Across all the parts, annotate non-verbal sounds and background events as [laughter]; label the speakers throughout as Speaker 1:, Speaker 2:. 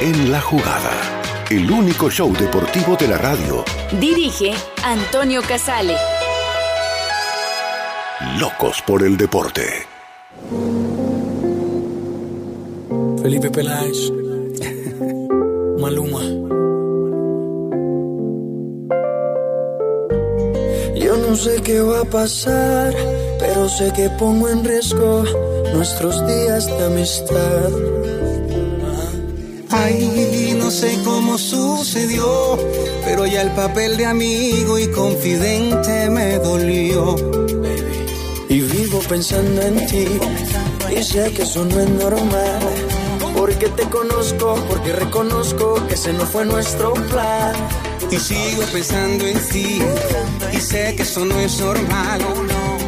Speaker 1: En la jugada, el único show deportivo de la radio,
Speaker 2: Dirige Antonio Casale.
Speaker 1: Locos por el Deporte.
Speaker 3: Felipe Peláez. Maluma.
Speaker 4: Yo no sé qué va a pasar, pero sé que pongo en riesgo nuestros días de amistad.
Speaker 5: Ay, no sé cómo sucedió, pero ya el papel de amigo y confidente me dolió.
Speaker 4: Y vivo pensando en ti, y sé que eso no es normal. Porque te conozco, porque reconozco que ese no fue nuestro plan.
Speaker 5: Y sigo pensando en ti, y sé que eso no es normal.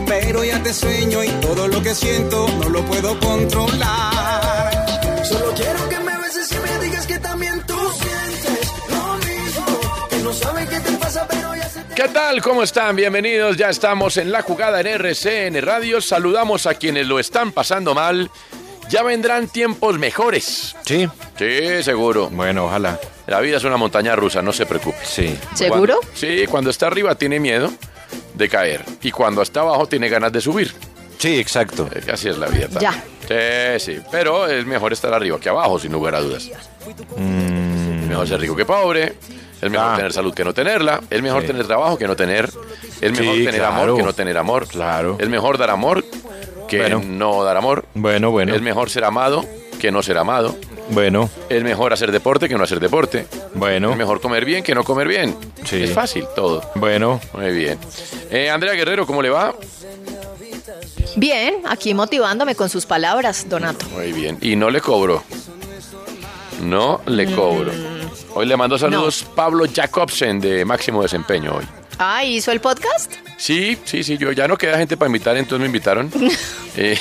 Speaker 5: Pero ya te sueño y todo lo que siento no lo puedo controlar.
Speaker 4: Solo quiero que me beses y me digas que también tú sientes lo mismo. Que no sabes qué te pasa, pero ya se te
Speaker 6: ¿Qué tal? ¿Cómo están? Bienvenidos. Ya estamos en la jugada en RCN Radio. Saludamos a quienes lo están pasando mal. Ya vendrán tiempos mejores.
Speaker 7: Sí,
Speaker 6: Sí, seguro.
Speaker 7: bueno, ojalá.
Speaker 6: La vida es una montaña rusa, no se preocupe.
Speaker 7: Sí.
Speaker 2: ¿Seguro?
Speaker 6: Cuando- sí, cuando está arriba tiene miedo de caer y cuando está abajo tiene ganas de subir.
Speaker 7: Sí, exacto.
Speaker 6: Eh, Así es la vida. también. Sí, sí. Pero es mejor estar arriba que abajo, sin lugar a dudas. Es
Speaker 7: Mm.
Speaker 6: mejor ser rico que pobre. Es mejor
Speaker 7: Ah.
Speaker 6: tener salud que no tenerla. Es mejor
Speaker 7: Sí.
Speaker 6: tener trabajo que no tener. Es mejor
Speaker 7: Sí,
Speaker 6: tener
Speaker 7: claro.
Speaker 6: amor que no tener amor.
Speaker 7: Claro.
Speaker 6: Es mejor dar amor que
Speaker 7: Bueno.
Speaker 6: no dar amor.
Speaker 7: Bueno, bueno.
Speaker 6: Es mejor ser amado que no ser amado.
Speaker 7: Bueno,
Speaker 6: Es mejor hacer deporte que no hacer deporte.
Speaker 7: bueno.
Speaker 6: Es mejor comer bien que no comer bien.
Speaker 7: Sí.
Speaker 6: Es fácil todo.
Speaker 7: Bueno,
Speaker 6: Muy bien. Eh, Andrea Guerrero, ¿cómo le va?
Speaker 8: Bien, aquí motivándome con sus palabras, Donato.
Speaker 6: Muy bien. Y no le cobro. No le cobro. Hoy le mando saludos Pablo Jacobsen de Máximo Desempeño hoy.
Speaker 8: Ah, ¿hizo el podcast?
Speaker 6: Sí, sí, sí, yo ya no queda gente para invitar, entonces me
Speaker 8: [laughs]
Speaker 6: invitaron. Eh,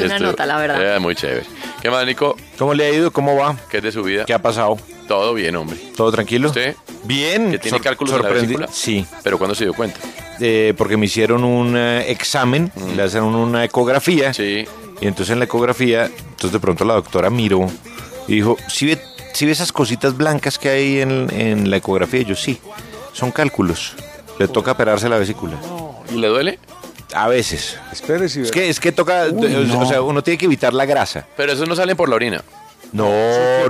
Speaker 6: [laughs]
Speaker 8: una nota, la verdad.
Speaker 6: eh, muy chévere. ¿Qué más, Nico?
Speaker 7: ¿cómo le ha ido? ¿Cómo va?
Speaker 6: ¿Qué es de su vida?
Speaker 7: ¿Qué ha pasado?
Speaker 6: Todo bien, hombre.
Speaker 7: ¿Todo tranquilo?
Speaker 6: ¿Usted?
Speaker 7: Bien.
Speaker 6: ¿Que tiene
Speaker 7: Sor-
Speaker 6: cálculos en la
Speaker 7: sorprendi-
Speaker 6: vesícula?
Speaker 7: Sí,
Speaker 6: ¿Pero cuándo se dio cuenta? Mm.
Speaker 7: eh, porque me hicieron un eh, examen, le hacen una ecografía.
Speaker 6: Sí.
Speaker 7: Y entonces en la ecografía, entonces de pronto la doctora miró y dijo, ¿sí ve, sí ve esas cositas blancas que hay en, en la ecografía? Y yo, sí, son cálculos. Le toca operarse la vesícula.
Speaker 6: ¿Y le duele?
Speaker 7: A veces.
Speaker 9: Espérese.
Speaker 7: Es que, es que toca, o- o sea, uno tiene que evitar la grasa.
Speaker 6: Pero esos no salen por la orina.
Speaker 7: No,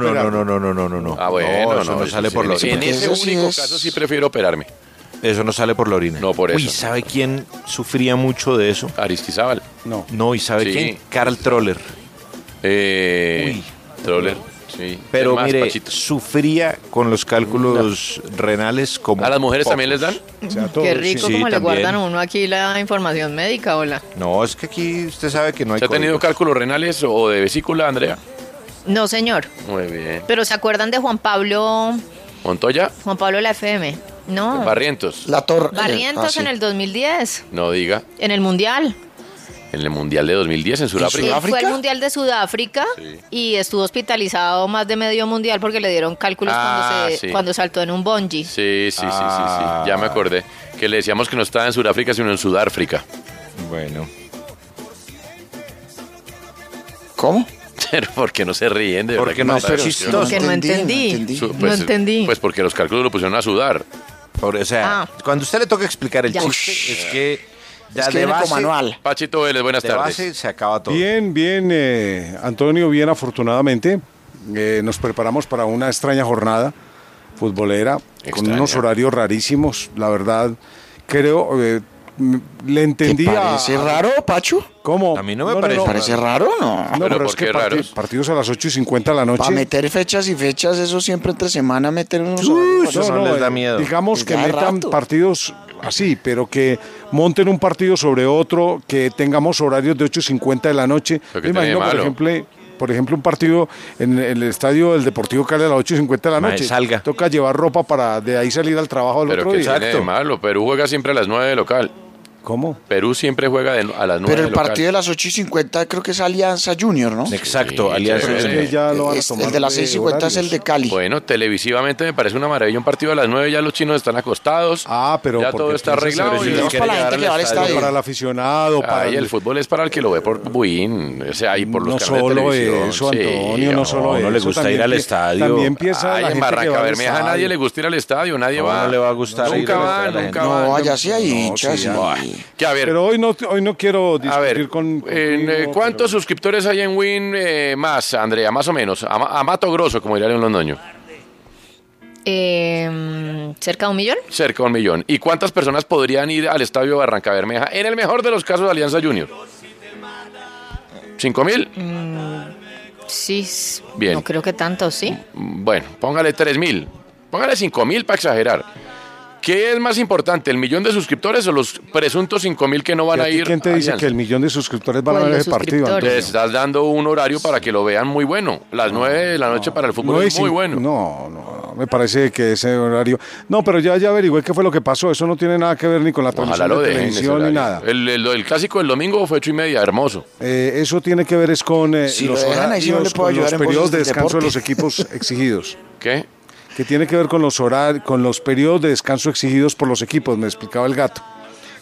Speaker 7: no, no, no, no, no, no, no, no.
Speaker 6: Ah, bueno,
Speaker 7: No,
Speaker 6: no,
Speaker 7: eso no,
Speaker 6: eso
Speaker 7: sale
Speaker 6: sí,
Speaker 7: por la
Speaker 6: en- En
Speaker 7: orina.
Speaker 6: ese
Speaker 9: Eso sí
Speaker 6: único
Speaker 9: es-
Speaker 6: caso sí prefiero operarme.
Speaker 7: Eso no sale por la orina.
Speaker 6: No, por
Speaker 7: Uy,
Speaker 6: eso.
Speaker 7: ¿sabe quién sufría mucho de eso?
Speaker 6: Aristizábal.
Speaker 9: No.
Speaker 7: No, ¿y sabe
Speaker 6: Sí.
Speaker 7: quién? Carl Troller.
Speaker 6: Eh,
Speaker 7: Uy.
Speaker 6: Troller. Sí.
Speaker 7: Pero
Speaker 6: Además,
Speaker 7: mire,
Speaker 6: Pachito.
Speaker 7: sufría con los cálculos renales como
Speaker 6: ¿A las mujeres también les
Speaker 7: pocos.
Speaker 6: dan?
Speaker 9: O sea, todo,
Speaker 8: Qué rico
Speaker 7: sí,
Speaker 8: como le
Speaker 7: también.
Speaker 8: guardan a uno aquí la información médica, hola.
Speaker 7: No, es que aquí usted sabe que no hay
Speaker 6: ¿Se ha tenido
Speaker 7: códigos.
Speaker 6: cálculos renales o de vesícula, Andrea?
Speaker 8: No, señor.
Speaker 6: Muy bien.
Speaker 8: Pero ¿se acuerdan de Juan Pablo,
Speaker 6: ¿Montoya?
Speaker 8: Juan Pablo la FM? No.
Speaker 6: Barrientos.
Speaker 9: La torre.
Speaker 6: Ah,
Speaker 8: Barrientos
Speaker 7: Ah,
Speaker 8: en el 2010,
Speaker 6: No diga.
Speaker 8: en el Mundial.
Speaker 6: En el Mundial de 2010 en
Speaker 8: Él
Speaker 6: Sudáfrica.
Speaker 8: fue al Mundial de Sudáfrica y estuvo hospitalizado más de medio mundial porque le dieron cálculos
Speaker 6: Ah,
Speaker 8: cuando, se-
Speaker 6: sí.
Speaker 8: cuando saltó en un bungee.
Speaker 6: Sí, sí, sí, sí,
Speaker 7: Ah.
Speaker 6: sí. Ya me acordé. Que le decíamos que no estaba en Sudáfrica, sino en Sudáfrica.
Speaker 7: Bueno.
Speaker 9: ¿Cómo?
Speaker 6: [laughs] Pero porque no se ríen de
Speaker 7: Porque no es chistoso.
Speaker 10: Porque no entendí.
Speaker 6: Su-
Speaker 10: No
Speaker 6: pues,
Speaker 10: entendí.
Speaker 6: Pues porque los cálculos lo pusieron a sudar.
Speaker 7: o sea,
Speaker 10: Ah.
Speaker 7: cuando a usted le toca explicar el
Speaker 10: Ya.
Speaker 7: chiste, es que ya
Speaker 11: Es que
Speaker 7: de
Speaker 11: viene
Speaker 7: base,
Speaker 11: como anual.
Speaker 6: Pachito Vélez, buenas
Speaker 7: de
Speaker 6: tardes.
Speaker 7: base se acaba todo.
Speaker 11: Bien, bien, eh, Antonio, bien afortunadamente. Eh, nos preparamos para una extraña jornada futbolera con
Speaker 6: Extraña.
Speaker 11: unos horarios rarísimos. La verdad, creo, eh, m- le entendía...
Speaker 12: parece
Speaker 11: raro, Pacho? ¿Cómo?
Speaker 7: A mí
Speaker 12: no me parece. ¿Parece raro o no?
Speaker 11: No,
Speaker 12: ¿Pero
Speaker 11: pero,
Speaker 12: por
Speaker 11: es que
Speaker 12: qué
Speaker 11: parti-
Speaker 12: raros?
Speaker 11: partidos a las 8 y 50 de la noche...
Speaker 12: Para meter fechas y fechas, eso siempre entre semana meter unos
Speaker 11: Uh,
Speaker 12: horarios.
Speaker 11: no, no, eh, Digamos
Speaker 12: Les
Speaker 11: que
Speaker 12: da
Speaker 11: metan
Speaker 12: rato.
Speaker 11: partidos así, pero que monten un partido sobre otro, que tengamos horarios de 8.50 de la noche.
Speaker 6: Lo que
Speaker 11: Me
Speaker 6: tiene de
Speaker 11: imagino, por
Speaker 6: malo.
Speaker 11: ejemplo, por ejemplo, un partido en el estadio del Deportivo Cali a las 8.50 de la
Speaker 6: Mae,
Speaker 11: noche.
Speaker 6: salga.
Speaker 11: Toca llevar ropa para de ahí salir al trabajo al
Speaker 6: Pero
Speaker 11: otro
Speaker 6: que
Speaker 11: día.
Speaker 6: tiene de malo. Perú juega siempre a las 9 de local.
Speaker 11: ¿Cómo?
Speaker 6: Perú siempre juega de- a las 9
Speaker 12: Pero
Speaker 6: de
Speaker 12: el
Speaker 6: local.
Speaker 12: partido de las 8 y 50 creo que es Alianza Junior, ¿no?
Speaker 7: Exacto,
Speaker 6: Alianza.
Speaker 11: Pero es que ya lo van a
Speaker 12: Es-
Speaker 11: tomar
Speaker 12: el de las
Speaker 11: de
Speaker 12: 6 y 50 es el de Cali.
Speaker 6: Bueno, televisivamente me parece una maravilla. Un partido a las 9 ya los chinos están acostados.
Speaker 11: Ah, pero
Speaker 6: ya
Speaker 11: porque
Speaker 6: todo está
Speaker 11: entonces
Speaker 6: arreglado.
Speaker 11: se-
Speaker 6: y-
Speaker 11: Digamos para la gente que va al estadio. Para el aficionado,
Speaker 6: Ay,
Speaker 11: para el-
Speaker 6: el fútbol es para el que lo ve por Buin, o sea, y por los
Speaker 11: No
Speaker 6: canales de
Speaker 11: solo
Speaker 6: televisión.
Speaker 11: eso,
Speaker 6: Sí,
Speaker 11: Antonio, no solo eso.
Speaker 7: no le gusta
Speaker 11: también
Speaker 7: ir al
Speaker 11: pi-
Speaker 7: estadio.
Speaker 11: También piensa
Speaker 6: Ay,
Speaker 11: la gente
Speaker 6: en
Speaker 11: que va
Speaker 6: Barranca
Speaker 11: al
Speaker 6: Bermeja a
Speaker 11: estadio.
Speaker 6: nadie le gusta ir al estadio, nadie
Speaker 7: No,
Speaker 6: va.
Speaker 7: no le va a gustar ir
Speaker 6: Nunca
Speaker 7: al
Speaker 6: va,
Speaker 7: estadio a la
Speaker 6: nunca
Speaker 7: gente.
Speaker 6: va.
Speaker 12: No, allá sí hay hinchas.
Speaker 11: sí,
Speaker 12: sí.
Speaker 11: hay.
Speaker 6: Que a ver,
Speaker 11: Pero hoy no, hoy no quiero discutir
Speaker 6: a ver,
Speaker 11: con.
Speaker 6: en, eh,
Speaker 11: contigo,
Speaker 6: ¿cuántos suscriptores hay en Win eh, más, Andrea? Más o menos. A, Ma- a Mato Grosso, como diría en Londoño.
Speaker 8: Em,
Speaker 10: Eh, ¿Cerca de un millón?
Speaker 6: Cerca de un millón. ¿Y cuántas personas podrían ir al estadio Barranca Bermeja? En el mejor de los casos, Alianza Junior. ¿Cinco mil?
Speaker 8: Mm,
Speaker 10: Sí. s-
Speaker 6: Bien.
Speaker 10: No creo que tanto, sí.
Speaker 6: Bueno, póngale 3 mil. Póngale 5 mil para exagerar. ¿Qué es más importante, el millón de suscriptores o los presuntos 5 mil que no van
Speaker 11: ¿Y
Speaker 6: a
Speaker 11: a ti
Speaker 6: ir?
Speaker 11: ¿Quién te
Speaker 6: a
Speaker 11: dice
Speaker 6: Alianza?
Speaker 11: que el millón de suscriptores van a ver
Speaker 10: ¿Cuáles
Speaker 11: ese partido?
Speaker 10: suscriptores?
Speaker 6: Le
Speaker 11: Antonio?
Speaker 6: estás dando un horario para que lo vean muy bueno. Las 9 de la noche para el fútbol
Speaker 11: No,
Speaker 6: es
Speaker 11: y
Speaker 6: muy
Speaker 11: sin-
Speaker 6: bueno.
Speaker 11: No, no, no, me parece que ese horario. No, pero ya, ya averigüé qué fue lo que pasó. Eso no tiene nada que ver ni con la
Speaker 6: Ojalá
Speaker 11: transmisión
Speaker 6: lo
Speaker 11: de
Speaker 6: dejen. ese
Speaker 11: televisión ni
Speaker 6: horario.
Speaker 11: nada.
Speaker 6: El, el- el clásico del domingo fue 8 y media, hermoso.
Speaker 11: Eh, eso tiene que ver es con eh,
Speaker 12: Si lo
Speaker 11: los
Speaker 12: dejan ahí,
Speaker 11: horarios,
Speaker 12: yo le puedo
Speaker 11: con los
Speaker 12: ayudar en cosas
Speaker 11: periodos de
Speaker 12: del
Speaker 11: descanso de
Speaker 12: deporte.
Speaker 11: los
Speaker 6: [laughs]
Speaker 11: equipos exigidos.
Speaker 6: ¿Qué?
Speaker 11: Que tiene que ver con los horarios, con los periodos de descanso exigidos por los equipos. Me explicaba el gato.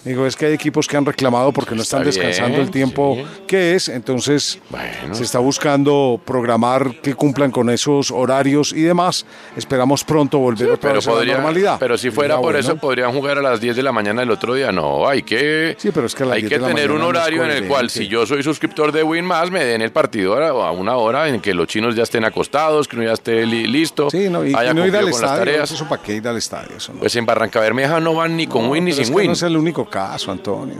Speaker 11: Digo, es que hay equipos que han reclamado porque no
Speaker 6: Está
Speaker 11: están descansando
Speaker 6: bien,
Speaker 11: el tiempo
Speaker 6: sí.
Speaker 11: que es. Entonces,
Speaker 6: Bueno.
Speaker 11: Se está buscando programar que cumplan con esos horarios y demás. Esperamos pronto volver otra
Speaker 6: Pero,
Speaker 11: vez
Speaker 6: podría,
Speaker 11: a la normalidad.
Speaker 6: pero si fuera
Speaker 11: Sería
Speaker 6: por
Speaker 11: bueno.
Speaker 6: eso, podrían jugar a las 10 de la mañana el otro día. No, hay que,
Speaker 11: Sí, pero es que a las
Speaker 6: hay
Speaker 11: 10
Speaker 6: que
Speaker 11: de la
Speaker 6: tener un
Speaker 11: mañana no es
Speaker 6: horario en el cual,
Speaker 11: coherente.
Speaker 6: si yo soy suscriptor de Win Más, me den el partido a a una hora en que los chinos ya estén acostados, que uno ya esté li- listo,
Speaker 11: Sí, no, y,
Speaker 6: haya
Speaker 11: y no ir
Speaker 6: cumplido
Speaker 11: al
Speaker 6: con las
Speaker 11: estadio.
Speaker 6: tareas.
Speaker 11: Eso para qué ir al estadio. Eso no.
Speaker 6: Pues en Barranca Bermeja no van ni con Win ni
Speaker 11: Pero es
Speaker 6: sin
Speaker 11: que
Speaker 6: Win.
Speaker 11: No es el único caso, Antonio.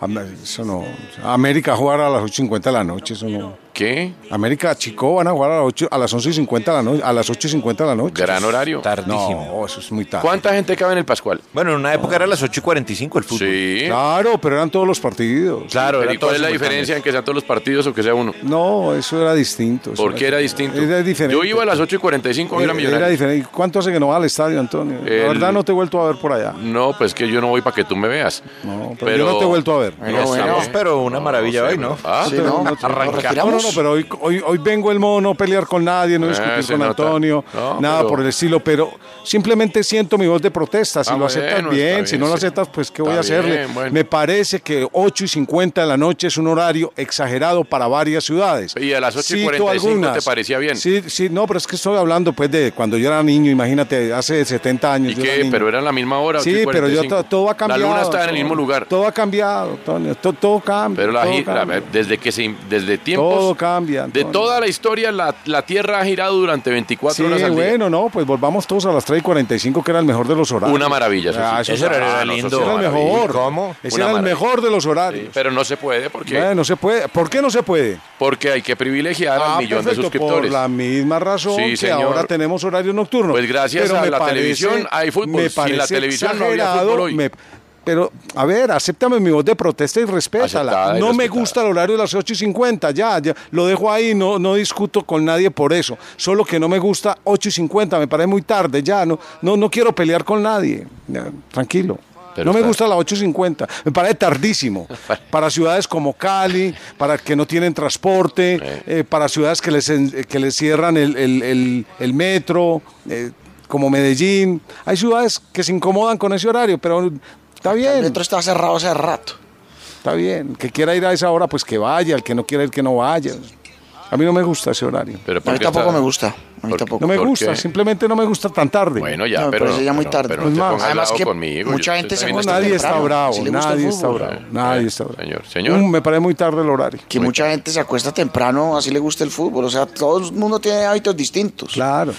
Speaker 11: Am- Eso no. América jugar a las 8.50 de la noche, eso no.
Speaker 6: ¿Qué?
Speaker 11: América Chico van a jugar a las, 8, a las 11.50 de la noche, a las 8.50 de la noche.
Speaker 6: Gran horario.
Speaker 11: No, eso es muy tarde.
Speaker 6: ¿Cuánta gente cabe en el Pascual?
Speaker 7: Bueno, en una época era las 8 y 45 el fútbol.
Speaker 6: Sí.
Speaker 11: Claro, pero eran todos los partidos.
Speaker 7: Claro,
Speaker 6: Pero
Speaker 7: eran
Speaker 6: ¿y cuál
Speaker 7: todas
Speaker 6: es la
Speaker 7: simultáneas.
Speaker 6: diferencia en que sean todos los partidos o que sea uno?
Speaker 11: No, eso era distinto. eso
Speaker 6: ¿Por qué era distinto?
Speaker 11: Era diferente.
Speaker 6: Yo iba a las 8 y 45 a ver a
Speaker 11: Eh, Era
Speaker 6: Millonarios.
Speaker 11: diferente. ¿Cuánto hace que no va al estadio, Antonio?
Speaker 6: El-
Speaker 11: La verdad no te he vuelto a ver por allá.
Speaker 6: No, pues que yo no voy para que tú me veas.
Speaker 11: No, pero, yo no te he vuelto a ver.
Speaker 12: Bueno,
Speaker 6: está
Speaker 12: bueno.
Speaker 6: bien.
Speaker 7: Pero una maravilla
Speaker 6: sé,
Speaker 7: hoy, ¿no?
Speaker 6: Ah,
Speaker 12: Sí, no,
Speaker 11: no,
Speaker 12: ¿nos
Speaker 11: No,
Speaker 12: retiramos?
Speaker 11: no, no, pero hoy, hoy, hoy vengo el modo no pelear con nadie, no
Speaker 6: Ah,
Speaker 11: discutir
Speaker 6: se
Speaker 11: con
Speaker 6: nota.
Speaker 11: Antonio,
Speaker 6: No,
Speaker 11: nada
Speaker 6: pero- pues
Speaker 11: por el estilo, pero simplemente siento mi voz de protesta. Si
Speaker 6: Ah,
Speaker 11: lo aceptas
Speaker 6: bueno, está
Speaker 11: bien, si
Speaker 6: bien,
Speaker 11: no lo
Speaker 6: sí.
Speaker 11: aceptas, pues ¿qué
Speaker 6: Está
Speaker 11: voy a hacerle?
Speaker 6: bien, bueno.
Speaker 11: Me parece que 8 y 50 de la noche es un horario exagerado para varias ciudades.
Speaker 6: Y a las 8 y
Speaker 11: Cito
Speaker 6: 45 te
Speaker 11: algunas.
Speaker 6: parecía bien.
Speaker 11: Sí, sí, no, pero es que estoy hablando pues de cuando yo era niño, imagínate, hace 70 años.
Speaker 6: ¿Y
Speaker 11: yo era
Speaker 6: qué?
Speaker 11: niño.
Speaker 6: Pero eran la misma hora. 8
Speaker 11: Sí,
Speaker 6: y
Speaker 11: pero yo
Speaker 6: 45.
Speaker 11: to- todo ha cambiado.
Speaker 6: La luna está en el mismo
Speaker 11: todo-
Speaker 6: lugar.
Speaker 11: Todo ha cambiado, Antonio, to- todo cambia.
Speaker 6: Pero la,
Speaker 11: todo
Speaker 6: gi- la-
Speaker 11: cambia.
Speaker 6: desde que se, desde tiempos.
Speaker 11: Todo cambia,
Speaker 6: De
Speaker 11: Antonio.
Speaker 6: toda la historia, la, la Tierra ha girado durante 24
Speaker 11: Sí,
Speaker 6: horas al día.
Speaker 11: bueno, no, pues volvamos todos a las 3 y 45, que era el mejor de los horarios.
Speaker 6: Una maravilla, eso sí.
Speaker 11: Ah,
Speaker 7: Ese horario era
Speaker 11: no,
Speaker 7: lindo.
Speaker 11: Ese era el mejor.
Speaker 7: ¿Cómo?
Speaker 11: Ese
Speaker 6: Una
Speaker 11: era el
Speaker 6: maravilla.
Speaker 11: mejor de los
Speaker 6: Sí,
Speaker 11: horarios.
Speaker 6: pero no se puede porque,
Speaker 11: Bueno, se puede. ¿Por qué no se puede? Ah,
Speaker 6: porque hay que privilegiar al millón
Speaker 11: perfecto,
Speaker 6: Ah, de suscriptores.
Speaker 11: Por la misma razón
Speaker 6: Sí,
Speaker 11: que
Speaker 6: señor.
Speaker 11: ahora tenemos horarios nocturnos.
Speaker 6: Pues gracias
Speaker 11: Pero
Speaker 6: a
Speaker 11: me
Speaker 6: la televisión hay fútbol.
Speaker 11: Me
Speaker 6: Sin la
Speaker 11: parece
Speaker 6: televisión no había
Speaker 11: exagerado,
Speaker 6: fútbol hoy.
Speaker 11: me- pero, a ver, acéptame mi voz de protesta y respétala.
Speaker 6: Aceptada y
Speaker 11: no me
Speaker 6: respetada.
Speaker 11: gusta el horario de las 8 y 50, ya, ya. Lo dejo ahí, no, no discuto con nadie por eso. Solo que no me gusta 8 y 50, me parece muy tarde, ya. No, no, no quiero pelear con nadie. Ya, tranquilo.
Speaker 6: Pero
Speaker 11: no me
Speaker 6: está-
Speaker 11: gusta la 8.50, me parece
Speaker 6: [laughs]
Speaker 11: tardísimo. para ciudades como Cali, para que no tienen transporte, eh, para ciudades que les, en- eh, que les cierran el, el- el- el metro, eh, como Medellín. Hay ciudades que se incomodan con ese horario, pero está
Speaker 12: El
Speaker 11: bien,
Speaker 12: metro está cerrado hace rato.
Speaker 11: está bien. El que quiera ir a esa hora, pues que vaya, el que no quiera ir, que no vaya. A mí no me gusta ese horario.
Speaker 6: Pero
Speaker 12: A mí tampoco me gusta. A mí tampoco.
Speaker 11: No me gusta, simplemente no me gusta tan tarde.
Speaker 6: Bueno, ya,
Speaker 12: No,
Speaker 6: pero.
Speaker 12: pero ya muy tarde.
Speaker 6: Pero no te
Speaker 12: Además
Speaker 6: pongas bravo
Speaker 12: que
Speaker 6: conmigo,
Speaker 12: mucha
Speaker 6: yo
Speaker 12: gente
Speaker 6: estoy
Speaker 12: se
Speaker 6: también
Speaker 12: acuesta
Speaker 6: estoy
Speaker 11: Nadie está
Speaker 6: temprano.
Speaker 11: bravo,
Speaker 12: si le gusta el
Speaker 11: nadie está
Speaker 12: fútbol.
Speaker 11: bravo, nadie está bravo.
Speaker 6: Señor, señor.
Speaker 11: Mm, me parece muy tarde el horario.
Speaker 12: Que mucha gente se acuesta temprano, así le gusta el fútbol. O sea, todo el mundo tiene hábitos distintos.
Speaker 11: Claro.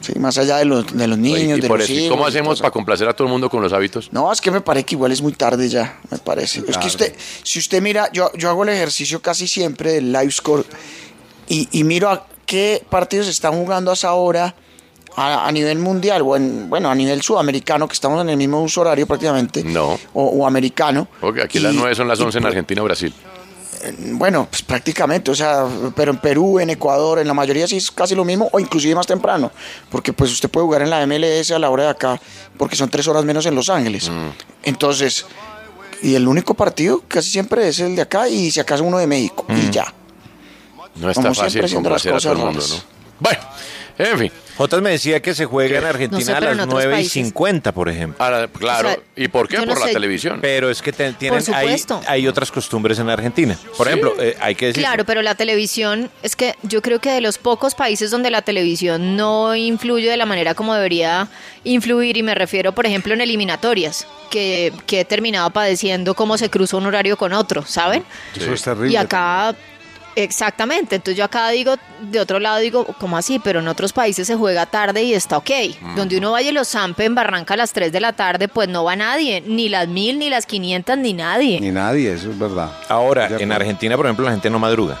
Speaker 12: Sí, más allá de los, de los niños,
Speaker 6: Y
Speaker 12: de
Speaker 6: por
Speaker 12: los
Speaker 6: eso, ¿y
Speaker 12: hijos.
Speaker 6: ¿cómo hacemos para complacer a todo el mundo con los hábitos?
Speaker 12: No, es que me parece que igual es muy tarde ya, me parece. Es
Speaker 6: Claro.
Speaker 12: que usted, si usted mira, yo, yo hago el ejercicio casi siempre del live score y, y miro a qué partidos están jugando a esa hora a, a nivel mundial o en- bueno, a nivel sudamericano, que estamos en el mismo uso horario prácticamente. No. O, o americano.
Speaker 6: Porque aquí las
Speaker 12: Y-
Speaker 6: 9 son las
Speaker 12: y
Speaker 6: 11 en Argentina, Brasil.
Speaker 12: Bueno, pues prácticamente, o sea, pero en Perú, en Ecuador, en la mayoría sí es casi lo mismo, o inclusive más temprano, porque pues usted puede jugar en la MLS a la hora de acá, porque son tres horas menos en Los Ángeles.
Speaker 11: Mm.
Speaker 12: Entonces, y el único partido casi siempre es el de acá y si acaso uno de México,
Speaker 11: Mm.
Speaker 12: y ya.
Speaker 6: No está
Speaker 12: Como siempre,
Speaker 6: fácil
Speaker 12: haciendo las
Speaker 6: complacer a todo el mundo, ¿no?
Speaker 12: cosas
Speaker 6: Bueno, en fin.
Speaker 7: Jotas me decía que se juega en
Speaker 8: No sé,
Speaker 7: Argentina
Speaker 8: pero
Speaker 7: a
Speaker 8: en
Speaker 7: las
Speaker 8: otros
Speaker 7: 9 y
Speaker 8: países.
Speaker 7: 50, por ejemplo.
Speaker 6: claro,
Speaker 8: O sea,
Speaker 6: ¿y por qué?
Speaker 8: yo no
Speaker 6: Por la
Speaker 8: sé.
Speaker 6: televisión.
Speaker 7: Pero es que te- tienen, hay,
Speaker 8: supuesto.
Speaker 7: hay otras costumbres en Argentina. Por ejemplo, eh, hay que decir.
Speaker 8: Claro, pero la televisión es que yo creo que de los pocos países donde la televisión no influye de la manera como debería influir, y me refiero, por ejemplo, en eliminatorias, que, que he terminado padeciendo cómo se cruza un horario con otro, ¿saben?
Speaker 11: Eso es terrible.
Speaker 8: Y acá, exactamente, entonces yo acá digo, de otro lado digo, ¿cómo así? Pero en otros países se juega tarde y está ok. Donde uno vaya y lo zampe en Barranca a las 3 de la tarde, pues no va nadie, ni las mil, ni las 500, ni nadie.
Speaker 11: Ni nadie, eso es verdad.
Speaker 7: Ahora, en Argentina, por ejemplo, la gente no madruga.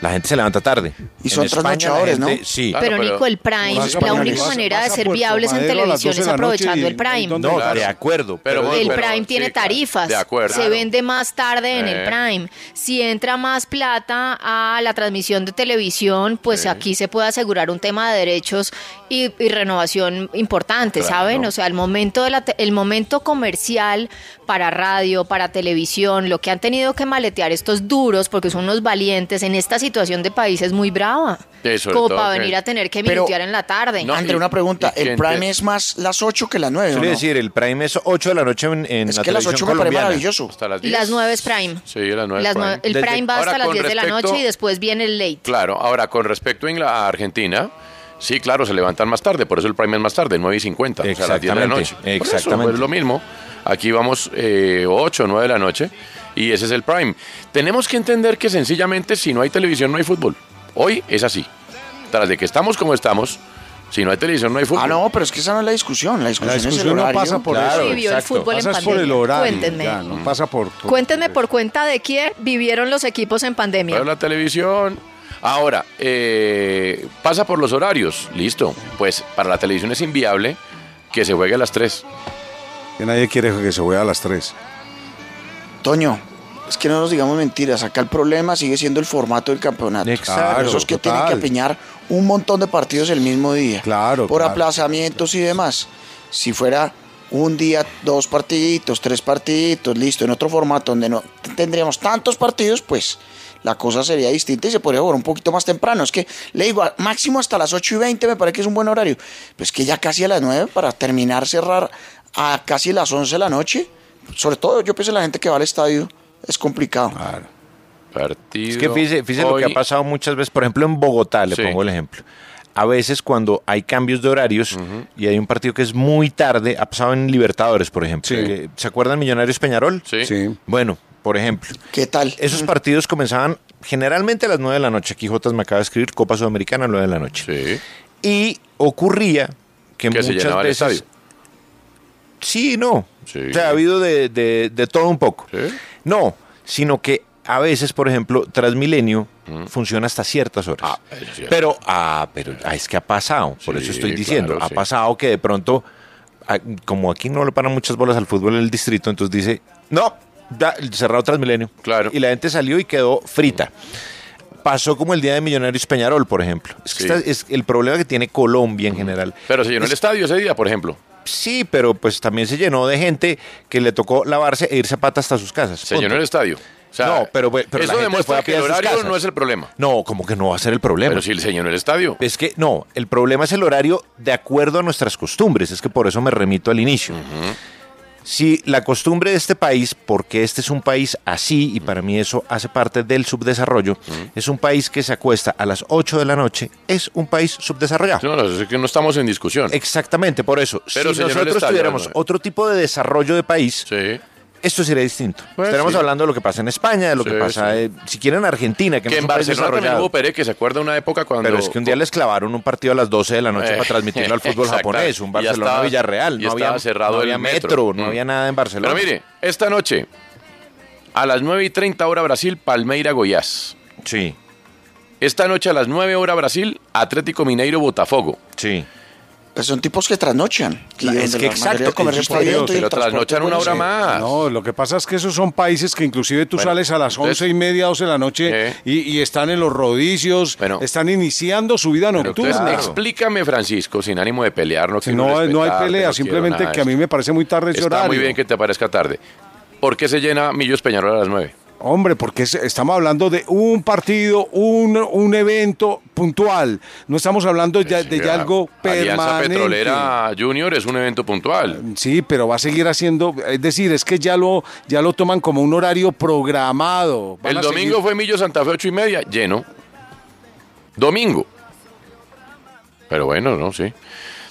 Speaker 7: La gente se levanta tarde.
Speaker 12: Y son
Speaker 7: En España, la
Speaker 12: trasnochadores,
Speaker 7: gente-
Speaker 12: ¿no?
Speaker 7: Sí.
Speaker 8: pero, Nico, el Prime,
Speaker 7: Vas a
Speaker 8: la
Speaker 7: Puerto-
Speaker 8: única
Speaker 7: vas-
Speaker 8: manera
Speaker 7: vas
Speaker 8: de
Speaker 7: a
Speaker 8: ser
Speaker 7: Puerto
Speaker 8: viables en
Speaker 7: Madero a las
Speaker 8: televisión
Speaker 7: 12
Speaker 8: es
Speaker 7: de la noche
Speaker 8: aprovechando
Speaker 7: y-
Speaker 8: el Prime.
Speaker 7: No, de acuerdo.
Speaker 6: Pero
Speaker 8: el
Speaker 6: bueno,
Speaker 8: Prime
Speaker 6: sí,
Speaker 8: tiene
Speaker 6: claro,
Speaker 8: tarifas,
Speaker 6: de acuerdo.
Speaker 8: se
Speaker 6: Claro.
Speaker 8: vende más tarde en
Speaker 6: Eh.
Speaker 8: el Prime. Si entra más plata a la transmisión de televisión, pues aquí se puede asegurar un tema de derechos y, y renovación importante,
Speaker 10: Claro.
Speaker 8: ¿saben? O sea, el momento, de la te- el momento comercial para radio, para televisión, lo que han tenido que maletear estos duros, porque son unos valientes, en esta situación de país es muy brava.
Speaker 6: Sí, sobre
Speaker 8: Como
Speaker 6: todo
Speaker 8: para
Speaker 6: que-
Speaker 8: venir a tener que
Speaker 12: Pero-
Speaker 8: minutear en la tarde.
Speaker 12: André, una pregunta, ¿el Prime es más las 8 que las 9?
Speaker 7: Quiero decir, el Prime es 8 de la noche en, en
Speaker 12: Es
Speaker 7: la
Speaker 12: que las
Speaker 7: televisión
Speaker 12: 8 me parece
Speaker 7: colombiana.
Speaker 12: maravilloso.
Speaker 6: Hasta las
Speaker 8: Y
Speaker 6: 10.
Speaker 8: las 9 es Prime.
Speaker 6: Sí, las 9
Speaker 8: Las
Speaker 6: Prime.
Speaker 8: nueve- el
Speaker 6: Desde-
Speaker 8: Prime va hasta
Speaker 6: ahora,
Speaker 8: las
Speaker 6: con
Speaker 8: 10 de la
Speaker 6: respecto-
Speaker 8: noche y después viene el late.
Speaker 6: Claro, ahora con respecto a Ingl- a Argentina, sí, claro, se levantan más tarde, por eso el Prime es más tarde, 9 y 50, o sea, a las 10 de la noche.
Speaker 7: Exactamente,
Speaker 6: Por eso,
Speaker 7: exactamente.
Speaker 6: pues, lo mismo, aquí vamos eh, 8 o 9 de la noche y ese es el Prime. Tenemos que entender que sencillamente si no hay televisión no hay fútbol. Hoy es así. Tras de que estamos como estamos, si no hay televisión no hay fútbol.
Speaker 12: Ah, no, pero es que esa no es la discusión, la
Speaker 7: Pues
Speaker 12: discusión, es el
Speaker 11: discusión no
Speaker 12: horario.
Speaker 11: pasa por
Speaker 6: Claro,
Speaker 11: eso.
Speaker 8: Sí, vio el exacto. fútbol en
Speaker 11: Pasas por el
Speaker 8: pandemia.
Speaker 11: horario.
Speaker 8: Cuéntenme.
Speaker 11: ya,
Speaker 7: Mm.
Speaker 11: no pasa por. por-
Speaker 8: Cuéntenme
Speaker 6: pues.
Speaker 8: por cuenta de quién vivieron los equipos en pandemia.
Speaker 6: Pero la televisión. Ahora, eh, pasa por los horarios. Listo. Pues para la televisión es inviable que se juegue a las 3.
Speaker 11: Que nadie quiere que se vaya a las 3.
Speaker 12: Toño, es que no nos digamos mentiras. Acá el problema sigue siendo el formato del campeonato.
Speaker 11: Exacto,
Speaker 12: Esos que
Speaker 11: total.
Speaker 12: tienen que apiñar un montón de partidos el mismo día.
Speaker 11: Claro.
Speaker 12: Por
Speaker 11: claro.
Speaker 12: aplazamientos y demás. Si fuera un día, dos partiditos, tres partiditos, listo, en otro formato donde no t- tendríamos tantos partidos, pues la cosa sería distinta y se podría jugar un poquito más temprano. Es que le digo, a- máximo hasta las 8 y 20 me parece que es un buen horario. Pues que ya casi a las 9 para terminar, cerrar a casi las 11 de la noche. Sobre todo, yo pienso en la gente que va al estadio, es complicado.
Speaker 6: Partido.
Speaker 7: Es que fíjese, fíjese lo que
Speaker 6: hoy.
Speaker 7: ha pasado muchas veces. Por ejemplo, en Bogotá, le
Speaker 6: Sí.
Speaker 7: pongo el ejemplo. A veces cuando hay cambios de horarios y hay un partido que es muy tarde, ha pasado en Libertadores, por ejemplo. Que- ¿Se acuerdan Millonarios Peñarol?
Speaker 6: Sí.
Speaker 7: Bueno, por ejemplo.
Speaker 12: ¿Qué tal? Mm.
Speaker 7: Esos partidos comenzaban generalmente a las 9 de la noche. Aquí Jotas me acaba de escribir Copa Sudamericana a las 9 de la noche. Y ocurría que,
Speaker 6: Que
Speaker 7: muchas
Speaker 6: se llenaba el
Speaker 7: veces...
Speaker 6: estadio.
Speaker 7: Sí, no. O sea, ha habido de, de- de todo un poco. No, sino que a veces, por ejemplo, Transmilenio funciona hasta ciertas horas. pero, ah, pero ah, es que ha pasado, por eso estoy diciendo,
Speaker 6: claro,
Speaker 7: ha
Speaker 6: sí.
Speaker 7: pasado que de pronto, ah, como aquí no le paran muchas bolas al fútbol en el distrito, entonces dice, no, da- cerrado Transmilenio. Claro. Y la gente salió y quedó frita. Pasó como el día de Millonarios Peñarol, por ejemplo. Es
Speaker 6: Sí.
Speaker 7: que esta- es el problema que tiene Colombia en general.
Speaker 6: Pero se llenó el
Speaker 7: Es-
Speaker 6: estadio ese día, por ejemplo.
Speaker 7: Sí, pero pues también se llenó de gente que le tocó lavarse e irse a pata hasta sus casas.
Speaker 6: Se llenó el estadio. O sea,
Speaker 7: no, pero, pues, pero la
Speaker 6: Eso
Speaker 7: gente fue a
Speaker 6: demuestra
Speaker 7: pie
Speaker 6: que el
Speaker 7: a sus
Speaker 6: horario
Speaker 7: casas.
Speaker 6: no es el problema.
Speaker 7: No, como que no va a ser el problema.
Speaker 6: Pero si se llenó el estadio.
Speaker 7: Es que no, el problema es el horario de acuerdo a nuestras costumbres. Es que por eso me remito al inicio. si la costumbre de este país, porque este es un país así y para mí eso hace parte del subdesarrollo, es un país que se acuesta a las 8 de la noche, es un país subdesarrollado.
Speaker 6: No, no, es que no estamos en discusión.
Speaker 7: Exactamente, por eso.
Speaker 6: Pero,
Speaker 7: si
Speaker 6: señor
Speaker 7: nosotros
Speaker 6: Estadio,
Speaker 7: tuviéramos
Speaker 6: no.
Speaker 7: otro tipo de desarrollo de país, esto sería distinto. Estaremos
Speaker 6: Pues sí.
Speaker 7: hablando de lo que pasa en España, de lo
Speaker 6: Sí,
Speaker 7: que pasa,
Speaker 6: sí.
Speaker 7: eh, si quieren, en Argentina,
Speaker 6: Que,
Speaker 7: que, no es
Speaker 6: en
Speaker 7: un país
Speaker 6: Barcelona también
Speaker 7: desarrollado.
Speaker 6: hubo Pérez, que se acuerda una época cuando...
Speaker 7: Pero es que un día les clavaron un partido a las 12 de la noche
Speaker 6: Eh,
Speaker 7: para
Speaker 6: [laughs]
Speaker 7: transmitirlo al fútbol
Speaker 6: exactamente.
Speaker 7: japonés,
Speaker 6: Y
Speaker 7: un
Speaker 6: estaba-
Speaker 7: Barcelona-Villarreal.
Speaker 6: y
Speaker 7: No había,
Speaker 6: estaba cerrado
Speaker 7: no
Speaker 6: el
Speaker 7: había metro,
Speaker 6: metro.
Speaker 7: no
Speaker 6: Mm.
Speaker 7: había nada en Barcelona.
Speaker 6: Pero mire, esta noche, a las 9 y 30 hora Brasil, Palmeira Goiás.
Speaker 7: Sí.
Speaker 6: Esta noche a las 9 hora Brasil, Atlético Mineiro Botafogo.
Speaker 7: Sí.
Speaker 12: Pues son tipos que trasnochan. Y donde
Speaker 6: es que
Speaker 12: la mayoría
Speaker 6: exacto,
Speaker 12: del comercio
Speaker 6: es
Speaker 12: está
Speaker 6: por Dios,
Speaker 12: abierto y el
Speaker 6: pero
Speaker 12: transporte,
Speaker 6: trasnochan una
Speaker 12: bueno,
Speaker 6: hora
Speaker 12: sí.
Speaker 6: más.
Speaker 11: No, lo que pasa es que esos son países que inclusive tú sales a las once y media, 12 de la noche y, y están en los rodicios, están iniciando su vida
Speaker 6: Entonces,
Speaker 11: nocturna.
Speaker 6: explícame, Francisco, sin ánimo de pelear, no
Speaker 11: Si
Speaker 6: quiero
Speaker 11: no, no hay
Speaker 6: respetarte,
Speaker 11: pelea,
Speaker 6: no quiero
Speaker 11: simplemente
Speaker 6: nada de
Speaker 11: que a mí me parece muy tarde ese
Speaker 6: Está
Speaker 11: horario.
Speaker 6: muy bien que te parezca tarde. ¿Por qué se llena Millos Peñarol a las 9?
Speaker 11: Hombre, porque es- estamos hablando de un partido, un, un evento puntual. No estamos hablando ya- de ya algo
Speaker 6: Alianza
Speaker 11: permanente.
Speaker 6: Petrolera Junior es un evento puntual.
Speaker 11: Sí, pero va a seguir haciendo, es decir, es que ya lo, ya lo toman como un horario programado. Van
Speaker 6: El
Speaker 11: a
Speaker 6: domingo
Speaker 11: seguir-
Speaker 6: fue Millos Santa Fe 8 y media, lleno. Domingo. Pero bueno, no, sí. De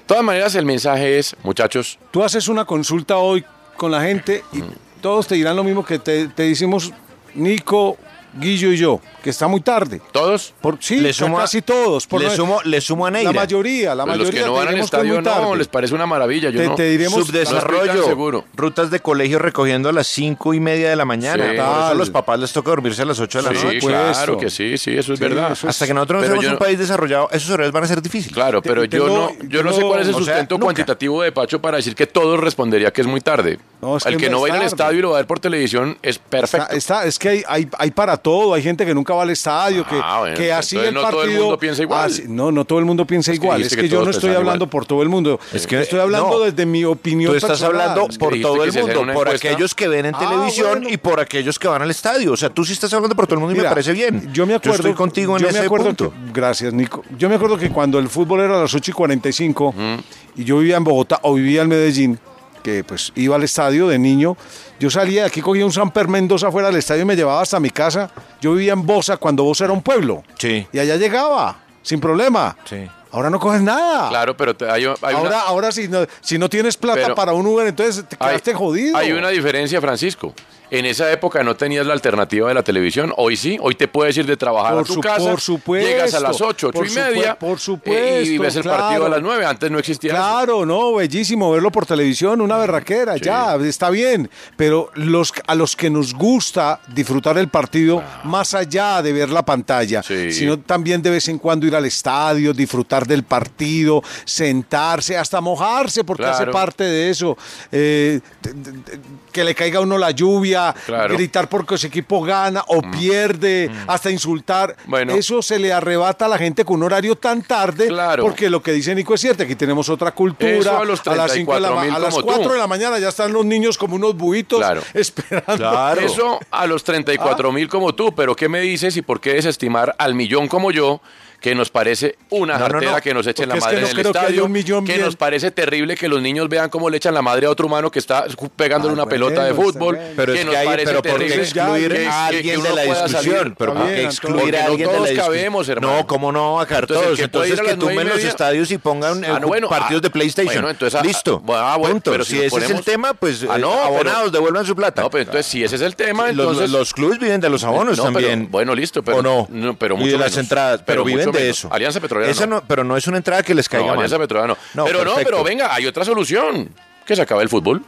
Speaker 6: todas maneras, el mensaje es, muchachos,
Speaker 11: Tú haces una consulta hoy con la gente y todos te dirán lo mismo que te, te decimos Nico, Guillo y yo, que está muy tarde.
Speaker 6: ¿Todos?
Speaker 11: Por, sí,
Speaker 7: Le
Speaker 11: ca-
Speaker 7: sumo a-
Speaker 11: casi todos. por
Speaker 7: le
Speaker 11: no-
Speaker 7: sumo- le sumo a Neira.
Speaker 11: La mayoría, la
Speaker 6: pues los
Speaker 11: mayoría.
Speaker 6: que no van
Speaker 11: te
Speaker 6: al
Speaker 11: diremos que es muy
Speaker 6: estadio no,
Speaker 11: tarde.
Speaker 6: les parece una maravilla. Yo
Speaker 11: Te-
Speaker 6: no,
Speaker 11: te diremos-
Speaker 6: no estoy tan
Speaker 7: Subdesarrollo,
Speaker 6: seguro.
Speaker 7: rutas de colegio recogiendo a las 5 y media de la
Speaker 6: Sí.
Speaker 7: mañana. Por eso a
Speaker 6: Tal.
Speaker 7: los papás les toca dormirse a las 8 de la
Speaker 6: Sí,
Speaker 7: noche.
Speaker 6: claro que sí, sí, eso es verdad.
Speaker 7: Hasta que nosotros no
Speaker 6: Pero
Speaker 7: seamos
Speaker 6: yo
Speaker 7: un país desarrollado, esos horarios van a ser difíciles.
Speaker 6: Claro, pero
Speaker 7: te
Speaker 6: yo
Speaker 7: lo-
Speaker 6: no, yo
Speaker 7: te
Speaker 6: no sé
Speaker 7: lo-
Speaker 6: cuál es el
Speaker 7: o sea,
Speaker 6: sustento
Speaker 7: nunca.
Speaker 6: cuantitativo de Pacho para decir que todo respondería que es muy tarde.
Speaker 11: No, es
Speaker 6: Al
Speaker 11: que
Speaker 6: que, no
Speaker 11: es
Speaker 6: va a ir al
Speaker 11: tarde.
Speaker 6: estadio y lo va a ver por televisión es perfecto.
Speaker 11: Está, está- es que hay, hay, hay para todo, hay gente que nunca va al estadio, que,
Speaker 6: Ah, bueno,
Speaker 11: que así
Speaker 6: entonces
Speaker 11: el
Speaker 6: no todo
Speaker 11: partido...
Speaker 6: el mundo piensa igual.
Speaker 11: así- no, no todo el mundo piensa
Speaker 6: que
Speaker 11: igual, es
Speaker 6: dijiste
Speaker 11: que,
Speaker 6: que
Speaker 11: yo
Speaker 6: todos
Speaker 11: no estoy
Speaker 6: pensaban
Speaker 11: hablando
Speaker 6: igual.
Speaker 11: por todo el mundo,
Speaker 7: Es que-
Speaker 11: estoy hablando
Speaker 7: no.
Speaker 11: desde mi opinión
Speaker 7: Tú estás
Speaker 11: personal.
Speaker 7: hablando por
Speaker 6: dijiste
Speaker 7: todo
Speaker 6: que
Speaker 7: el
Speaker 6: se hacía
Speaker 7: mundo,
Speaker 6: una
Speaker 7: por
Speaker 6: encuesta.
Speaker 7: aquellos que ven en
Speaker 11: Ah,
Speaker 7: televisión
Speaker 11: bueno.
Speaker 7: y por aquellos que van al estadio. O sea, tú sí estás hablando por todo el mundo y
Speaker 11: Mira,
Speaker 7: me parece bien.
Speaker 11: Yo me acuerdo.
Speaker 7: estoy contigo en
Speaker 11: yo me
Speaker 7: ese
Speaker 11: acuerdo
Speaker 7: punto.
Speaker 11: que- gracias, Nico. Yo me acuerdo que cuando el fútbol era a las 8 y 45
Speaker 7: Mm.
Speaker 11: y yo vivía en Bogotá o vivía en Medellín, que pues iba al estadio de niño, yo salía de aquí, cogía un San Mendoza fuera del estadio y me llevaba hasta mi casa. Yo vivía en Bosa cuando Bosa era un pueblo.
Speaker 7: Sí.
Speaker 11: Y allá llegaba, sin problema.
Speaker 7: Sí.
Speaker 11: Ahora no coges nada.
Speaker 6: Claro, pero te- hay, hay
Speaker 11: ahora
Speaker 6: una,
Speaker 11: ahora si, no, si no tienes plata
Speaker 6: Pero-
Speaker 11: para un Uber, entonces te
Speaker 6: hay-
Speaker 11: quedaste jodido.
Speaker 6: hay una diferencia, Francisco. En esa época no tenías la alternativa de la televisión. Hoy sí, hoy te puedes ir de trabajar a
Speaker 11: Por
Speaker 6: tu
Speaker 11: su-
Speaker 6: casa.
Speaker 11: por supuesto,
Speaker 6: Llegas a las 8, 8
Speaker 11: por
Speaker 6: y
Speaker 11: supue-
Speaker 6: media.
Speaker 11: por
Speaker 6: eh, Y
Speaker 11: supuesto,
Speaker 6: ves el
Speaker 11: claro.
Speaker 6: partido a las 9. Antes no existía. eso. Mm,
Speaker 11: Claro, no, bellísimo verlo por televisión, una berraquera, ya, está bien. Pero los, a los que nos gusta disfrutar el partido,
Speaker 6: Ah.
Speaker 11: más allá de ver la pantalla, sino también de vez en cuando ir al estadio, disfrutar del partido, sentarse, hasta mojarse, porque hace
Speaker 6: Claro.
Speaker 11: parte de eso. Eh, t- t- t- que le caiga a uno la lluvia,
Speaker 6: Claro.
Speaker 11: gritar porque su equipo gana o pierde, hasta insultar.
Speaker 6: Mm. Bueno.
Speaker 11: Eso se le arrebata a la gente con un horario tan tarde, porque lo que dice Nico es cierto, aquí tenemos otra cultura
Speaker 6: Eso
Speaker 11: cultura,
Speaker 6: a los
Speaker 11: las cinco de la
Speaker 6: 34.000
Speaker 11: ma- a las
Speaker 6: como
Speaker 11: 4
Speaker 6: tú.
Speaker 11: de la mañana ya están los niños como unos buitos [laughs] esperando.
Speaker 6: Eso a los
Speaker 11: Ah.
Speaker 6: 34 mil como tú, pero ¿qué me dices y por qué desestimar al millón como yo? que nos parece una
Speaker 7: No, no,
Speaker 6: jartera
Speaker 7: no.
Speaker 6: que nos echen la
Speaker 7: Porque es
Speaker 6: madre
Speaker 7: que no
Speaker 6: en el
Speaker 7: creo que haya
Speaker 6: estadio,
Speaker 7: un millón
Speaker 6: que
Speaker 7: bien.
Speaker 6: nos parece terrible que los niños vean cómo le echan la madre a otro humano que está ju- pegándole una pelota de
Speaker 7: bueno,
Speaker 6: fútbol,
Speaker 7: está bien. Pero
Speaker 6: que
Speaker 7: es
Speaker 6: nos
Speaker 7: que ahí-
Speaker 6: parece
Speaker 7: pero ¿por qué
Speaker 6: terrible
Speaker 7: excluir
Speaker 6: que-
Speaker 7: a
Speaker 6: que-
Speaker 7: alguien
Speaker 6: que
Speaker 7: de
Speaker 6: uno
Speaker 7: la
Speaker 6: pueda
Speaker 7: discusión?
Speaker 6: salir?
Speaker 7: Pero ¿por qué
Speaker 6: Está bien,
Speaker 7: excluir
Speaker 6: Antonio.
Speaker 7: a
Speaker 6: Porque
Speaker 7: alguien
Speaker 6: no
Speaker 7: de la
Speaker 6: todos
Speaker 7: discusión?
Speaker 6: cabemos, hermano.
Speaker 7: No, cómo no, a
Speaker 6: Entonces,
Speaker 7: todos.
Speaker 6: el que puede ir
Speaker 7: Entonces
Speaker 6: a
Speaker 7: que
Speaker 6: las nueve y
Speaker 7: tumben los
Speaker 6: media-
Speaker 7: estadios y pongan eh,
Speaker 6: Ah, no, bueno,
Speaker 7: partidos
Speaker 6: ah,
Speaker 7: de PlayStation.
Speaker 6: bueno, entonces, ah,
Speaker 7: Listo.
Speaker 6: ah, bueno,
Speaker 7: Punto.
Speaker 6: pero
Speaker 7: si,
Speaker 6: si nos
Speaker 7: ese es el
Speaker 6: ponemos-
Speaker 7: tema, pues
Speaker 6: Ah,
Speaker 7: eh,
Speaker 6: no, pero-
Speaker 7: abonados, devuelvan su plata.
Speaker 6: No, pero entonces si ese es el tema,
Speaker 7: Los-
Speaker 6: entonces
Speaker 7: los clubes viven de los abonos
Speaker 6: No, pero-
Speaker 7: también.
Speaker 6: bueno, listo, pero
Speaker 7: ¿O no?
Speaker 6: pero
Speaker 7: Y
Speaker 6: mucho
Speaker 7: de las
Speaker 6: menos.
Speaker 7: entradas, pero, viven
Speaker 6: mucho
Speaker 7: de
Speaker 6: menos.
Speaker 7: eso.
Speaker 6: Alianza Petrolera
Speaker 7: Esa
Speaker 6: no.
Speaker 7: no- pero no es una entrada que les caiga
Speaker 6: No,
Speaker 7: mal.
Speaker 6: Alianza Petrolera no.
Speaker 7: No,
Speaker 6: pero no,
Speaker 7: perfecto.
Speaker 6: pero venga, hay otra solución. Que se acabe el fútbol.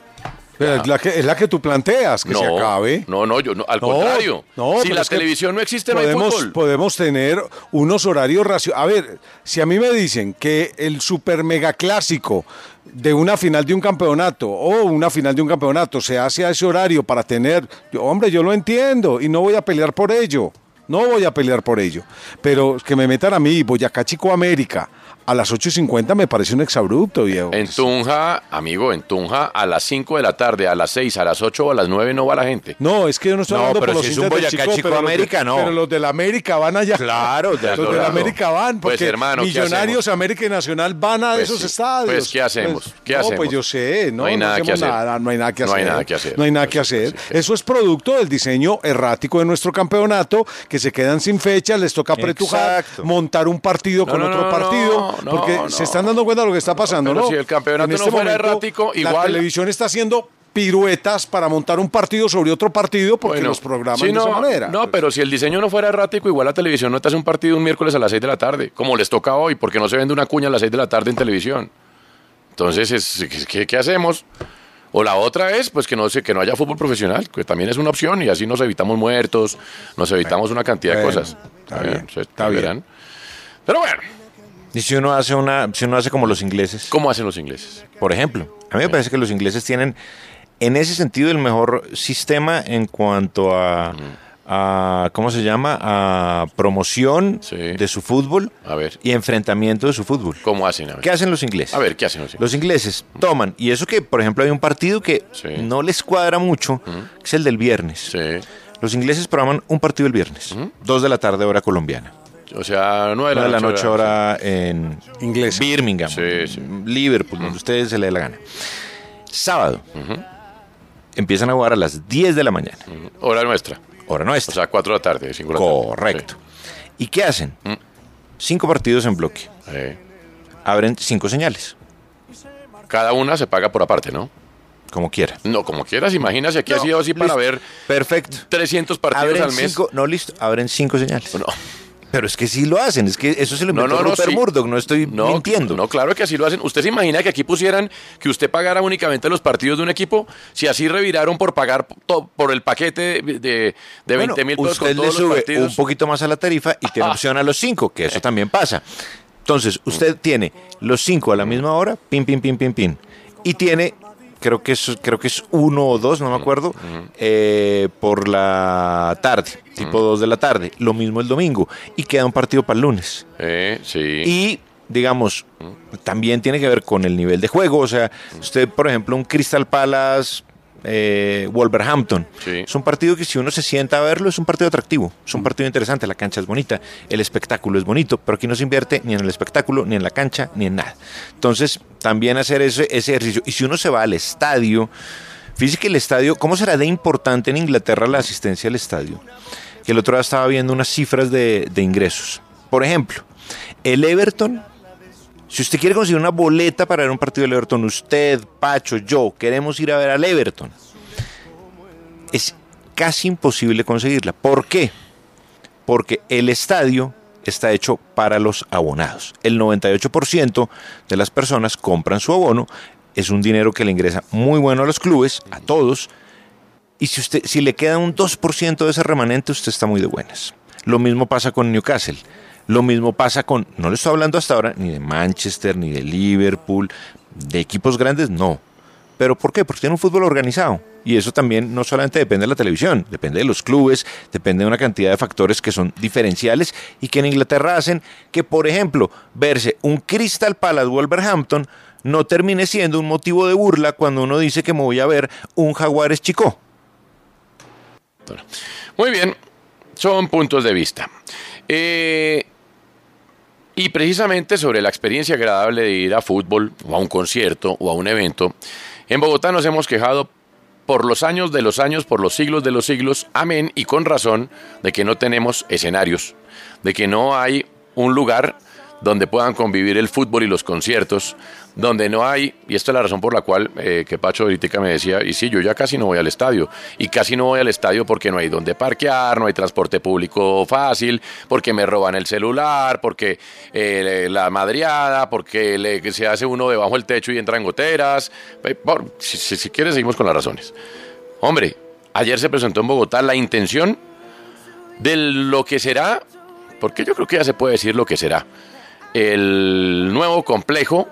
Speaker 11: Pero es, la que, es la que tú planteas, que
Speaker 6: no,
Speaker 11: se acabe.
Speaker 6: No, no, yo no, al
Speaker 11: No,
Speaker 6: contrario.
Speaker 11: no,
Speaker 6: si
Speaker 11: pero
Speaker 6: la
Speaker 11: es que
Speaker 6: televisión no existe, no hay
Speaker 11: podemos,
Speaker 6: fútbol.
Speaker 11: podemos tener unos horarios racionales. A ver, si a mí me dicen que el super mega clásico de una final de un campeonato o una final de un campeonato se hace a ese horario para tener, yo, hombre, yo lo entiendo y no voy a pelear por ello. No voy a pelear por ello. Pero que me metan a mí, Boyacá Chico América, a las 8.50 me parece un exabrupto, viejo.
Speaker 6: En Tunja, amigo, en Tunja, a las 5 de la tarde, a las 6, a las 8 o a las 9 no va la gente.
Speaker 11: No, es que yo no estoy
Speaker 6: No,
Speaker 11: hablando
Speaker 6: pero
Speaker 11: por los
Speaker 6: si es un
Speaker 11: hinchas del
Speaker 6: Boyacá Chico
Speaker 11: pero los de-
Speaker 6: América, no.
Speaker 11: Pero los de la América van allá. [laughs]
Speaker 7: Claro,
Speaker 11: los de la
Speaker 6: claro.
Speaker 11: América van.
Speaker 6: Pues,
Speaker 11: Porque
Speaker 6: hermano, ¿qué
Speaker 11: Millonarios, América y Nacional van a
Speaker 6: Pues
Speaker 11: esos
Speaker 6: sí.
Speaker 11: estadios.
Speaker 6: Pues, ¿qué hacemos? ¿Qué
Speaker 11: no,
Speaker 6: hacemos?
Speaker 11: pues yo sé, no,
Speaker 6: No hay nada que
Speaker 11: hacemos
Speaker 6: hacer.
Speaker 11: nada, no hay nada que
Speaker 6: No
Speaker 11: hacer.
Speaker 6: hay nada que hacer.
Speaker 11: No hay nada que hacer.
Speaker 6: pues
Speaker 11: Eso es producto del diseño errático de nuestro campeonato, que se quedan sin fecha, les toca apretujar,
Speaker 6: Exacto.
Speaker 11: montar un partido
Speaker 6: No,
Speaker 11: con
Speaker 6: no,
Speaker 11: otro
Speaker 6: no,
Speaker 11: partido,
Speaker 6: no,
Speaker 11: porque
Speaker 6: no.
Speaker 11: se están dando cuenta de lo que está pasando,
Speaker 6: pero
Speaker 11: ¿no?
Speaker 6: si el campeonato
Speaker 11: En
Speaker 6: no
Speaker 11: este
Speaker 6: fuera
Speaker 11: momento,
Speaker 6: errático,
Speaker 11: La
Speaker 6: igual-
Speaker 11: televisión está haciendo piruetas para montar un partido sobre otro partido porque
Speaker 6: Bueno,
Speaker 11: los programan
Speaker 6: sí,
Speaker 11: de
Speaker 6: no,
Speaker 11: esa manera.
Speaker 6: No, pero si el diseño no fuera errático, igual la televisión no te hace un partido un miércoles a las 6 de la tarde, como les toca hoy, porque no se vende una cuña a las 6 de la tarde en televisión. Entonces, es- es- ¿qué, qué hacemos? O la otra es pues que no, se- que no haya fútbol profesional, que también es una opción y así nos evitamos muertos, nos evitamos una cantidad de
Speaker 7: Bueno,
Speaker 6: cosas. Eh,
Speaker 7: está
Speaker 6: Bueno,
Speaker 7: bien,
Speaker 6: entonces,
Speaker 7: está bien.
Speaker 6: verán. Pero bueno,
Speaker 7: Y si uno hace una, si uno hace como los ingleses.
Speaker 6: ¿Cómo hacen los ingleses?
Speaker 7: Por ejemplo, a mí me parece que los ingleses tienen, en ese sentido, el mejor sistema en cuanto a,
Speaker 6: Mm.
Speaker 7: a- ¿cómo se llama? A promoción de su fútbol y enfrentamiento de su fútbol.
Speaker 6: ¿Cómo hacen? A ver.
Speaker 7: ¿Qué hacen los ingleses?
Speaker 6: A ver, ¿qué hacen los ingleses? Mm.
Speaker 7: Los ingleses toman, y eso que, por ejemplo, hay un partido que no les cuadra mucho,
Speaker 6: Mm.
Speaker 7: que es el del viernes. Los ingleses programan un partido el viernes, dos de la tarde, hora colombiana.
Speaker 6: O sea, 9 de Mm. la,
Speaker 7: Una de la noche
Speaker 6: hora-
Speaker 7: ahora en Birmingham, Liverpool, donde a ustedes se le dé la gana. Sábado. Empiezan a jugar a las 10 de la mañana.
Speaker 6: Hora nuestra.
Speaker 7: Hora nuestra.
Speaker 6: O sea, 4 de la tarde, 5 de la tarde. Mm.
Speaker 7: Correcto. ¿Y qué hacen? Cinco partidos en bloque. Abren cinco señales.
Speaker 6: Cada una se paga por aparte, ¿no?
Speaker 7: Como quiera.
Speaker 6: No, como quieras, imagínate, aquí ha sido así para ver
Speaker 7: perfecto.
Speaker 6: 300 partidos
Speaker 7: Abren
Speaker 6: al mes.
Speaker 7: cinco- no, listo. Abren cinco señales. Pero es que sí lo hacen. Es que eso se lo
Speaker 6: No, no,
Speaker 7: inventó
Speaker 6: no,
Speaker 7: Rupert
Speaker 6: sí.
Speaker 7: Murdoch. No estoy
Speaker 6: No,
Speaker 7: mintiendo.
Speaker 6: no, claro que así lo hacen. ¿Usted se imagina que aquí pusieran que usted pagara únicamente los partidos de un equipo? Si así reviraron por pagar to- por el paquete de, de, de 20 mil pesos
Speaker 7: usted
Speaker 6: con
Speaker 7: le
Speaker 6: todos los
Speaker 7: sube
Speaker 6: partidos. Ah.
Speaker 7: un poquito más a la tarifa y tiene opción a los cinco, que eso también pasa. Entonces, usted tiene los cinco a la misma hora, pin, pin, pin, pin, pin. Y tiene, creo que es, creo que es uno o dos, no me acuerdo, eh, por la tarde, tipo dos de la tarde. Lo mismo el domingo. Y queda un partido para el lunes.
Speaker 6: Eh, sí.
Speaker 7: Y, digamos, también tiene que ver con el nivel de juego. O sea, usted, por ejemplo, un Crystal Palace, eh, Wolverhampton. Es un partido que si uno se sienta a verlo, es un partido atractivo. Es un partido interesante. La cancha es bonita, el espectáculo es bonito, pero aquí no se invierte ni en el espectáculo, ni en la cancha, ni en nada. Entonces, también hacer ese, ese ejercicio. Y si uno se va al estadio, fíjese que el estadio, ¿cómo será de importante en Inglaterra la asistencia al estadio? Que el otro día estaba viendo unas cifras de, de ingresos. Por ejemplo, el Everton, si usted quiere conseguir una boleta para ver un partido del Everton, usted, Pacho, yo, queremos ir a ver al Everton. Es casi imposible conseguirla. ¿Por qué? Porque el estadio está hecho para los abonados. El 98% de las personas compran su abono. Es un dinero que le ingresa muy bueno a los clubes, a todos. Y si, usted, si le queda un 2% de ese remanente, usted está muy de buenas. Lo mismo pasa con Newcastle. Lo mismo pasa con, no le estoy hablando hasta ahora ni de Manchester, ni de Liverpool, de equipos grandes, no. ¿Pero por qué? Porque tiene un fútbol organizado. Y eso también no solamente depende de la televisión, depende de los clubes, depende de una cantidad de factores que son diferenciales y que en Inglaterra hacen que, por ejemplo, verse un Crystal Palace Wolverhampton no termine siendo un motivo de burla cuando uno dice que me voy a ver un Jaguares Chico.
Speaker 6: Muy bien, son puntos de vista. Eh, y precisamente sobre la experiencia agradable de ir a fútbol o a un concierto o a un evento, en Bogotá nos hemos quejado por los años de los años, por los siglos de los siglos, amén, y con razón, de que no tenemos escenarios, de que no hay un lugar donde puedan convivir el fútbol y los conciertos, donde no hay, y esta es la razón por la cual eh, que Pacho ahorita me decía, y sí, yo ya casi no voy al estadio, y casi no voy al estadio porque no hay donde parquear, no hay transporte público fácil, porque me roban el celular, porque eh, la madriada, porque le- que se hace uno debajo del techo y entran goteras, Eh, por- si, si- si quieres seguimos con las razones. Hombre, ayer se presentó en Bogotá la intención de lo que será, porque yo creo que ya se puede decir lo que será, el nuevo complejo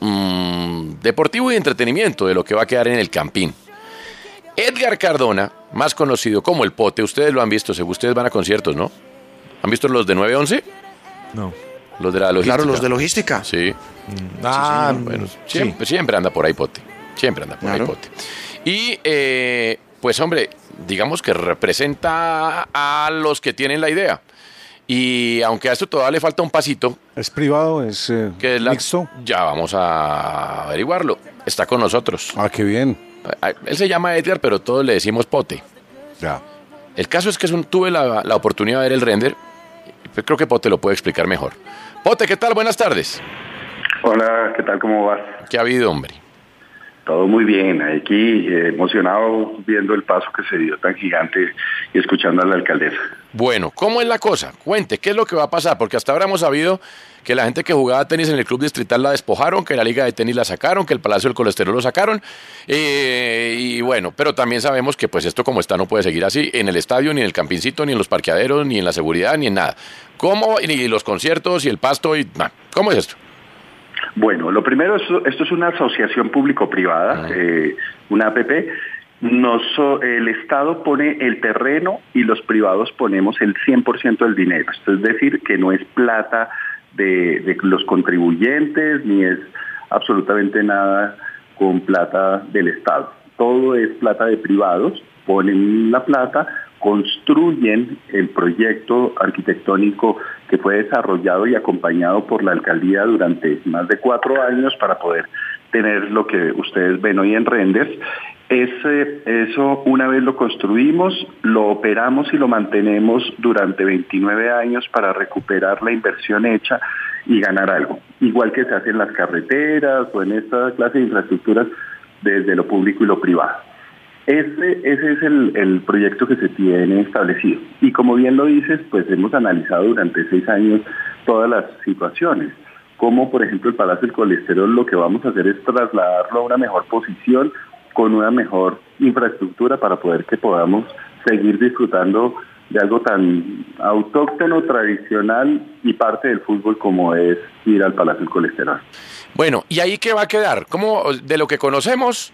Speaker 6: mm, deportivo y entretenimiento de lo que va a quedar en el Campín. Edgar Cardona, más conocido como El Pote, ustedes lo han visto, seguro ustedes van a conciertos, ¿no? ¿Han visto los de 911?
Speaker 7: No.
Speaker 6: Los de la logística.
Speaker 12: Claro, los de logística.
Speaker 6: Sí.
Speaker 7: Ah,
Speaker 6: Sí, señor. bueno, siempre, siempre anda por ahí Pote. Siempre anda por ahí Pote. Y eh, pues hombre, digamos que representa a los que tienen la idea. Y aunque a esto todavía le falta un pasito,
Speaker 11: Es privado, es eh,
Speaker 6: que es la-
Speaker 11: mixto.
Speaker 6: ya vamos a averiguarlo. Está con nosotros.
Speaker 11: Ah, qué bien.
Speaker 6: Él se llama Edgar, pero todos le decimos Pote.
Speaker 11: Ya.
Speaker 6: El caso es que es un- tuve la, la oportunidad de ver el render. Yo Creo que Pote lo puede explicar mejor. Pote, ¿qué tal? Buenas tardes.
Speaker 13: Hola, ¿qué tal? ¿Cómo vas?
Speaker 6: ¿Qué ha habido, hombre?
Speaker 13: Todo muy bien, aquí eh, emocionado viendo el paso que se dio tan gigante y escuchando a la alcaldesa.
Speaker 6: Bueno, ¿cómo es la cosa? Cuente, ¿qué es lo que va a pasar? Porque hasta ahora hemos sabido que la gente que jugaba tenis en el club distrital la despojaron, que la liga de tenis la sacaron, que el Palacio del Colesterol lo sacaron. eh, y bueno, pero también sabemos que pues esto como está no puede seguir así en el estadio, ni en el campincito, ni en los parqueaderos, ni en la seguridad, ni en nada. ¿Cómo? Y los conciertos y el pasto y... nah, ¿Cómo es esto?
Speaker 13: Bueno, lo primero, esto, esto es una asociación público-privada, eh, una APP. Noso- eh, el Estado pone el terreno y los privados ponemos el 100% del dinero. Esto es decir, que no es plata de, de los contribuyentes ni es absolutamente nada con plata del Estado. Todo es plata de privados, ponen la plata, construyen el proyecto arquitectónico que fue desarrollado y acompañado por la alcaldía durante más de cuatro años para poder tener lo que ustedes ven hoy en renders. Ese- eso una vez lo construimos, lo operamos y lo mantenemos durante 29 años para recuperar la inversión hecha y ganar algo. Igual que se hace en las carreteras o en esta clase de infraestructuras desde lo público y lo privado. Ese, ese es el, el proyecto que se tiene establecido. Y como bien lo dices, pues hemos analizado durante seis años todas las situaciones. Como por ejemplo el Palacio del Colesterol, lo que vamos a hacer es trasladarlo a una mejor posición, con una mejor infraestructura para poder que podamos seguir disfrutando de algo tan autóctono, tradicional y parte del fútbol como es ir al Palacio del Colesterol.
Speaker 6: Bueno, ¿y ahí qué va a quedar? ¿Cómo, de lo que conocemos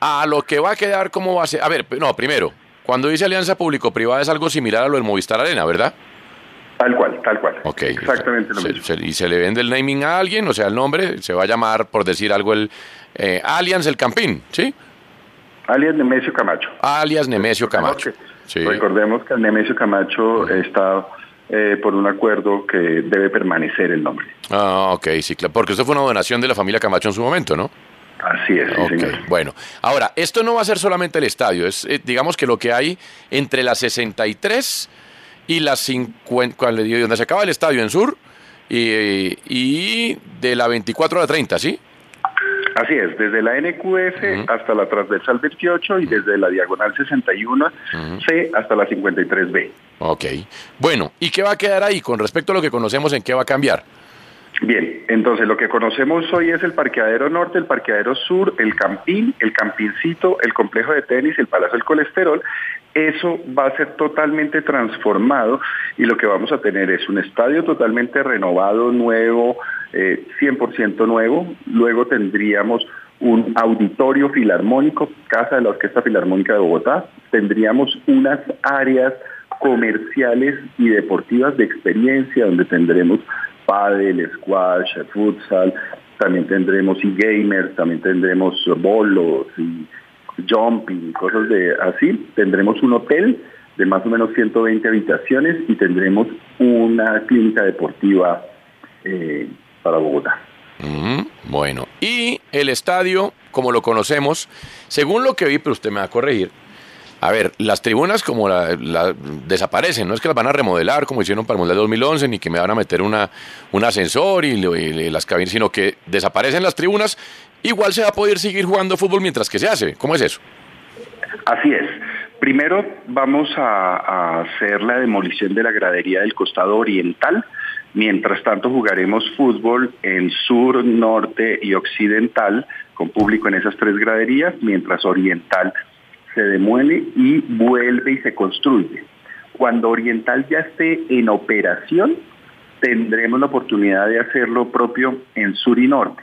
Speaker 6: a lo que va a quedar, cómo va a ser? A ver, no, primero, cuando dice alianza público-privada es algo similar a lo del Movistar Arena, ¿verdad?
Speaker 13: Tal cual, tal cual.
Speaker 6: Ok. Exactamente lo mismo. y se le vende el naming a alguien, o sea, el nombre, se va a llamar, por decir algo, el eh, Allianz El Campín, ¿sí?
Speaker 13: Alias Nemesio Camacho.
Speaker 6: Alias Nemesio Camacho. Sí.
Speaker 13: Recordemos que el Nemesio Camacho está eh, por un acuerdo que debe permanecer el nombre.
Speaker 6: Ah, ok, sí, claro. Porque esto fue una donación de la familia Camacho en su momento, ¿no?
Speaker 13: Así es, sí,
Speaker 6: Ok,
Speaker 13: señor.
Speaker 6: Bueno, ahora, esto no va a ser solamente el estadio, es eh, digamos que lo que hay entre las 63 y las 50, ¿cuál le digo? donde se acaba el estadio en sur, y, y de la 24 a la 30, ¿sí?
Speaker 13: Así es, desde la NQS hasta la transversal 28 y desde la diagonal 61C hasta la 53B.
Speaker 6: Ok. Bueno, ¿y qué va a quedar ahí con respecto a lo que conocemos en qué va a cambiar?
Speaker 13: Bien, entonces lo que conocemos hoy es el parqueadero norte, el parqueadero sur, el campín, el campincito, el complejo de tenis, el palacio del colesterol. Eso va a ser totalmente transformado y lo que vamos a tener es un estadio totalmente renovado, nuevo, eh, 100% nuevo. Luego tendríamos un auditorio filarmónico, Casa de la Orquesta Filarmónica de Bogotá. Tendríamos unas áreas comerciales y deportivas de experiencia donde tendremos pádel, squash, futsal, también tendremos e-gamers, también tendremos bolos y jumping, cosas de así. Tendremos un hotel de más o menos 120 habitaciones y tendremos una clínica deportiva eh, para Bogotá.
Speaker 6: Ujú, Mm, Bueno, y el estadio, como lo conocemos, según lo que vi, pero usted me va a corregir. A ver, las tribunas como la, la- desaparecen, no es que las van a remodelar como hicieron para el Mundial 2011, ni que me van a meter una, un ascensor y, lo- y las cabinas, sino que desaparecen las tribunas, igual se va a poder seguir jugando fútbol mientras que se hace. ¿Cómo es eso?
Speaker 13: Así es. Primero vamos a, a hacer la demolición de la gradería del costado oriental. Mientras tanto jugaremos fútbol en sur, norte y occidental con público en esas tres graderías, mientras oriental se demuele y vuelve y se construye. Cuando oriental ya esté en operación, tendremos la oportunidad de hacer lo propio en sur y norte.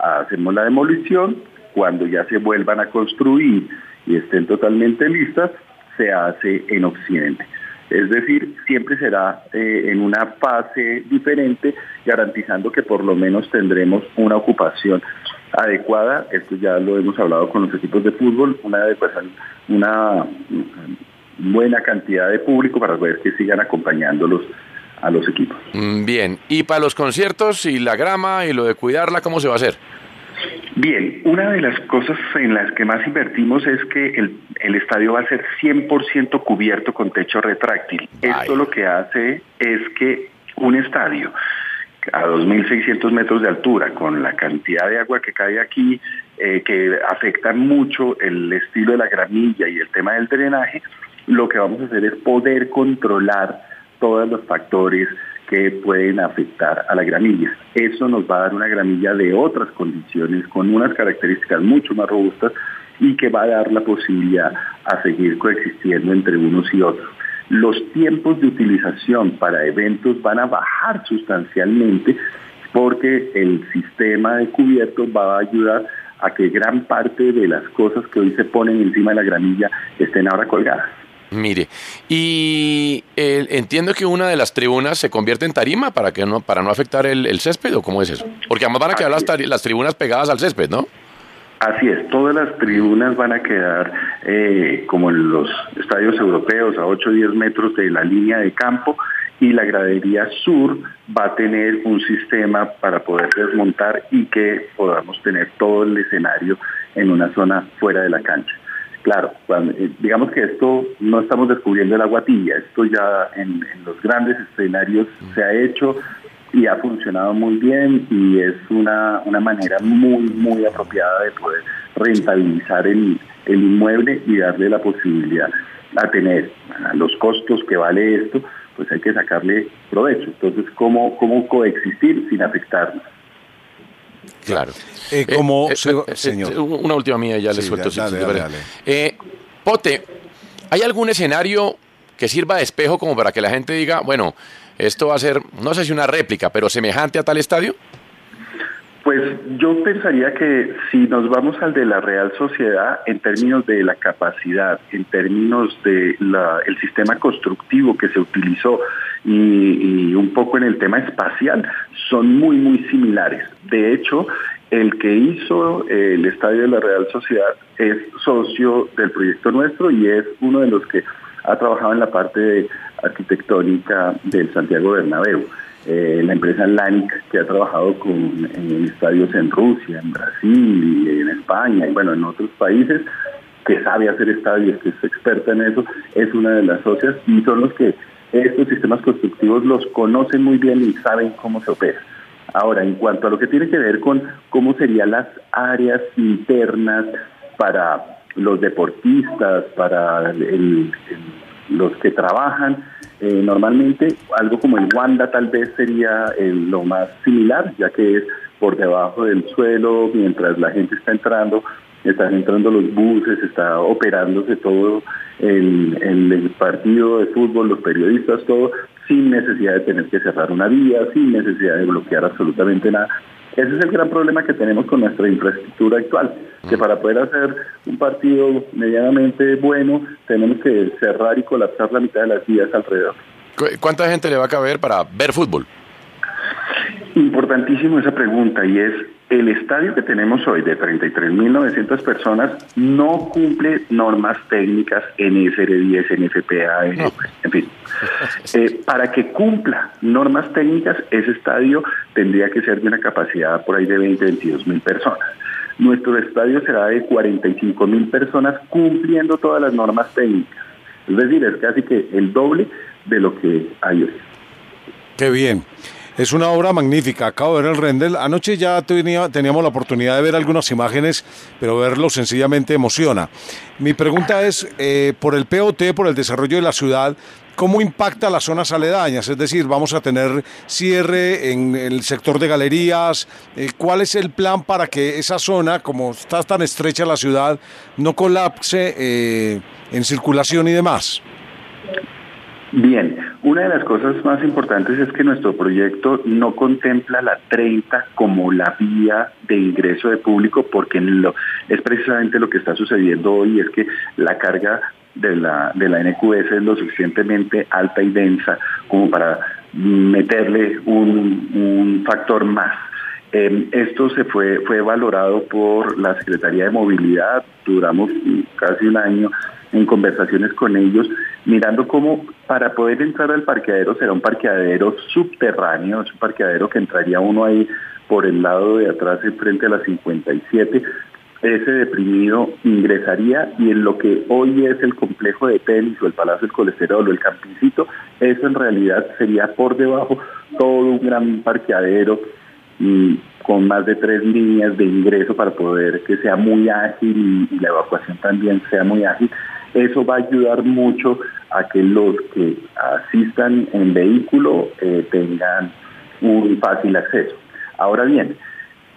Speaker 13: Hacemos la demolición, cuando ya se vuelvan a construir y estén totalmente listas, se hace en Occidente. Es decir, siempre será eh, en una fase diferente, garantizando que por lo menos tendremos una ocupación adecuada. Esto ya lo hemos hablado con los equipos de fútbol, una adecuación, una buena cantidad de público para ver que sigan acompañándolos a los equipos.
Speaker 6: Mm, Bien, y para los conciertos y la grama y lo de cuidarla, ¿cómo se va a hacer?
Speaker 13: Bien, una de las cosas en las que más invertimos es que el, el estadio va a ser 100% cubierto con techo retráctil. Esto lo que hace es que un estadio a 2.600 metros de altura, con la cantidad de agua que cae aquí, eh, que afecta mucho el estilo de la gramilla y el tema del drenaje, lo que vamos a hacer es poder controlar todos los factores que pueden afectar a la gramilla. Eso nos va a dar una gramilla de otras condiciones, con unas características mucho más robustas y que va a dar la posibilidad a seguir coexistiendo entre unos y otros. Los tiempos de utilización para eventos van a bajar sustancialmente porque el sistema de cubierto va a ayudar a que gran parte de las cosas que hoy se ponen encima de la gramilla estén ahora colgadas.
Speaker 6: Mire, y eh, entiendo que una de las tribunas se convierte en tarima para que no para no afectar el, el césped o cómo es eso, porque además van a quedar las, tari- las tribunas pegadas al césped, ¿no?
Speaker 13: Así es, todas las tribunas van a quedar eh, como en los estadios europeos a 8 o 10 metros de la línea de campo y la gradería sur va a tener un sistema para poder desmontar y que podamos tener todo el escenario en una zona fuera de la cancha. Claro, cuando- eh, digamos que esto no estamos descubriendo el agua tibia, esto ya en, en los grandes escenarios se ha hecho y ha funcionado muy bien y es una, una manera muy, muy apropiada de poder rentabilizar el, el inmueble y darle la posibilidad a tener a los costos que vale esto, pues hay que sacarle provecho. Entonces, ¿cómo, cómo coexistir sin afectarnos?
Speaker 6: Claro.
Speaker 11: Eh, como
Speaker 6: eh,
Speaker 11: se-
Speaker 6: eh, eh,
Speaker 11: señor.
Speaker 6: Una última mía, ya le
Speaker 11: Sí,
Speaker 6: suelto.
Speaker 11: dale,
Speaker 6: si- si te
Speaker 11: dale,
Speaker 6: parece.
Speaker 11: dale.
Speaker 6: Eh, Pote, ¿hay algún escenario que sirva de espejo como para que la gente diga, bueno, esto va a ser, no sé si una réplica, pero semejante a tal estadio?
Speaker 13: Pues yo pensaría que si nos vamos al de la Real Sociedad en términos de la capacidad, en términos de la- el sistema constructivo que se utilizó y, y un poco en el tema espacial, son muy muy similares. De hecho, el que hizo eh, el estadio de la Real Sociedad es socio del proyecto nuestro y es uno de los que ha trabajado en la parte de arquitectónica del Santiago Bernabéu. Eh, la empresa LANIC, que ha trabajado con, en estadios en Rusia, en Brasil, y en España y bueno, en otros países, que sabe hacer estadios, que es experta en eso, es una de las socias y son los que estos sistemas constructivos los conocen muy bien y saben cómo se opera. Ahora, en cuanto a lo que tiene que ver con cómo serían las áreas internas para los deportistas, para el- el- los que trabajan, eh, normalmente algo como el Wanda tal vez sería eh, lo más similar, ya que es por debajo del suelo, mientras la gente está entrando, están entrando los buses, está operándose todo el, el- el partido de fútbol, los periodistas, todo, sin necesidad de tener que cerrar una vía, sin necesidad de bloquear absolutamente nada. Ese es el gran problema que tenemos con nuestra infraestructura actual, que para poder hacer un partido medianamente bueno tenemos que cerrar y colapsar la mitad de las vías alrededor.
Speaker 6: ¿Cu- ¿Cuánta gente le va a caber para ver fútbol?
Speaker 13: Importantísimo esa pregunta y es, el estadio que tenemos hoy de 33.900 personas no cumple normas técnicas NFR10, NFPA, en fin. Eh, para que cumpla normas técnicas, ese estadio tendría que ser de una capacidad por ahí de 20, 22 mil personas. Nuestro estadio será de 45 mil personas cumpliendo todas las normas técnicas. Es decir, es casi que el doble de lo que hay hoy.
Speaker 11: Qué bien. Es una obra magnífica. Acabo de ver el render. Anoche ya tenía- teníamos la oportunidad de ver algunas imágenes, pero verlo sencillamente emociona. Mi pregunta es, eh, por el POT, por el desarrollo de la ciudad, ¿cómo impacta las zonas aledañas? Es decir, vamos a tener cierre en el sector de galerías. Eh, ¿Cuál es el plan para que esa zona, como está tan estrecha la ciudad, no colapse eh, en circulación y demás?
Speaker 13: Bien, Una de las cosas más importantes es que nuestro proyecto no contempla la 30 como la vía de ingreso de público porque lo, es precisamente lo que está sucediendo hoy, es que la carga de la, de la NQS es lo suficientemente alta y densa como para meterle un, un factor más. Eh, esto se fue, fue valorado por la Secretaría de Movilidad, duramos casi un año en conversaciones con ellos, mirando cómo para poder entrar al parqueadero será un parqueadero subterráneo, es un parqueadero que entraría uno ahí por el lado de atrás, frente a la 57, ese deprimido ingresaría y en lo que hoy es el complejo de tenis o el Palacio del Colesterol o el Campincito, eso en realidad sería por debajo todo un gran parqueadero y con más de tres líneas de ingreso para poder que sea muy ágil y, y la evacuación también sea muy ágil. Eso va a ayudar mucho a que los que asistan en vehículo eh, tengan un fácil acceso. Ahora bien,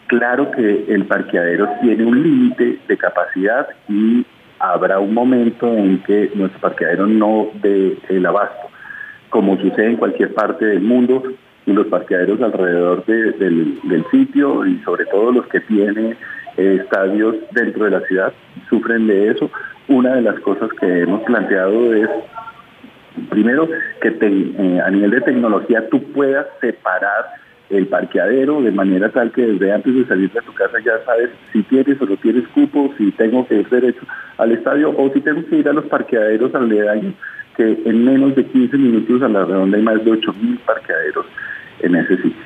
Speaker 13: Claro que el parqueadero tiene un límite de capacidad y habrá un momento en que nuestro parqueadero no dé el abasto. Como sucede en cualquier parte del mundo, y los parqueaderos alrededor de, del, del, sitio y sobre todo los que tienen eh, estadios dentro de la ciudad sufren de eso. Una de las cosas que hemos planteado es, primero, que te, eh, a nivel de tecnología tú puedas separar el parqueadero de manera tal que desde antes de salir de tu casa ya sabes si tienes o no tienes cupo, si tengo que ir derecho al estadio o si tengo que ir a los parqueaderos aledaños, que en menos de 15 minutos a la redonda hay más de 8.000 parqueaderos en ese sitio.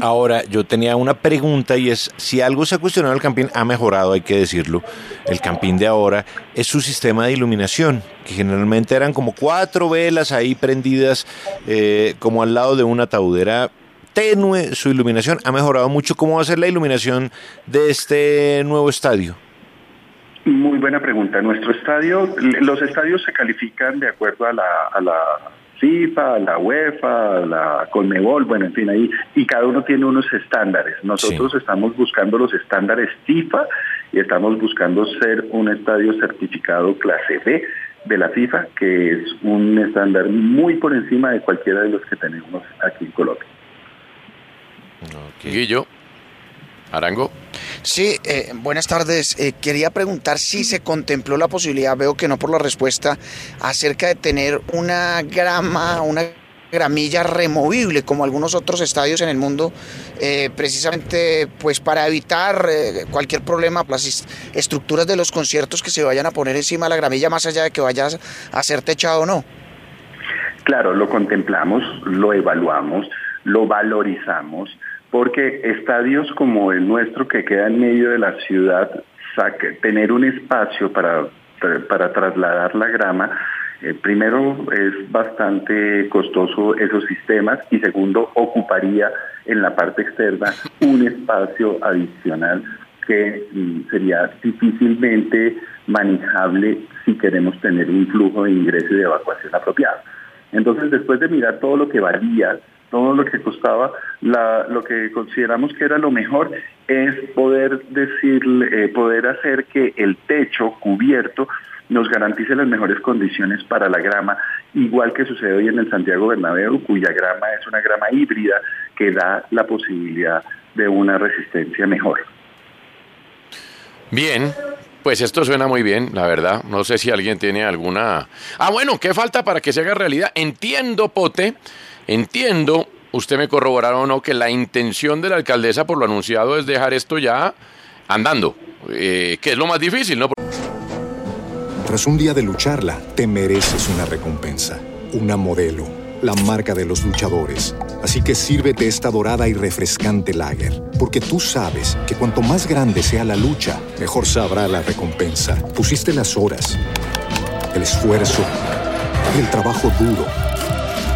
Speaker 7: Ahora, yo tenía una pregunta y es, si algo se ha cuestionado el campín, ha mejorado, hay que decirlo, el campín de ahora, es su sistema de iluminación, que generalmente eran como cuatro velas ahí prendidas eh, como al lado de una taudera tenue su iluminación. Ha mejorado mucho. ¿Cómo va a ser la iluminación de este nuevo estadio?
Speaker 13: Muy buena pregunta. Nuestro estadio, los estadios se califican de acuerdo a la, a la FIFA, a la UEFA, a la Conmebol, bueno, en fin, ahí, y cada uno tiene unos estándares. Nosotros sí. estamos buscando los estándares FIFA y estamos buscando ser un estadio certificado clase B de la FIFA, que es un estándar muy por encima de cualquiera de los que tenemos aquí en Colombia.
Speaker 6: Okay. Guillo, Arango.
Speaker 12: Sí, eh, buenas tardes. Eh, quería preguntar si se contempló la posibilidad, veo que no por la respuesta, acerca de tener una grama, una gramilla removible como algunos otros estadios en el mundo eh, precisamente pues para evitar eh, cualquier problema las estructuras de los conciertos que se vayan a poner encima de la gramilla más allá de que vayas a ser techado o no
Speaker 13: claro lo contemplamos lo evaluamos lo valorizamos porque estadios como el nuestro que queda en medio de la ciudad, saque, tener un espacio para, para trasladar la grama, eh, primero es bastante costoso esos sistemas y segundo ocuparía en la parte externa un espacio adicional que mm, sería difícilmente manejable si queremos tener un flujo de ingreso y de evacuación apropiado. Entonces, después de mirar todo lo que varía, todo lo que costaba, la, lo que consideramos que era lo mejor es poder decirle, eh, poder hacer que el techo cubierto nos garantice las mejores condiciones para la grama, igual que sucede hoy en el Santiago Bernabéu, cuya grama es una grama híbrida que da la posibilidad de una resistencia mejor.
Speaker 6: Bien, pues esto suena muy bien, la verdad. No sé si alguien tiene alguna... Ah, bueno, ¿qué falta para que se haga realidad? Entiendo, Pote, Entiendo, usted me corroborará o no, que la intención de la alcaldesa por lo anunciado es dejar esto ya andando, eh, que es lo más difícil, ¿no?
Speaker 1: Tras un día de lucharla, te mereces una recompensa, una modelo, la marca de los luchadores. Así que sírvete esta dorada y refrescante lager, porque tú sabes que cuanto más grande sea la lucha, mejor sabrá la recompensa. Pusiste las horas, el esfuerzo, el trabajo duro.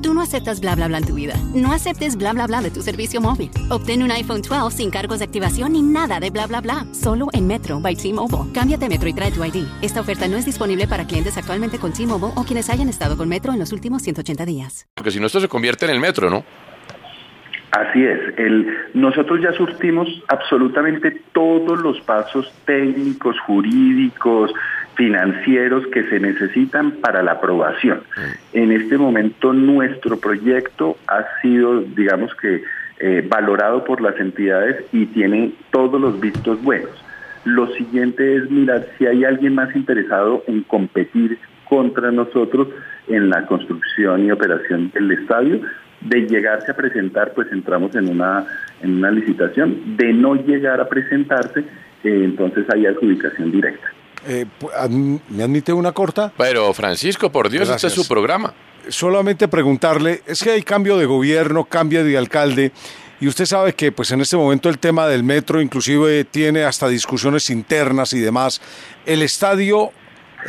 Speaker 14: Tú no aceptas bla bla bla en tu vida. No aceptes bla bla bla de tu servicio móvil. Obtén un iPhone 12 sin cargos de activación ni nada de bla bla bla. Solo en Metro by T-Mobile. Cámbiate a Metro y trae tu ID. Esta oferta no es disponible para clientes actualmente con T-Mobile o quienes hayan estado con Metro en los últimos 180 días.
Speaker 6: Porque si no, esto se convierte en el metro, ¿no?
Speaker 13: Así es, el, nosotros ya surtimos absolutamente todos los pasos técnicos, jurídicos, financieros que se necesitan para la aprobación. En este momento nuestro proyecto ha sido, digamos que, eh, valorado por las entidades y tiene todos los vistos buenos. Lo siguiente es mirar si hay alguien más interesado en competir contra nosotros en la construcción y operación del estadio, de llegarse a presentar, pues entramos en una, en una licitación. De no llegar a presentarse, eh, entonces hay adjudicación directa.
Speaker 11: Eh, pu- adm- ¿Me admite una corta?
Speaker 6: Pero Francisco, por Dios, este
Speaker 11: Gracias.
Speaker 6: es su programa.
Speaker 11: Solamente preguntarle, es que hay cambio de gobierno, cambio de alcalde, y usted sabe que pues en este momento el tema del metro inclusive tiene hasta discusiones internas y demás. El estadio,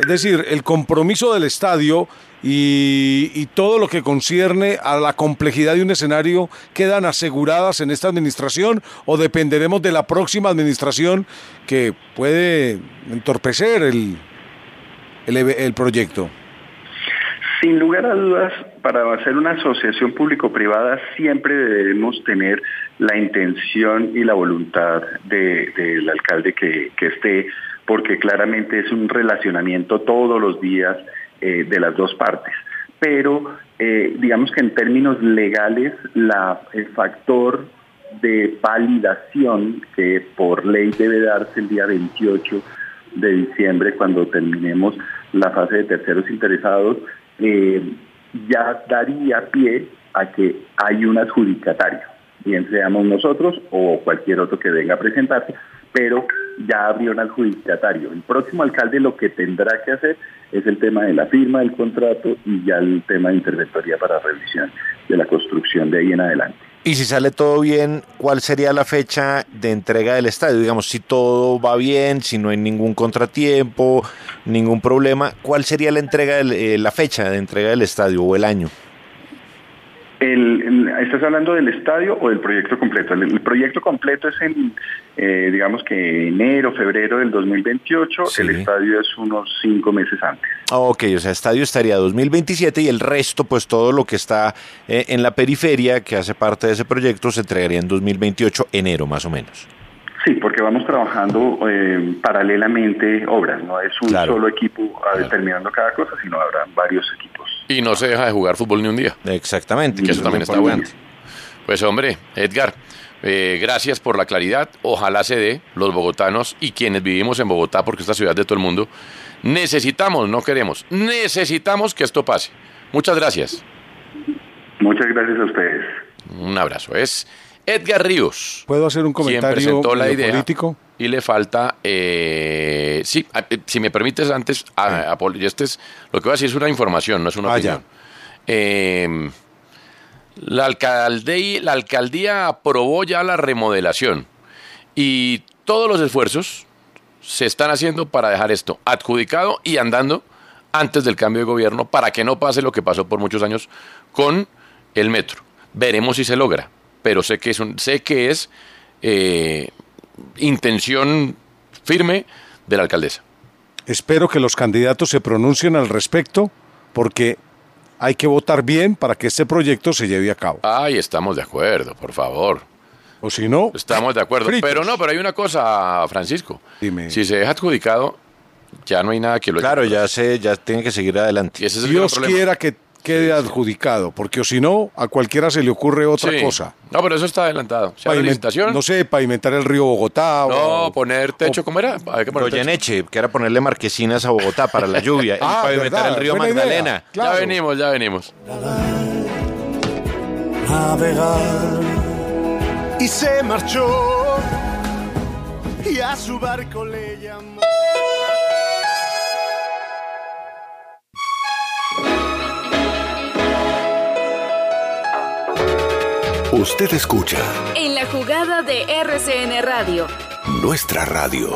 Speaker 11: es decir, el compromiso del estadio y, y todo lo que concierne a la complejidad de un escenario quedan aseguradas en esta administración o dependeremos de la próxima administración que puede entorpecer el- el, el proyecto.
Speaker 13: Sin lugar a dudas, para hacer una asociación público-privada siempre debemos tener la intención y la voluntad de- del alcalde que, que esté, porque claramente es un relacionamiento todos los días eh, de las dos partes. Pero eh, digamos que en términos legales, la- el factor de validación que por ley debe darse el día 28 de diciembre, cuando terminemos la fase de terceros interesados, eh, ya daría pie a que hay un adjudicatario, bien seamos nosotros o cualquier otro que venga a presentarse, pero ya habría un adjudicatario. El próximo alcalde lo que tendrá que hacer es el tema de la firma del contrato y ya el tema de interventoría para revisión de la construcción de ahí en adelante.
Speaker 7: Y si sale todo bien, ¿cuál sería la fecha de entrega del estadio? Digamos, si todo va bien, si no hay ningún contratiempo, ningún problema, ¿cuál sería la entrega, del- eh, la fecha de entrega del estadio o el año?
Speaker 13: El, el- ¿Estás hablando del estadio o del proyecto completo? El, el proyecto completo es en, eh, digamos que enero, febrero del 2028, el estadio es unos cinco meses antes.
Speaker 7: Ah, Ok, o sea, estadio estaría 2027 y el resto, pues todo lo que está eh, en la periferia que hace parte de ese proyecto se entregaría en 2028, enero más o menos.
Speaker 13: Sí, porque vamos trabajando eh, paralelamente obras, no es un solo equipo ah, determinando cada cosa, sino habrá varios equipos.
Speaker 6: Y no se deja de jugar fútbol ni un día.
Speaker 7: Exactamente.
Speaker 6: Que eso también está bueno. Pues hombre, Edgar, eh, gracias por la claridad. Ojalá se dé los bogotanos y quienes vivimos en Bogotá, porque esta ciudad es de todo el mundo. Necesitamos, no queremos, necesitamos que esto pase. Muchas gracias.
Speaker 13: Muchas gracias a ustedes.
Speaker 6: Un abrazo. Es Edgar Ríos.
Speaker 11: ¿Puedo hacer un
Speaker 6: quien
Speaker 11: comentario
Speaker 6: presentó la
Speaker 11: medio
Speaker 6: idea
Speaker 11: político?
Speaker 6: y le falta eh, sí a- eh, si me permites antes a- a Pol- y este es lo que voy a decir es una información no es una
Speaker 11: Ah, ya.
Speaker 6: opinión Eh, la alcaldía la alcaldía aprobó ya la remodelación y todos los esfuerzos se están haciendo para dejar esto adjudicado y andando antes del cambio de gobierno para que no pase lo que pasó por muchos años con el metro. Veremos si se logra, pero sé que es, un- sé que es eh, intención firme de la alcaldesa.
Speaker 11: Espero que los candidatos se pronuncien al respecto porque hay que votar bien para que este proyecto se lleve a cabo.
Speaker 6: Ay, Este estamos de acuerdo, por favor.
Speaker 11: O si no,
Speaker 6: Estamos de acuerdo.
Speaker 11: Fritos.
Speaker 6: Pero no, pero hay una cosa, Francisco. Si se deja adjudicado, ya no hay nada que lo
Speaker 7: Claro, ya se, ya tiene que seguir adelante.
Speaker 6: Y ese es el gran
Speaker 11: Dios
Speaker 6: problema.
Speaker 11: quiera que quede adjudicado, porque o si no, a cualquiera se le ocurre otra
Speaker 6: Sí.
Speaker 11: cosa.
Speaker 6: No, pero eso está adelantado. Se abre
Speaker 11: Paviment-
Speaker 6: licitación.
Speaker 11: no sé, pavimentar el río Bogotá.
Speaker 6: No, poner techo, ¿cómo era? Hay que poner techo.
Speaker 7: Goyeneche, Eh, que era ponerle marquesinas a Bogotá para
Speaker 6: [laughs]
Speaker 7: la lluvia
Speaker 6: Ah,
Speaker 7: y pavimentar
Speaker 6: verdad,
Speaker 7: el río
Speaker 6: buena idea,
Speaker 7: Magdalena.
Speaker 6: Ya venimos, ya venimos.
Speaker 15: navegar. Y se marchó [laughs] y a su barco le llamó.
Speaker 16: Usted escucha
Speaker 2: En la jugada de RCN Radio.
Speaker 16: nuestra radio.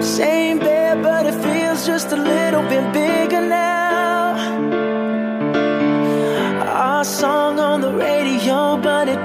Speaker 17: Same bed, but it feels just a little bit bigger now. Our song on the radio, but it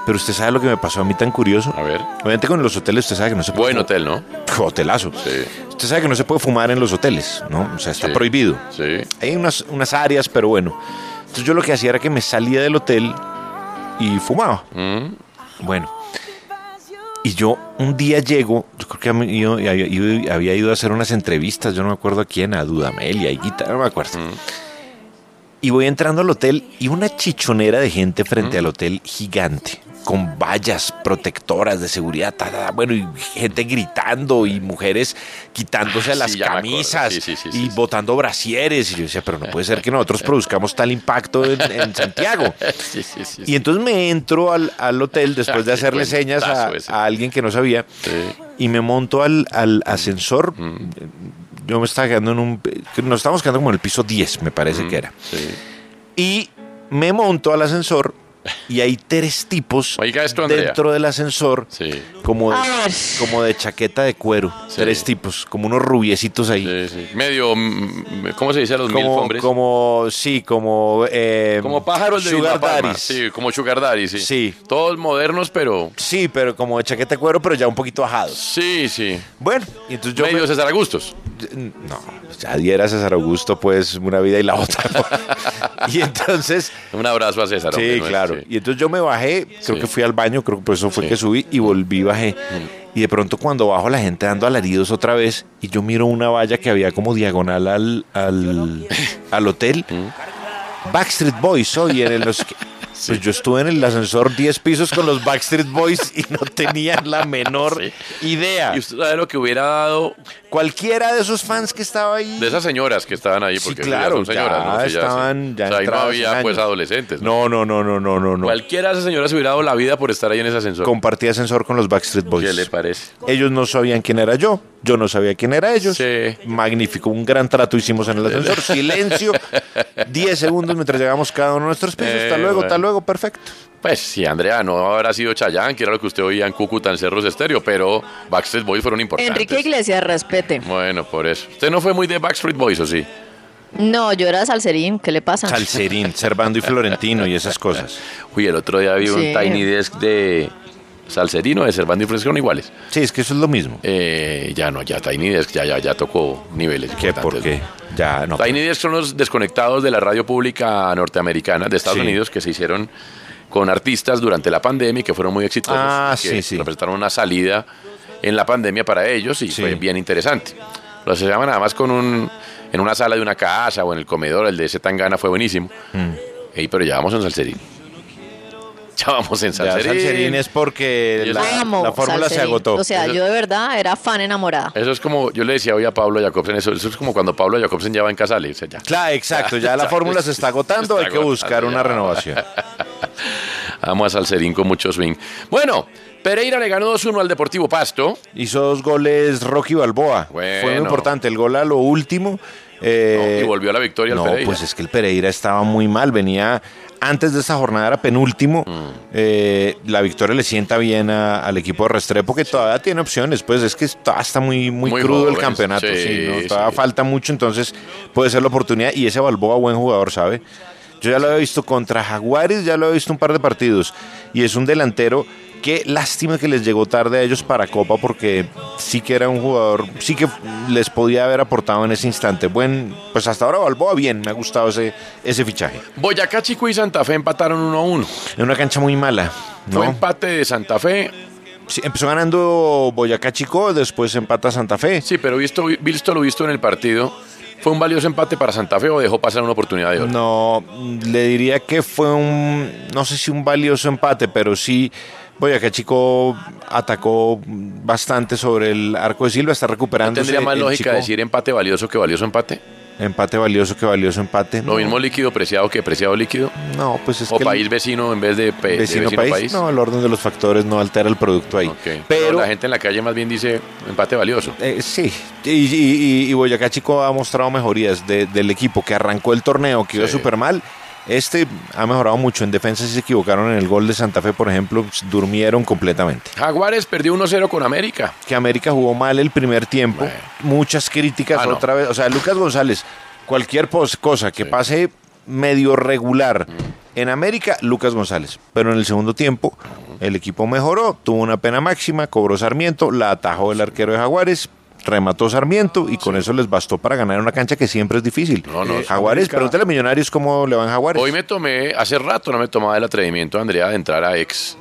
Speaker 7: Pero usted sabe lo que me pasó a mí tan curioso. A
Speaker 6: ver.
Speaker 7: Obviamente con los hoteles usted sabe que no se puede.
Speaker 6: Buen hotel, ¿no?
Speaker 7: Hotelazo.
Speaker 6: Sí.
Speaker 7: Usted sabe que no se puede fumar en los hoteles, ¿no? O sea, está
Speaker 6: Sí.
Speaker 7: prohibido.
Speaker 6: Sí.
Speaker 7: Hay unas, unas áreas, pero bueno. Entonces yo lo que hacía era que me salía del hotel y fumaba.
Speaker 6: Mm.
Speaker 7: Bueno. Y yo un día llego, yo creo que a mí- yo- yo había, yo había ido a hacer unas entrevistas, yo no me acuerdo a quién, a Dudamel y a Higuita, no me acuerdo.
Speaker 6: Mm.
Speaker 7: Y voy entrando al hotel y una chichonera de gente
Speaker 6: Mm.
Speaker 7: frente al hotel gigante, con vallas protectoras de seguridad, ta, ta, ta, bueno, y gente gritando y mujeres quitándose
Speaker 6: Ah, sí,
Speaker 7: las
Speaker 6: ya me acuerdo.
Speaker 7: camisas
Speaker 6: Sí, sí, sí,
Speaker 7: y botando brasieres. Y yo decía, pero no puede ser que nosotros
Speaker 6: [laughs]
Speaker 7: produzcamos tal impacto en, en Santiago.
Speaker 6: Sí, sí, sí.
Speaker 7: Y entonces me entro al,
Speaker 6: [laughs]
Speaker 7: al hotel después de
Speaker 6: Qué
Speaker 7: hacerle
Speaker 6: cuentazo
Speaker 7: señas a,
Speaker 6: ese.
Speaker 7: a alguien que no sabía y me monto al, al ascensor.
Speaker 6: Mm.
Speaker 7: Yo me estaba quedando en un... Nos estábamos quedando como en el piso 10, me parece
Speaker 6: Mm.
Speaker 7: que era. Y me monto al ascensor y hay tres tipos
Speaker 6: Andrea.
Speaker 7: dentro del ascensor como, de, como de chaqueta de cuero. Tres tipos, como unos rubiecitos ahí.
Speaker 6: Medio. mm, ¿Cómo se dice a los mil
Speaker 7: Como,
Speaker 6: hombres?
Speaker 7: como, sí, como... eh,
Speaker 6: Como pájaros de
Speaker 7: sugar
Speaker 6: Vilma Palma.
Speaker 7: daddies.
Speaker 6: Sí, como Sugar Daddy, sí. Sí. Todos modernos, pero.
Speaker 7: Sí, pero como de chaqueta de cuero, pero ya un poquito ajados.
Speaker 6: Sí, sí.
Speaker 7: Bueno, y entonces yo.
Speaker 6: Medio
Speaker 7: me-
Speaker 6: César Augustos.
Speaker 7: mm, No, ya diera César Augusto, pues, una vida y la otra. ¿no? [laughs] [laughs] y entonces.
Speaker 6: [laughs] Un abrazo a César. hombre,
Speaker 7: Sí,
Speaker 6: no es-
Speaker 7: claro.
Speaker 6: sí.
Speaker 7: Y entonces yo me bajé, creo que fui al baño, creo que por eso fue que subí y volví, bajé.
Speaker 6: Mm.
Speaker 7: Y de pronto cuando bajo la gente dando alaridos otra vez y yo miro una valla que había como diagonal al,
Speaker 6: [laughs]
Speaker 7: al, al hotel.
Speaker 6: Mm.
Speaker 7: Backstreet Boys hoy en el- los...
Speaker 6: [laughs]
Speaker 7: que- Pues yo estuve en el ascensor 10 pisos con los Backstreet Boys y no tenían la menor idea.
Speaker 6: Y usted sabe lo que hubiera dado
Speaker 7: Cualquiera de esos fans que estaba ahí.
Speaker 6: de esas señoras que estaban ahí, porque
Speaker 7: claro,
Speaker 6: ya son señoras,
Speaker 7: ya
Speaker 6: ¿no? Sí,
Speaker 7: estaban- ya
Speaker 6: o sea, ahí no
Speaker 7: entradas en
Speaker 6: había pues
Speaker 7: años.
Speaker 6: adolescentes.
Speaker 7: No, no, no, no, no, no, no.
Speaker 6: Cualquiera de esas señoras hubiera dado la vida por estar ahí en ese ascensor.
Speaker 7: Compartí ascensor con los Backstreet Boys.
Speaker 6: ¿Qué le parece?
Speaker 7: Ellos no sabían quién era yo, yo no sabía quién era ellos. Magnífico, un gran trato hicimos en el
Speaker 6: [laughs]
Speaker 7: ascensor. Silencio, 10 segundos mientras llegamos cada uno a nuestros pisos.
Speaker 6: Eh,
Speaker 7: hasta luego,
Speaker 6: bueno.
Speaker 7: hasta luego, perfecto.
Speaker 6: Pues sí, Andrea, no habrá sido Chayanne, que era lo que usted oía en Cúcuta, en Cerros Estéreo, pero Backstreet Boys fueron importantes.
Speaker 10: Enrique Iglesias, respete.
Speaker 6: Bueno, por eso. ¿Usted no fue muy de Backstreet Boys o sí?
Speaker 10: No, yo era salserín, ¿qué le pasa?
Speaker 7: Salserín, Servando y Florentino y esas cosas.
Speaker 6: Uy, el otro día vi un
Speaker 10: Sí.
Speaker 6: Tiny Desk de Salcerino de Servando y Fresco son iguales. Eh,
Speaker 7: Sí, es que eso es lo mismo.
Speaker 6: ya no, ya Tiny Desk, ya, ya, ya tocó niveles.
Speaker 7: ¿Qué? ¿Por qué? Ya Ah, no.
Speaker 6: Tiny Desk son los desconectados de la radio pública norteamericana de Estados
Speaker 7: Sí.
Speaker 6: Unidos que se hicieron con artistas durante la pandemia y que fueron muy exitosos.
Speaker 7: Ah,
Speaker 6: que
Speaker 7: sí, sí.
Speaker 6: Representaron una salida en la pandemia para ellos y fue bien interesante. Los se llaman además con un, en una sala de una casa o en el comedor, el de ese Tangana fue buenísimo.
Speaker 7: Mm.
Speaker 6: Ey, pero ya vamos en Salserín. [laughs] Ya vamos en
Speaker 7: Ya
Speaker 6: Salserín.
Speaker 7: Salserín es porque
Speaker 6: Yo
Speaker 7: la,
Speaker 10: Amo
Speaker 7: la fórmula se
Speaker 10: Salserín.
Speaker 7: agotó.
Speaker 10: O sea,
Speaker 6: Eso-
Speaker 10: yo de verdad era fan enamorada.
Speaker 6: Eso es como, yo le decía hoy a Pablo Jacobsen, eso, eso es como cuando Pablo Jacobsen ya va en Casale. O sea, [laughs] ya.
Speaker 7: Claro, exacto, ya la fórmula se está agotando, hay que buscar una renovación.
Speaker 6: [laughs] Amo a Salserín con mucho swing. Bueno, Pereira le ganó 2-1 al Deportivo Pasto.
Speaker 7: Hizo dos goles Rocky Balboa. Fue muy
Speaker 6: Bueno.
Speaker 7: importante. El gol a lo último. eh,
Speaker 6: y volvió a la victoria al
Speaker 7: no,
Speaker 6: Pereira.
Speaker 7: pues es que el Pereira estaba muy mal. Venía antes de esta jornada, era penúltimo.
Speaker 6: Mm.
Speaker 7: Eh, la victoria le sienta bien a- al equipo de Restrepo, que todavía tiene opciones. Pues es que está, está muy, muy,
Speaker 6: Muy
Speaker 7: crudo
Speaker 6: jóvenes,
Speaker 7: el campeonato.
Speaker 6: sí,
Speaker 7: sí, ¿no?
Speaker 6: sí.
Speaker 7: Todavía falta mucho, entonces puede ser la oportunidad. Y ese Balboa, buen jugador, ¿sabe? Yo ya lo había visto contra Jaguares, ya lo había visto un par de partidos. Y es un delantero que lástima que les llegó tarde a ellos para Copa porque sí que era un jugador, sí que les podía haber aportado en ese instante. Buen, pues hasta ahora Balboa bien, me ha gustado ese, ese fichaje.
Speaker 6: Boyacá Chico y Santa Fe empataron 1-1.
Speaker 7: En una cancha muy mala, ¿no?
Speaker 6: Fue empate de Santa Fe.
Speaker 7: Sí, empezó ganando Boyacá Chico, después empata Santa Fe.
Speaker 6: Sí, pero visto, visto lo visto en el partido, ¿fue un valioso empate para Santa Fe o dejó pasar una oportunidad de oro?
Speaker 7: No, le diría que fue un, no sé si un valioso empate, pero sí, Boyacá Chico atacó bastante sobre el arco de Silva, está recuperando.
Speaker 6: ¿Tendría más lógica decir empate valioso que valioso empate?
Speaker 7: Empate valioso que valioso empate.
Speaker 6: Lo
Speaker 7: No.
Speaker 6: mismo líquido preciado que preciado líquido.
Speaker 7: No, pues es
Speaker 6: o
Speaker 7: que el-
Speaker 6: país eh, vecino en vez de, pe- de
Speaker 7: Vecino, país. No, el orden de los factores no altera el producto ahí.
Speaker 6: Pero la gente en la calle más bien dice empate valioso.
Speaker 7: Eh, sí, y, y- y- y Boyacá Chico ha mostrado mejorías de- del equipo que arrancó el torneo, que iba
Speaker 6: Sí.
Speaker 7: súper mal. Este ha mejorado mucho en defensa, si se equivocaron en el gol de Santa Fe, por ejemplo, durmieron completamente.
Speaker 6: Jaguares perdió 1-0 con América.
Speaker 7: Que América jugó mal el primer tiempo, muchas críticas
Speaker 6: Ah, no.
Speaker 7: otra vez. O sea, Lucas González, cualquier pos- cosa que pase medio regular
Speaker 6: Mm.
Speaker 7: en América, Lucas González. Pero en el segundo tiempo,
Speaker 6: Mm.
Speaker 7: el equipo mejoró, tuvo una pena máxima, cobró Sarmiento, la atajó el arquero de Jaguares. Remató Sarmiento y con eso les bastó para ganar una cancha que siempre es difícil.
Speaker 6: no,
Speaker 7: Eh, Jaguares,
Speaker 6: América-
Speaker 7: pregúntale a Millonarios cómo le van Jaguares.
Speaker 6: Hoy me tomé, hace rato no me tomaba el atrevimiento, Andrea, de entrar a ex.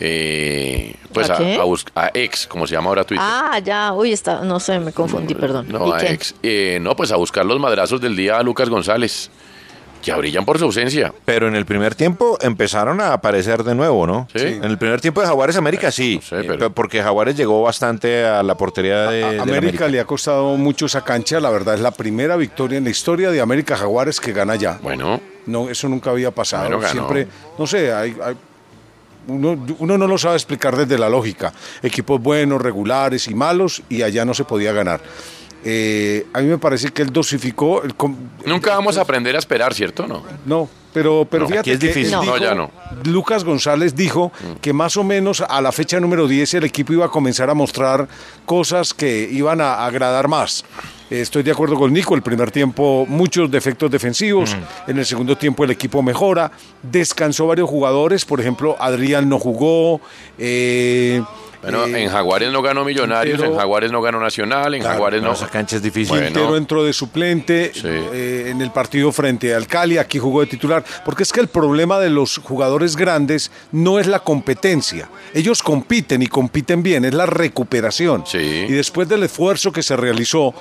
Speaker 6: eh, pues
Speaker 10: ¿A
Speaker 6: a,
Speaker 10: qué?
Speaker 6: a bus- a ex, como se llama ahora Twitter.
Speaker 10: Ah, ya, uy, está, no sé, me confundí, perdón.
Speaker 6: No,
Speaker 10: ¿Y
Speaker 6: a
Speaker 10: qué?
Speaker 6: ex. Eh, no, pues a buscar los madrazos del día a Lucas González, que brillan por su ausencia.
Speaker 7: Pero en el primer tiempo empezaron a aparecer de nuevo, ¿no?
Speaker 6: Sí.
Speaker 7: En el primer tiempo de Jaguares América sí, eh, pe- porque Jaguares llegó bastante a la portería de, del
Speaker 11: América,
Speaker 7: América.
Speaker 11: le ha costado mucho esa cancha, la verdad es la primera victoria en la historia de América Jaguares que gana ya.
Speaker 6: Bueno.
Speaker 11: No, eso nunca había pasado.
Speaker 6: Bueno, ganó.
Speaker 11: Siempre, no sé, hay- hay- uno, uno no lo sabe explicar desde la lógica. Equipos buenos, regulares y malos, y allá no se podía ganar. Eh, a mí me parece que él dosificó, el com-
Speaker 6: Nunca vamos a aprender a esperar, ¿cierto? No.
Speaker 11: no, pero, pero
Speaker 6: No,
Speaker 11: fíjate
Speaker 6: aquí es
Speaker 11: que él
Speaker 6: difícil. No,
Speaker 11: dijo-
Speaker 6: ya no.
Speaker 11: Lucas González dijo
Speaker 6: Mm.
Speaker 11: que más o menos a la fecha número 10 el equipo iba a comenzar a mostrar cosas que iban a agradar más. Eh, Estoy de acuerdo con Nico, el primer tiempo muchos defectos defensivos,
Speaker 6: Mm.
Speaker 11: en el segundo tiempo el equipo mejora, descansó varios jugadores, por ejemplo, Adrián no jugó, eh,
Speaker 6: Bueno, en Jaguares no ganó Millonarios,
Speaker 11: Quintero-
Speaker 6: en Jaguares no ganó Nacional, en Jaguares no.
Speaker 7: Esa cancha es difícil.
Speaker 11: Quintero entró de suplente eh, en el partido frente al Cali, aquí jugó de titular, porque es que el problema de los jugadores grandes no es la competencia, ellos compiten y compiten bien, es la recuperación. Y después del esfuerzo que se realizó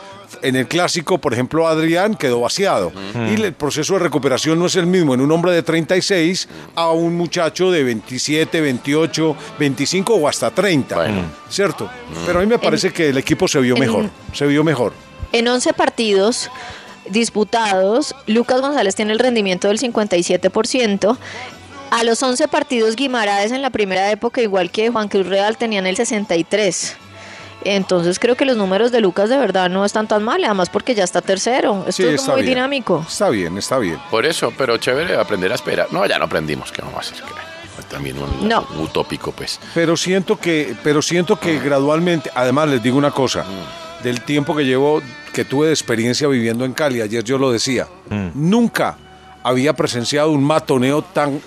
Speaker 11: en el clásico, por ejemplo, Adrián quedó vaciado. Y el proceso de recuperación no es el mismo en un hombre de 36 a un muchacho de 27, 28, 25 o hasta 30, ¿cierto? Pero a mí me parece que el equipo se vio
Speaker 10: en-
Speaker 11: mejor, se vio mejor.
Speaker 10: En 11 partidos disputados, Lucas González tiene el rendimiento del 57%. A los 11 partidos Guimaraes en la primera época, igual que Juan Cruz Real, tenían el 63%. Entonces creo que los números de Lucas de verdad no están tan mal, además porque ya está tercero. Esto
Speaker 11: Sí,
Speaker 10: es
Speaker 11: está
Speaker 10: muy
Speaker 11: bien.
Speaker 10: dinámico.
Speaker 11: Está bien, está bien.
Speaker 6: Por eso, pero chévere aprender a esperar. No, ya no aprendimos, ¿qué vamos a hacer? ¿Qué? También un,
Speaker 11: No.
Speaker 6: un utópico, pues.
Speaker 11: Pero siento que, pero siento que gradualmente, además les digo una cosa, del tiempo que llevo, que tuve de experiencia viviendo en Cali, ayer yo lo decía, nunca había presenciado un matoneo tan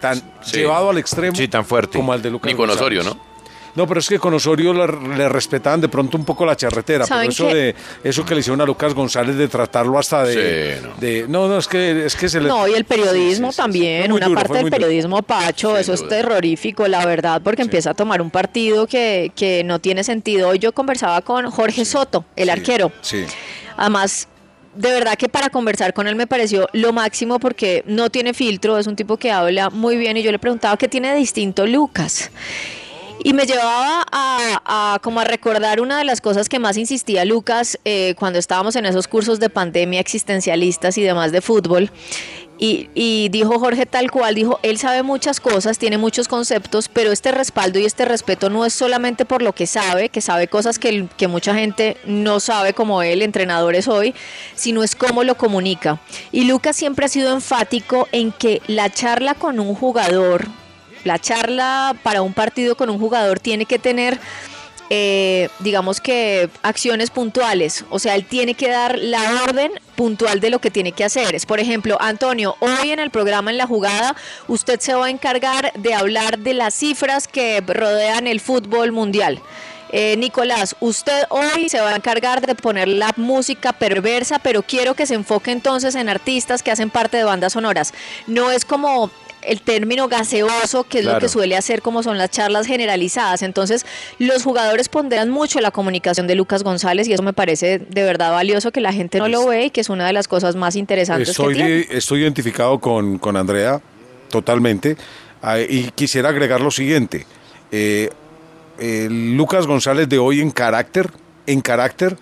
Speaker 11: tan llevado al extremo
Speaker 7: Sí, tan fuerte.
Speaker 11: como al de Lucas
Speaker 6: Ni con
Speaker 11: González.
Speaker 6: Osorio, ¿no?
Speaker 11: No, pero es que con Osorio la- le respetaban de pronto un poco la charretera, pero
Speaker 10: ¿Saben
Speaker 11: eso,
Speaker 10: qué?
Speaker 11: de, eso que le hicieron a Lucas González de tratarlo hasta de...
Speaker 6: Sí,
Speaker 11: no. no, es que, es que se le...
Speaker 10: No, y el periodismo también,
Speaker 11: Muy
Speaker 10: una
Speaker 11: duro,
Speaker 10: parte
Speaker 11: fue
Speaker 10: del
Speaker 11: muy duro.
Speaker 10: periodismo pacho, eso es terrorífico, la verdad, porque empieza a tomar un partido que, que no tiene sentido. Hoy yo conversaba con Jorge Soto, el arquero.
Speaker 11: Sí.
Speaker 10: Además, de verdad que para conversar con él me pareció lo máximo porque no tiene filtro, es un tipo que habla muy bien y yo le preguntaba qué tiene de distinto Lucas. Y me llevaba a, a como a recordar una de las cosas que más insistía Lucas eh, cuando estábamos en esos cursos de pandemia existencialistas y demás de fútbol. Y, y dijo Jorge tal cual, dijo, él sabe muchas cosas, tiene muchos conceptos, pero este respaldo y este respeto no es solamente por lo que sabe, que sabe cosas que, el- que mucha gente no sabe como él, entrenadores hoy, sino es cómo lo comunica. Y Lucas siempre ha sido enfático en que la charla con un jugador, la charla para un partido con un jugador tiene que tener eh, digamos que acciones puntuales. O sea, él tiene que dar la orden puntual de lo que tiene que hacer. Es, por ejemplo, Antonio, hoy en el programa En la Jugada, usted se va a encargar de hablar de las cifras que rodean el fútbol mundial. Eh, Nicolás, usted hoy se va a encargar de poner la música perversa, pero quiero que se enfoque entonces en artistas que hacen parte de bandas sonoras. No es como el término gaseoso, que es lo
Speaker 18: Claro.
Speaker 10: que suele suele hacer como son las charlas generalizadas. Entonces, los jugadores ponderan mucho la comunicación de Lucas González y eso me parece de verdad valioso que la gente no lo ve y que es una de las cosas más interesantes
Speaker 11: Estoy,
Speaker 10: que tiene.
Speaker 11: de- estoy identificado con, con Andrea totalmente Ah, y quisiera agregar lo siguiente. Eh, eh, Lucas González de hoy en carácter, en carácter,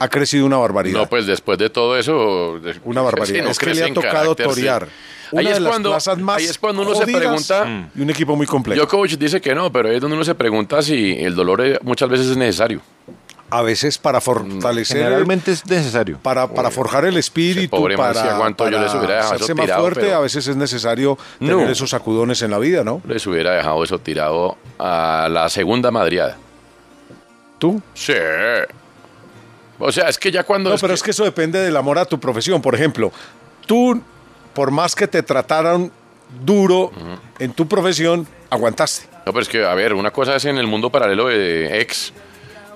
Speaker 11: ha crecido una barbaridad.
Speaker 6: No, pues después de todo eso. de-
Speaker 11: Una barbaridad.
Speaker 6: sí, no
Speaker 11: es que
Speaker 6: crece
Speaker 11: le ha
Speaker 6: en
Speaker 11: tocado
Speaker 6: carácter, sí.
Speaker 11: torear. Una
Speaker 6: Ahí,
Speaker 11: de
Speaker 6: es
Speaker 11: las
Speaker 6: cuando,
Speaker 11: plazas más
Speaker 6: ahí es cuando uno se
Speaker 11: jodidas Mm,
Speaker 6: pregunta.
Speaker 11: Y un equipo muy completo.
Speaker 6: Djokovic dice que no, pero ahí es donde uno se pregunta si el dolor eh, muchas veces es necesario. Mm.
Speaker 11: A veces para fortalecer.
Speaker 7: Generalmente es necesario.
Speaker 11: Para, para forjar el espíritu,
Speaker 6: pobre man,
Speaker 11: para,
Speaker 6: si aguanto, yo
Speaker 11: para
Speaker 6: les hubiera dejado
Speaker 11: hacerse más
Speaker 6: tirado,
Speaker 11: fuerte,
Speaker 6: pero-
Speaker 11: a veces es necesario tener
Speaker 6: No.
Speaker 11: esos sacudones en la vida, ¿no?
Speaker 6: Les hubiera dejado eso tirado a la segunda madriada.
Speaker 11: ¿Tú?
Speaker 6: Sí. O sea, es que ya cuando.
Speaker 11: No, pero es que eso depende del amor a tu profesión. Por ejemplo, tú, por más que te trataran duro en tu profesión, aguantaste.
Speaker 6: No, pero es que, a ver, una cosa es en el mundo paralelo de ex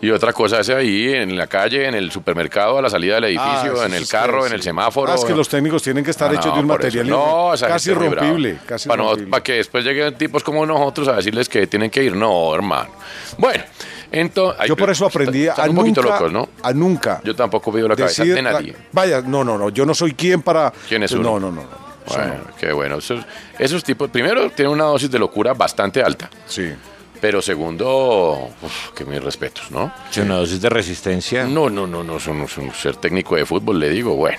Speaker 6: y otra cosa es ahí en la calle, en el supermercado, a la salida del
Speaker 11: Ah,
Speaker 6: edificio,
Speaker 11: eso
Speaker 6: en el
Speaker 11: sí,
Speaker 6: carro,
Speaker 11: sí.
Speaker 6: en el semáforo.
Speaker 11: Ah, es que los técnicos tienen que estar
Speaker 6: Ah,
Speaker 11: hechos de un
Speaker 6: por eso.
Speaker 11: material
Speaker 6: No, esa
Speaker 11: casi
Speaker 6: gente es muy brava.
Speaker 11: rompible. Casi
Speaker 6: para, no-
Speaker 11: rompible.
Speaker 6: para que después lleguen tipos como nosotros a decirles que tienen que ir. No, hermano. Bueno, entonces...
Speaker 11: Yo por eso aprendí
Speaker 6: están,
Speaker 11: a
Speaker 6: un poquito
Speaker 11: nunca-
Speaker 6: locos, ¿no?
Speaker 11: A nunca.
Speaker 6: Yo tampoco veo la cabeza
Speaker 11: decir
Speaker 6: de
Speaker 11: la-
Speaker 6: nadie.
Speaker 11: Vaya, no, no, no. Yo no soy quien para. Pues
Speaker 6: ¿Quién es
Speaker 11: No,
Speaker 6: uno?
Speaker 11: no, no. no.
Speaker 6: Bueno, qué bueno. Esos, esos tipos, primero, tienen una dosis de locura bastante alta.
Speaker 11: Sí.
Speaker 6: Pero segundo, uf, que mis respetos, ¿no?
Speaker 7: Sí, una dosis de resistencia.
Speaker 6: No, no, no, no, son, son ser técnico de fútbol, le digo, bueno.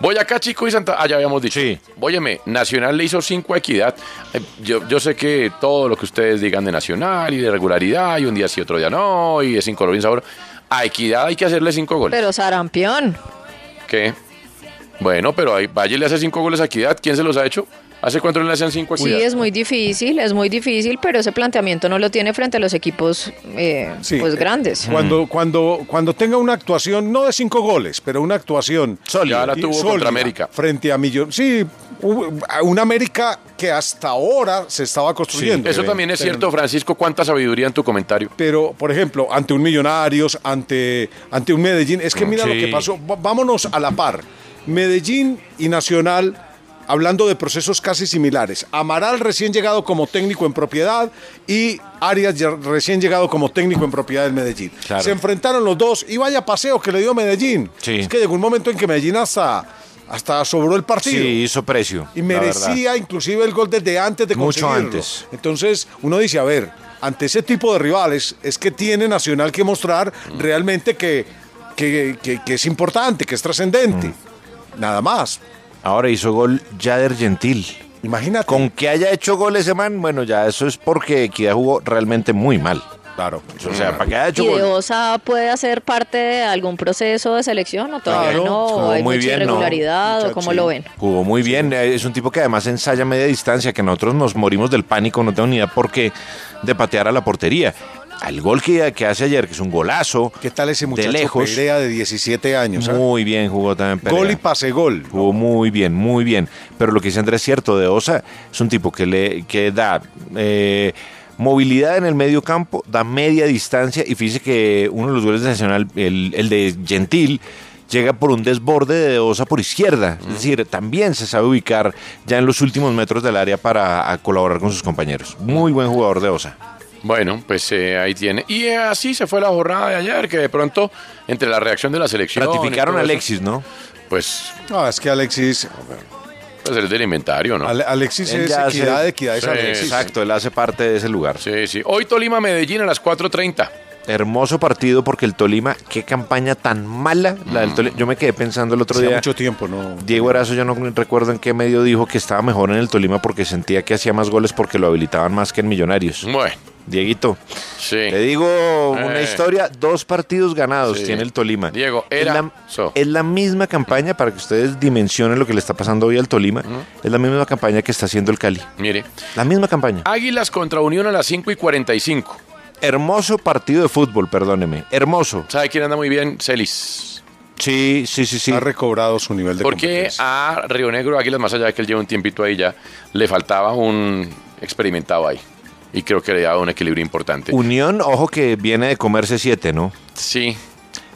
Speaker 6: Voy acá, Chico y Santa. Ah, ya habíamos dicho. Sí. Óyeme, Nacional le hizo 5 a Equidad. Eh, Yo, yo sé que todo lo que ustedes digan de Nacional y de regularidad, y un día sí, otro día no, y de 5 lo bien sabor. A Equidad hay que hacerle 5 goles.
Speaker 10: Pero Sarampión,
Speaker 6: ¿Qué? Bueno, pero ahí Valle le hace 5 goles a Equidad. ¿Quién se los ha hecho? ¿Hace cuánto le hacen
Speaker 7: Pues
Speaker 6: 5 a
Speaker 10: sí,
Speaker 6: Equidad?
Speaker 10: es muy difícil, es muy difícil, pero ese planteamiento no lo tiene frente a los equipos eh,
Speaker 11: Sí,
Speaker 10: pues
Speaker 11: eh,
Speaker 7: Mm.
Speaker 10: grandes.
Speaker 11: Cuando, cuando, cuando tenga una actuación, no de cinco goles, pero una actuación sólida,
Speaker 6: Ya la tuvo
Speaker 11: sólida
Speaker 6: contra América.
Speaker 11: Frente a Millón. Sí, hubo- a una América que hasta ahora se estaba construyendo.
Speaker 6: Eso también es
Speaker 11: Pero-
Speaker 6: cierto, Francisco. Cuánta sabiduría en tu comentario.
Speaker 11: Pero, por ejemplo, ante un Millonarios, ante, ante un Medellín, es que mira
Speaker 6: Sí.
Speaker 11: lo que pasó. Va- Vámonos a la par. Medellín y Nacional, hablando de procesos casi similares. Amaral recién llegado como técnico en propiedad y Arias ya recién llegado como técnico en propiedad en Medellín.
Speaker 7: Claro.
Speaker 11: Se enfrentaron los dos y vaya paseo que le dio Medellín.
Speaker 7: Sí.
Speaker 11: Es que llegó un momento en que Medellín hasta, hasta sobró el partido.
Speaker 7: Sí, hizo precio.
Speaker 11: Y
Speaker 7: la
Speaker 11: merecía
Speaker 7: verdad.
Speaker 11: inclusive el gol desde antes de
Speaker 7: Mucho
Speaker 11: conseguirlo.
Speaker 7: antes.
Speaker 11: Entonces, uno dice, a ver, ante ese tipo de rivales es que tiene Nacional que mostrar
Speaker 7: Mm.
Speaker 11: realmente que, que, que- que es importante, que es trascendente. Nada más.
Speaker 7: Mm. Ahora hizo gol Jader Gentil.
Speaker 11: Imagínate.
Speaker 7: Con que haya hecho gol ese man, bueno, ya eso es porque Equidad jugó realmente muy mal.
Speaker 11: Claro.
Speaker 7: O sea, para que haya hecho
Speaker 10: ¿Y de
Speaker 7: gol.
Speaker 10: Osa puede hacer parte de algún proceso de selección o todavía
Speaker 7: Claro,
Speaker 10: no?
Speaker 7: jugó
Speaker 10: ¿Hay
Speaker 7: muy
Speaker 10: mucha
Speaker 7: bien, ¿no?
Speaker 10: irregularidad o cómo lo ven?
Speaker 7: Jugó muy bien, eh, es un tipo que además ensaya a media distancia, que nosotros nos morimos del pánico, no tengo ni idea por qué, de patear a la portería. al gol que, que hace ayer, que es un golazo.
Speaker 11: ¿Qué tal ese muchacho
Speaker 7: de lejos?
Speaker 11: Perea de 17 años? ah?
Speaker 7: Muy bien jugó también Perea.
Speaker 11: Gol y pase gol.
Speaker 7: Jugó muy bien, muy bien. Pero lo que dice Andrés es cierto, de Osa es un tipo que le que da eh, movilidad en el medio campo, da media distancia y fíjese que uno de los goles de Nacional, el, el de Gentil, llega por un desborde de Osa por izquierda. Es decir, también se sabe ubicar ya en los últimos metros del área para a colaborar con sus compañeros. Muy buen jugador de Osa.
Speaker 6: Bueno, pues eh, ahí tiene. Y eh, así se fue la jornada de ayer, que de pronto, entre la reacción de la selección. y
Speaker 7: Ratificaron
Speaker 6: todo
Speaker 7: a
Speaker 6: eso,
Speaker 7: Alexis, ¿no?
Speaker 6: Pues,
Speaker 7: Mm.
Speaker 11: No, es que Alexis,
Speaker 6: pues el del inventario, ¿no?
Speaker 11: Ale- Alexis
Speaker 7: Él
Speaker 11: es
Speaker 7: ya hace-
Speaker 11: equidad, equidad es
Speaker 7: Sí,
Speaker 11: Alexis.
Speaker 7: Exacto, él hace parte de ese lugar.
Speaker 6: Sí, sí. Hoy Tolima Medellín a las 4.30.
Speaker 7: Hermoso partido porque el Tolima, qué campaña tan mala la
Speaker 6: Mm.
Speaker 7: del Tolima. Yo me quedé pensando el otro
Speaker 11: Hacía
Speaker 7: día.
Speaker 11: mucho tiempo, ¿no?
Speaker 7: Diego Erazo, yo no recuerdo en qué medio dijo que estaba mejor en el Tolima porque sentía que hacía más goles porque lo habilitaban más que en Millonarios.
Speaker 6: Bueno.
Speaker 7: Dieguito,
Speaker 6: sí.
Speaker 7: te digo una
Speaker 6: Eh.
Speaker 7: historia, dos partidos ganados
Speaker 6: Sí.
Speaker 7: tiene el Tolima.
Speaker 6: Diego,
Speaker 7: Es la-
Speaker 6: Erazo.
Speaker 7: Es la misma campaña, para que ustedes dimensionen lo que le está pasando hoy al Tolima, es la misma campaña que está haciendo el Cali.
Speaker 6: Mm. Mire.
Speaker 7: La misma campaña.
Speaker 6: Águilas contra Unión a las 5 y 45.
Speaker 7: Hermoso partido de fútbol, perdóneme. Hermoso.
Speaker 6: ¿Sabe quién anda muy bien? Celis.
Speaker 7: Sí, sí, sí, sí.
Speaker 11: Ha recobrado su nivel de
Speaker 6: Porque a Río Negro Águilas, más allá de que él lleva un tiempito ahí ya, le faltaba un experimentado ahí. Y creo que le daba un equilibrio importante.
Speaker 7: Unión, ojo que viene de comerse siete, ¿no?
Speaker 6: Sí.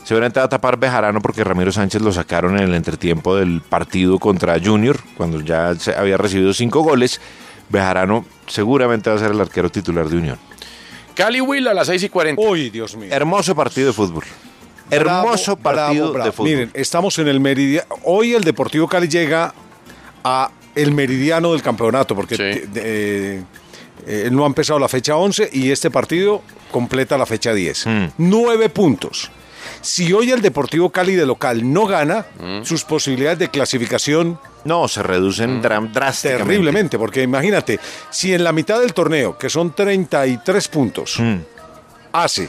Speaker 7: Seguramente va a tapar Bejarano porque Ramiro Sánchez lo sacaron en el entretiempo del partido contra Junior, cuando ya se había recibido cinco goles. Bejarano seguramente va a ser el arquero titular de Unión.
Speaker 6: Cali Will a las 6 y 40.
Speaker 11: Uy, Dios mío.
Speaker 7: Hermoso partido de fútbol. Hermoso
Speaker 11: Bravo, bravo,
Speaker 7: partido
Speaker 11: bravo.
Speaker 7: de fútbol.
Speaker 11: Miren, estamos en el meridiano. Hoy el Deportivo Cali llega a el meridiano del campeonato, porque te- de- eh, él no ha empezado la fecha 11 y este partido completa la fecha 10.
Speaker 7: Hmm.
Speaker 11: Nueve puntos. Si hoy el Deportivo Cali de local no gana, sus posibilidades de clasificación...
Speaker 7: Hmm.
Speaker 11: Hmm.
Speaker 7: No, se reducen drásticamente.
Speaker 11: Terriblemente, porque imagínate, si en la mitad del torneo, que son 33 puntos,
Speaker 7: Hmm.
Speaker 11: hace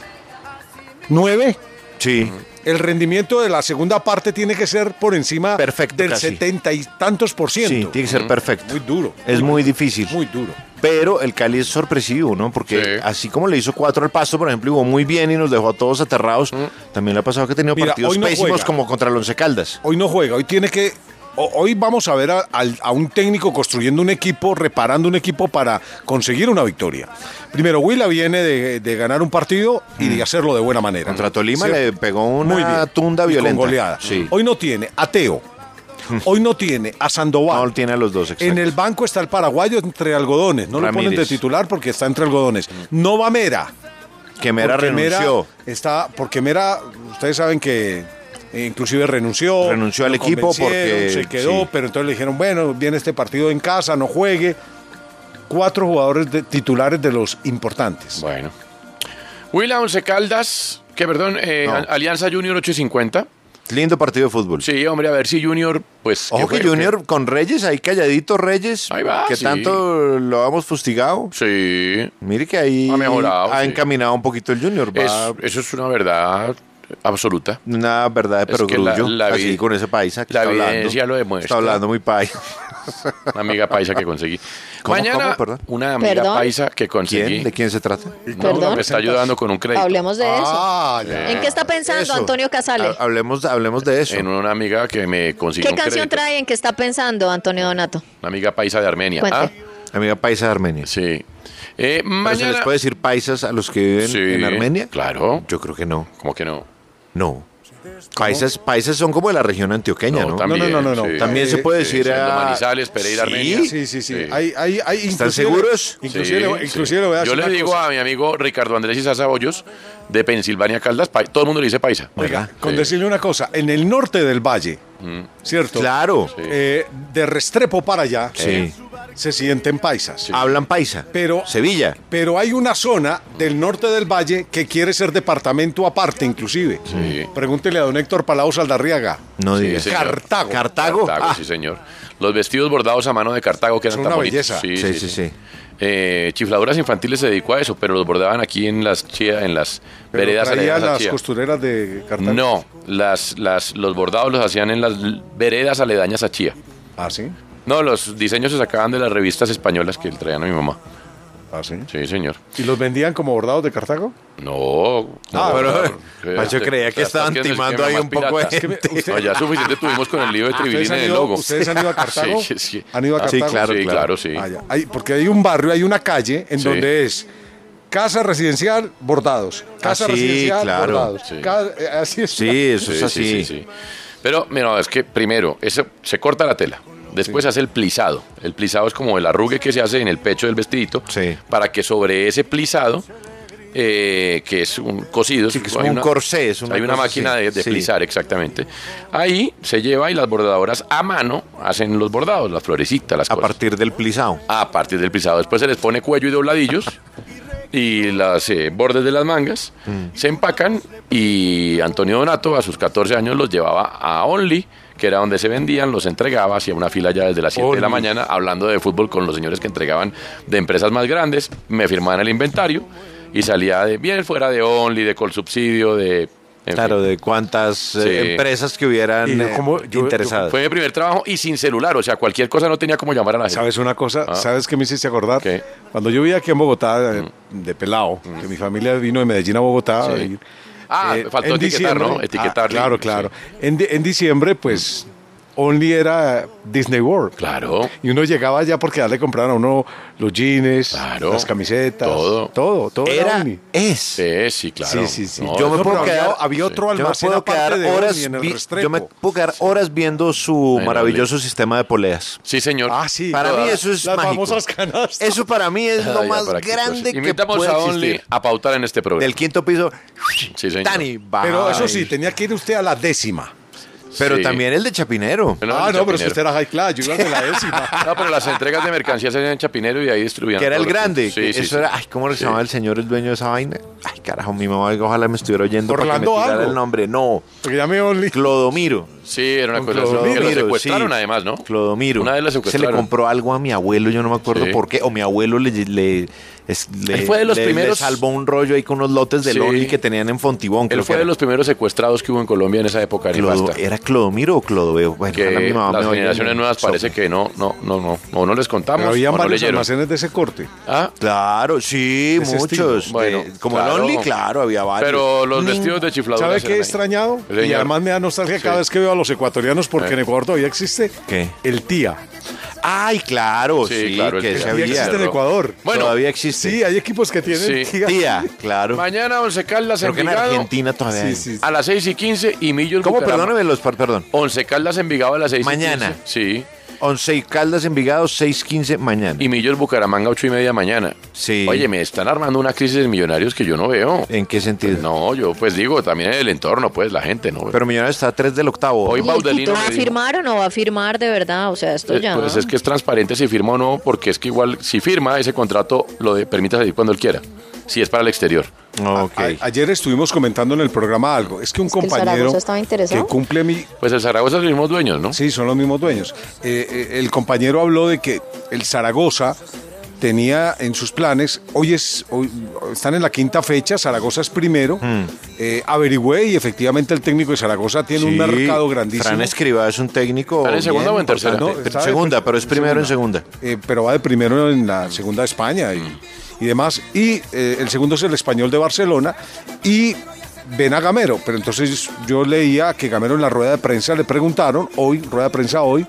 Speaker 11: 9.
Speaker 7: Ah, Sí.
Speaker 11: El rendimiento de la segunda parte tiene que ser por encima del
Speaker 7: casi.
Speaker 11: 70 y tantos por ciento.
Speaker 7: Sí, tiene que ser perfecto.
Speaker 11: Muy duro.
Speaker 7: Es muy difícil.
Speaker 11: Muy duro.
Speaker 7: Pero el Cali es sorpresivo, ¿no? Porque así como le hizo cuatro al paso, por ejemplo, y jugó muy bien y nos dejó a todos aterrados, también le ha pasado que ha tenido
Speaker 11: Mira,
Speaker 7: partidos
Speaker 11: hoy no
Speaker 7: pésimos
Speaker 11: juega.
Speaker 7: como contra el Once Caldas.
Speaker 11: Hoy no juega, hoy tiene que. ho- Hoy vamos a ver a, al- a un técnico construyendo un equipo, reparando un equipo para conseguir una victoria. Primero, Huila viene de, de ganar un partido y de hacerlo de buena manera.
Speaker 7: Mm. Contra Tolima
Speaker 11: ¿Cierto?
Speaker 7: le pegó
Speaker 11: Muy
Speaker 7: una
Speaker 11: bien.
Speaker 7: tunda
Speaker 11: Y con
Speaker 7: violenta.
Speaker 11: goleada.
Speaker 7: Sí.
Speaker 11: Hoy no tiene a
Speaker 7: [laughs]
Speaker 11: Teo. Hoy no tiene a Sandoval.
Speaker 7: No tiene a los dos, exacto.
Speaker 11: En el banco está el paraguayo entre algodones. No lo ponen de
Speaker 7: Ramírez. Mm.
Speaker 11: titular porque está entre algodones. No va Mera.
Speaker 7: Que Mera
Speaker 11: Porque
Speaker 7: renunció.
Speaker 11: está, porque Mera, ustedes saben que eh, inclusive renunció.
Speaker 7: Renunció al
Speaker 11: lo
Speaker 7: equipo
Speaker 11: convencieron,
Speaker 7: porque-
Speaker 11: Se quedó,
Speaker 7: sí.
Speaker 11: pero entonces le dijeron, bueno, viene este partido en casa, no juegue. Cuatro jugadores de- titulares de los importantes.
Speaker 6: Bueno. Huila Once Caldas, que perdón, eh,
Speaker 7: No.
Speaker 6: Al- Alianza Junior 8 y 50.
Speaker 7: Lindo partido de fútbol.
Speaker 6: Sí, hombre, a ver si Junior, pues...
Speaker 7: Ojo
Speaker 6: ¿qué
Speaker 7: que
Speaker 6: fue?
Speaker 7: Junior con Reyes, ahí calladito Reyes,
Speaker 6: Ahí va,
Speaker 7: que
Speaker 6: sí.
Speaker 7: tanto lo hemos fustigado.
Speaker 6: Sí.
Speaker 7: Mire que ahí
Speaker 6: Ha mejorado, sí.
Speaker 7: encaminado un poquito el Junior.
Speaker 6: Es-
Speaker 7: Va
Speaker 6: eso es una verdad absoluta.
Speaker 7: una verdad, pero
Speaker 6: que la-
Speaker 7: grullo,
Speaker 6: la
Speaker 7: así
Speaker 6: vi-
Speaker 7: con ese paisa que
Speaker 6: la
Speaker 7: está
Speaker 6: evidencia
Speaker 7: hablando.
Speaker 6: lo demuestra.
Speaker 7: Está hablando muy paisa.
Speaker 6: Una [laughs] amiga paisa que conseguí.
Speaker 7: ¿Cómo,
Speaker 6: Mañana,
Speaker 7: cómo? Perdón.
Speaker 6: una amiga
Speaker 10: ¿Perdón?
Speaker 6: paisa que conseguí.
Speaker 7: ¿De quién se trata?
Speaker 6: No, no, me está ayudando con un crédito.
Speaker 10: Hablemos de
Speaker 7: Ah,
Speaker 10: eso.
Speaker 6: ya. Ah,
Speaker 10: ¿En qué está pensando
Speaker 6: Eso.
Speaker 10: Antonio Casale?
Speaker 7: Hablemos, hablemos de eso.
Speaker 6: En una amiga que me consiguió
Speaker 10: ¿Qué
Speaker 6: un
Speaker 10: canción
Speaker 6: crédito.
Speaker 10: trae? ¿En qué está pensando Antonio Donato?
Speaker 6: Una amiga paisa de Armenia.
Speaker 10: Cuente.
Speaker 6: ¿Ah?
Speaker 7: Amiga paisa de Armenia.
Speaker 6: Sí. Eh,
Speaker 7: ¿Pero se les
Speaker 6: mañana...
Speaker 7: puede decir paisas a los que viven
Speaker 6: Sí,
Speaker 7: en Armenia?
Speaker 6: Claro.
Speaker 7: Yo creo que no.
Speaker 6: ¿Cómo que no?
Speaker 7: No. Paisas, paisas son como de la región antioqueña, ¿no?
Speaker 6: también,
Speaker 11: No, no, no, no, no. sí.
Speaker 7: También se puede
Speaker 6: Sí,
Speaker 7: decir
Speaker 6: siendo
Speaker 7: a...
Speaker 6: Manizales, Pereira,
Speaker 7: ¿Sí?
Speaker 6: Armenia.
Speaker 11: Sí, sí, sí.
Speaker 6: Sí.
Speaker 11: Hay, hay, hay,
Speaker 7: ¿Están
Speaker 11: inclusive-
Speaker 7: seguros?
Speaker 11: Inclusive,
Speaker 6: Sí,
Speaker 11: le- inclusive
Speaker 6: sí.
Speaker 11: le voy a decir
Speaker 6: Yo le
Speaker 11: una
Speaker 6: digo
Speaker 11: cosa.
Speaker 6: a mi amigo Ricardo Andrés Isaza Hoyos, de Pensilvania Caldas, pa- todo el mundo le dice paisa.
Speaker 11: Oiga, con
Speaker 6: Sí.
Speaker 11: decirle una cosa, en el norte del valle, ¿cierto?
Speaker 7: Mm. Claro.
Speaker 11: Eh, de Restrepo para allá,
Speaker 7: Sí.
Speaker 11: se sienten paisas.
Speaker 7: Hablan paisa.
Speaker 11: Pero,
Speaker 7: Sevilla.
Speaker 11: pero hay una zona del norte del valle que quiere ser departamento aparte, inclusive. Pregúntele a don Héctor Palau Saldarriaga.
Speaker 7: No
Speaker 6: Sí,
Speaker 7: digas.
Speaker 6: señor.
Speaker 11: Cartago.
Speaker 7: Cartago. Ah.
Speaker 6: sí, señor. Los vestidos bordados a mano de Cartago que eran
Speaker 11: Son
Speaker 6: tan
Speaker 11: una
Speaker 6: bonitos.
Speaker 11: belleza.
Speaker 6: Sí,
Speaker 7: Sí,
Speaker 6: sí,
Speaker 7: sí,
Speaker 6: sí. Eh, chifladuras infantiles se dedicó a eso, pero los bordaban aquí en las chía, en las
Speaker 11: Pero
Speaker 6: veredas
Speaker 11: traía
Speaker 6: aledañas a
Speaker 11: las
Speaker 6: Chía.
Speaker 11: costureras de Cartago.
Speaker 6: No, las, las, los bordados los hacían en las l- veredas aledañas a Chía.
Speaker 11: Ah, sí.
Speaker 6: No, los diseños se sacaban de las revistas españolas que le traían a mi mamá.
Speaker 11: ¿Ah, sí?
Speaker 6: Sí, señor.
Speaker 11: ¿Y los vendían como bordados de Cartago?
Speaker 6: No.
Speaker 11: Ah, [laughs]
Speaker 6: no,
Speaker 11: pero-
Speaker 6: que-
Speaker 11: Pacho
Speaker 6: te-
Speaker 11: creía que
Speaker 6: o sea,
Speaker 11: estaban
Speaker 6: estás
Speaker 11: timando
Speaker 6: haciendo el
Speaker 11: ahí
Speaker 6: esquema
Speaker 11: un
Speaker 6: más
Speaker 11: poco de
Speaker 6: pirata. Es que me-
Speaker 11: gente. Ah,
Speaker 6: usted- No, ya suficiente tuvimos con el lío de
Speaker 11: ¿Ustedes
Speaker 6: Tribilín
Speaker 11: han
Speaker 6: en el
Speaker 11: ido-
Speaker 6: logo.
Speaker 11: ustedes han ido a Cartago?
Speaker 6: [laughs] Sí, sí.
Speaker 11: ¿Han ido a
Speaker 6: Ah, Sí,
Speaker 11: Cartago?
Speaker 6: claro, sí, claro, sí.
Speaker 11: Ah, ya. Hay- porque hay un barrio, hay una calle en
Speaker 6: Sí.
Speaker 11: donde es casa residencial, bordados. Casa
Speaker 6: Ah, sí,
Speaker 11: residencial,
Speaker 6: claro.
Speaker 11: bordados.
Speaker 6: Sí.
Speaker 11: Ca- eh, así es.
Speaker 6: Sí, sí, sí, sí. Pero, mira, es que primero, eso, se corta la tela. Después se hace el plisado. El plisado es como el arrugue que se hace en el pecho del vestidito para que sobre ese plisado, eh, que es un cosido,
Speaker 7: Sí, que es como un corsé, es una
Speaker 6: hay una
Speaker 7: cosa
Speaker 6: máquina
Speaker 7: así,
Speaker 6: de, de
Speaker 7: sí.
Speaker 6: plisar, exactamente. Ahí se lleva y las bordadoras a mano hacen los bordados, las florecitas, las cosas. A partir del plisado. A partir del plisado. Después se les pone cuello y dobladillos y las eh, bordes de las mangas
Speaker 7: Mm.
Speaker 6: se empacan y Antonio Donato a sus 14 años los llevaba a Only, que era donde se vendían, los entregaba, hacía una fila ya desde las 7 de la
Speaker 7: Only.
Speaker 6: mañana hablando de fútbol con los señores que entregaban de empresas más grandes, me firmaban el inventario y salía de bien fuera de Only, de Colsubsidio, de...
Speaker 7: Claro, de cuántas eh,
Speaker 6: Sí.
Speaker 7: empresas que hubieran eh, interesadas.
Speaker 6: Fue mi primer trabajo y sin celular, o sea, cualquier cosa no tenía como llamar a la gente.
Speaker 11: ¿Sabes una cosa?
Speaker 6: Ah.
Speaker 11: ¿Sabes qué me hiciste acordar? Cuando yo vivía aquí en Bogotá, eh, de pelado, que mi familia vino de Medellín a Bogotá.
Speaker 6: Mm. Sí.
Speaker 11: y-
Speaker 6: Ah, faltó
Speaker 11: Eh, en
Speaker 6: etiquetar, ¿no?
Speaker 11: diciembre-
Speaker 6: Etiquetar.
Speaker 11: Ah, claro, claro. En, di- en diciembre, pues, Only era Disney World.
Speaker 6: Claro.
Speaker 11: Y uno llegaba allá porque ya le compraban a uno los jeans, las camisetas. Todo. Todo, todo era,
Speaker 7: Era-
Speaker 11: Only.
Speaker 7: Es.
Speaker 6: Sí, sí, claro.
Speaker 11: Sí, sí, sí.
Speaker 7: yo me
Speaker 11: No,
Speaker 7: puedo
Speaker 11: pero había-
Speaker 7: quedar,
Speaker 11: había otro
Speaker 7: yo me
Speaker 11: almacén
Speaker 7: puedo
Speaker 11: aparte
Speaker 7: quedar
Speaker 11: de
Speaker 7: horas
Speaker 11: Orly en el
Speaker 7: vi-
Speaker 11: Restrepo.
Speaker 7: Yo me puedo quedar horas viendo su
Speaker 6: Ay, no,
Speaker 7: maravilloso sistema de poleas.
Speaker 6: Sí, señor.
Speaker 11: Ah, sí.
Speaker 7: Para
Speaker 11: Todas
Speaker 7: mí eso es
Speaker 11: Las
Speaker 7: mágico.
Speaker 11: famosas canastas.
Speaker 7: Eso para mí es lo
Speaker 6: Ah, ya,
Speaker 7: más
Speaker 11: Pues
Speaker 6: para aquí,
Speaker 7: grande
Speaker 6: entonces.
Speaker 7: que
Speaker 6: Invitamos
Speaker 7: puede
Speaker 6: a Only
Speaker 7: existir.
Speaker 6: a pautar en este programa.
Speaker 7: Del quinto piso,
Speaker 6: Sí, señor.
Speaker 7: Tani, baja.
Speaker 11: Pero eso sí, tenía que ir usted a la décima.
Speaker 7: Pero
Speaker 6: Sí.
Speaker 7: también el de Chapinero.
Speaker 11: ah, no, pero es que usted era high class, yo iba de la
Speaker 6: [laughs]
Speaker 11: décima.
Speaker 6: No, pero las entregas de mercancías eran en Chapinero y ahí distribuían.
Speaker 7: Que era el
Speaker 6: todos los-
Speaker 7: grande.
Speaker 6: Sí,
Speaker 7: que
Speaker 6: sí,
Speaker 7: eso
Speaker 6: sí.
Speaker 7: era. Ay, ¿cómo se llamaba el señor, el dueño de esa vaina? Ay, carajo, mi mamá, ojalá me estuviera oyendo para que
Speaker 11: Orlando
Speaker 7: me tirara
Speaker 11: algo.
Speaker 7: el nombre. No.
Speaker 11: Porque ya me Only.
Speaker 7: Clodomiro.
Speaker 6: Sí, era una
Speaker 7: Don
Speaker 6: cosa así, que lo
Speaker 7: Clodomiro,
Speaker 6: secuestraron
Speaker 7: sí.
Speaker 6: además, ¿no?
Speaker 7: Clodomiro.
Speaker 6: Una vez lo
Speaker 7: Se le
Speaker 6: secuestraron.
Speaker 7: compró algo a mi abuelo, yo no me acuerdo
Speaker 6: Sí.
Speaker 7: por qué. O mi abuelo le, le, es- le-
Speaker 6: Él fue de los
Speaker 7: le- le
Speaker 6: primeros-
Speaker 7: salvó un rollo ahí con unos lotes de
Speaker 6: Sí.
Speaker 7: Lonely que tenían en Fontibón.
Speaker 6: Él
Speaker 7: creo
Speaker 6: fue
Speaker 7: que
Speaker 6: de
Speaker 7: era.
Speaker 6: los primeros secuestrados que hubo en Colombia en esa época
Speaker 7: Clodo-
Speaker 6: nefasta.
Speaker 7: ¿Era Clodomiro o Clodoveo? Bueno, ojalá mi
Speaker 6: Que
Speaker 7: mamá me
Speaker 6: las
Speaker 7: oiga en
Speaker 6: generaciones
Speaker 7: el
Speaker 6: nuevas parece que no, no, no, no, o no les contamos,
Speaker 11: Pero había
Speaker 6: o no
Speaker 11: varios
Speaker 6: leyeron.
Speaker 11: almacenes de ese corte.
Speaker 6: Ah,
Speaker 7: Claro, sí,
Speaker 11: Ese
Speaker 7: muchos.
Speaker 11: estilo. Bueno,
Speaker 7: Eh, como el
Speaker 11: claro.
Speaker 7: Only, claro, había varios.
Speaker 6: Pero los
Speaker 7: Ning-
Speaker 6: vestidos de chifladura.
Speaker 11: ¿Sabe
Speaker 6: eran
Speaker 11: qué he
Speaker 6: ahí.
Speaker 11: extrañado?
Speaker 6: Señor.
Speaker 11: Y además me da nostalgia cada
Speaker 6: Sí.
Speaker 11: vez que veo a los ecuatorianos porque
Speaker 6: Eh.
Speaker 11: en Ecuador todavía existe
Speaker 7: ¿Qué?
Speaker 11: el tía.
Speaker 7: Ay, claro,
Speaker 6: Sí,
Speaker 7: sí,
Speaker 6: claro, el
Speaker 7: que
Speaker 6: tía.
Speaker 7: se
Speaker 6: Tía
Speaker 7: había.
Speaker 11: existe en Ecuador.
Speaker 6: Bueno.
Speaker 7: todavía existe.
Speaker 11: Sí, hay equipos que [laughs] tienen
Speaker 6: Sí.
Speaker 11: tía.
Speaker 7: Tía, claro.
Speaker 6: Mañana Once Caldas
Speaker 7: Creo
Speaker 6: en
Speaker 7: que en Argentina todavía. hay.
Speaker 6: A las 6 y 15 y Millos
Speaker 7: ¿Cómo?
Speaker 6: Bucaramanga.
Speaker 7: Perdóname los par- perdón.
Speaker 6: Once Caldas Envigado a las 6
Speaker 7: Mañana.
Speaker 6: Sí.
Speaker 7: 11 y Caldas Envigado, 6.15 mañana.
Speaker 6: Y Millos Bucaramanga, 8 y media mañana.
Speaker 7: Sí.
Speaker 6: Oye, me están armando una crisis de millonarios que yo no veo.
Speaker 7: ¿En qué sentido?
Speaker 6: No, yo pues digo, también el entorno, pues la gente, ¿no?
Speaker 7: Pero Millonarios está a 3 del octavo.
Speaker 6: Hoy
Speaker 10: ¿Y el Tito
Speaker 6: Baudelino
Speaker 10: va a
Speaker 6: me dijo,
Speaker 10: firmar o no va a firmar de verdad? O sea, esto
Speaker 6: eh,
Speaker 10: ya.
Speaker 6: pues es que es transparente si firma o no, porque es que igual si firma ese contrato lo de, permite salir cuando él quiera, si es para el exterior. Ah,
Speaker 11: A- ayer estuvimos comentando en el programa algo. Es que un
Speaker 10: que el
Speaker 11: compañero
Speaker 10: Zaragoza estaba interesado.
Speaker 11: que cumple mi...
Speaker 6: Pues el Zaragoza es los mismos dueños, ¿no?
Speaker 11: Sí, son los mismos dueños. Eh, eh, el compañero habló de que el Zaragoza tenía en sus planes, hoy es, hoy- están en la quinta fecha, Zaragoza es primero.
Speaker 6: Mm.
Speaker 7: Mm.
Speaker 11: Eh, averigüé y efectivamente el técnico de Zaragoza Pues tiene un
Speaker 7: Sí,
Speaker 11: mercado grandísimo.
Speaker 7: Fran Escribá es un técnico.
Speaker 6: ¿Está en segunda
Speaker 7: bien
Speaker 6: o en tercera?
Speaker 7: importante.
Speaker 11: No, está de-
Speaker 7: segunda, pero es primero en segunda.
Speaker 11: Eh, pero va de primero en la segunda de España y,
Speaker 6: Mm.
Speaker 11: y demás. Y eh, el segundo es el español de Barcelona y ven a Gamero. Pero entonces yo leía que Gamero en la rueda de prensa le preguntaron, hoy, rueda de prensa hoy,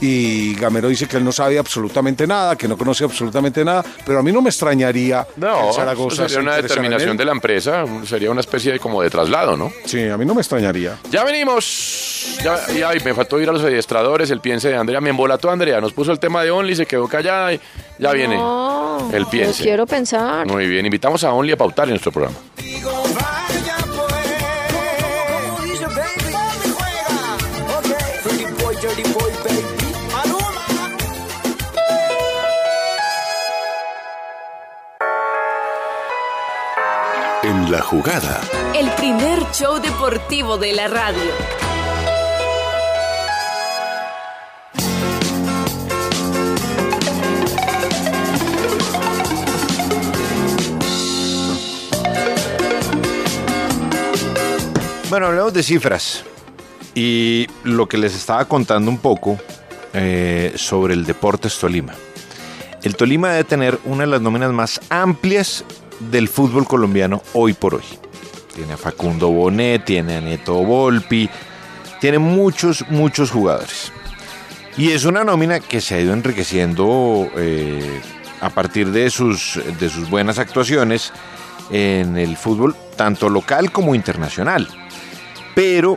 Speaker 11: y Gamero dice que él no sabe absolutamente nada, que no conoce absolutamente nada, pero a mí no me extrañaría que
Speaker 6: No,
Speaker 11: el Zaragoza
Speaker 6: eso sería ¿eh?
Speaker 11: se
Speaker 6: una
Speaker 11: interesara en
Speaker 6: determinación
Speaker 11: él.
Speaker 6: de la empresa, sería una especie de, como de traslado, ¿no?
Speaker 11: Sí, a mí no me extrañaría.
Speaker 6: Ya venimos. Ya, y ay, me faltó ir a los adiestradores, el piense de Andrea. Me embolató Andrea, nos puso el tema de Only, se quedó callada y ya viene.
Speaker 10: No,
Speaker 6: el piense.
Speaker 10: Yo quiero pensar.
Speaker 6: Muy bien, invitamos a Only a pautar en nuestro programa.
Speaker 16: En la jugada,
Speaker 2: El primer show deportivo de la radio.
Speaker 7: Bueno, hablemos de cifras. Y lo que les estaba contando un poco eh, sobre el Deportes Tolima. El Tolima debe tener una de las nóminas más amplias del fútbol colombiano hoy por hoy. Tiene a Facundo Bonet, tiene a Neto Volpi, tiene muchos, muchos jugadores. Y es una nómina que se ha ido enriqueciendo eh, a partir de sus, de sus buenas actuaciones en el fútbol, tanto local como internacional. Pero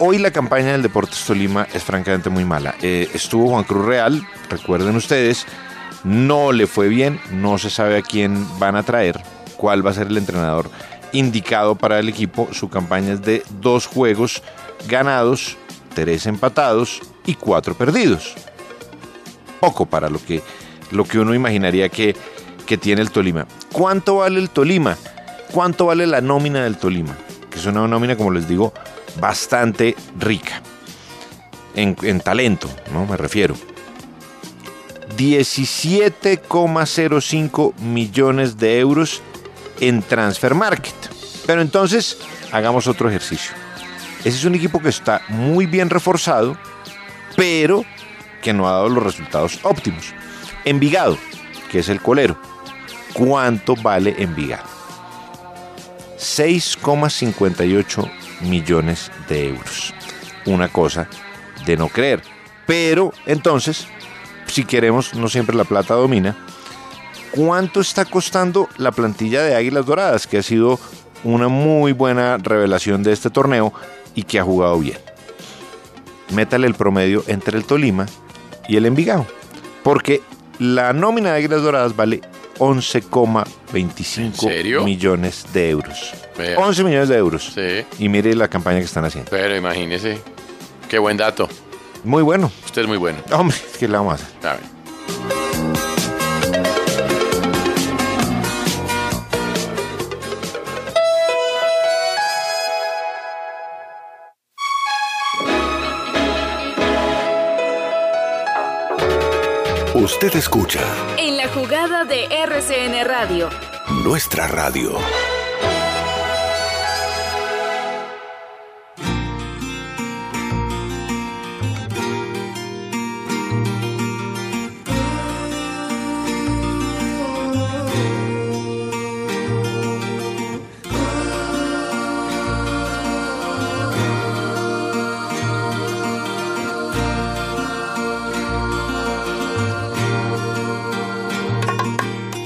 Speaker 7: hoy la campaña del Deportes Tolima es francamente muy mala. Eh, estuvo Juan Cruz Real, recuerden ustedes, no le fue bien, no se sabe a quién van a traer, cuál va a ser el entrenador indicado para el equipo. Su campaña es de dos juegos ganados, tres empatados y cuatro perdidos. Poco para lo que, lo que uno imaginaría que, que tiene el Tolima. ¿Cuánto vale el Tolima? ¿Cuánto vale la nómina del Tolima? Que es una nómina, como les digo, bastante rica. En, en talento, ¿no? Me refiero. 17,05 millones de euros en Transfer Market. Pero entonces, hagamos otro ejercicio. Ese es un equipo que está muy bien reforzado, pero que no ha dado los resultados óptimos. Envigado, que es el colero. ¿Cuánto vale Envigado? 6,58 millones de euros. Una cosa de no creer. Pero entonces, si queremos, no siempre la plata domina, cuánto está costando la plantilla de Águilas Doradas, que ha sido una muy buena revelación de este torneo y que ha jugado bien. Métale el promedio entre el Tolima y el Envigado, porque la nómina de Águilas Doradas vale 11,25 millones de euros.
Speaker 6: Vea.
Speaker 7: 11 millones de euros.
Speaker 6: Sí.
Speaker 7: Y mire la campaña que están haciendo.
Speaker 6: Pero imagínese. Qué buen dato.
Speaker 7: Muy bueno.
Speaker 6: Usted es muy bueno.
Speaker 7: Hombre, que la vamos a hacer?
Speaker 6: A ver.
Speaker 16: Usted escucha
Speaker 2: En la jugada de RCN Radio.
Speaker 16: nuestra radio.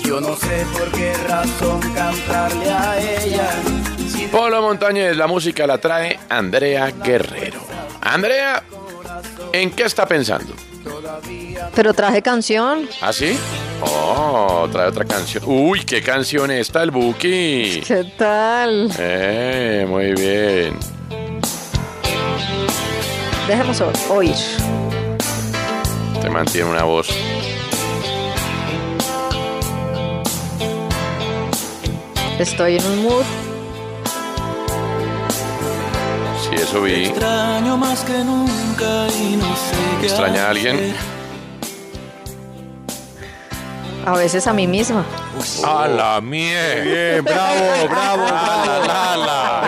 Speaker 15: Yo no sé por qué razón cantarle a ella.
Speaker 6: Polo Montañez, la música la trae Andrea Guerrero. Andrea, ¿en qué está pensando?
Speaker 10: Pero traje canción.
Speaker 6: ¿Ah, sí? Oh, trae otra canción. Uy, qué canción está el Buki.
Speaker 10: ¿Qué tal?
Speaker 6: Eh, muy bien.
Speaker 10: Dejemos o- oír.
Speaker 6: Te mantiene una voz.
Speaker 10: Estoy en un mood.
Speaker 6: Sí, eso vi.
Speaker 15: Extraño más que nunca y no sé qué
Speaker 6: ¿Extraña a alguien?
Speaker 10: A veces a mí misma.
Speaker 7: Oh.
Speaker 6: ¡A la Ah, mierda!
Speaker 11: Bien,
Speaker 6: [laughs]
Speaker 11: bravo, bravo, bravo. [laughs]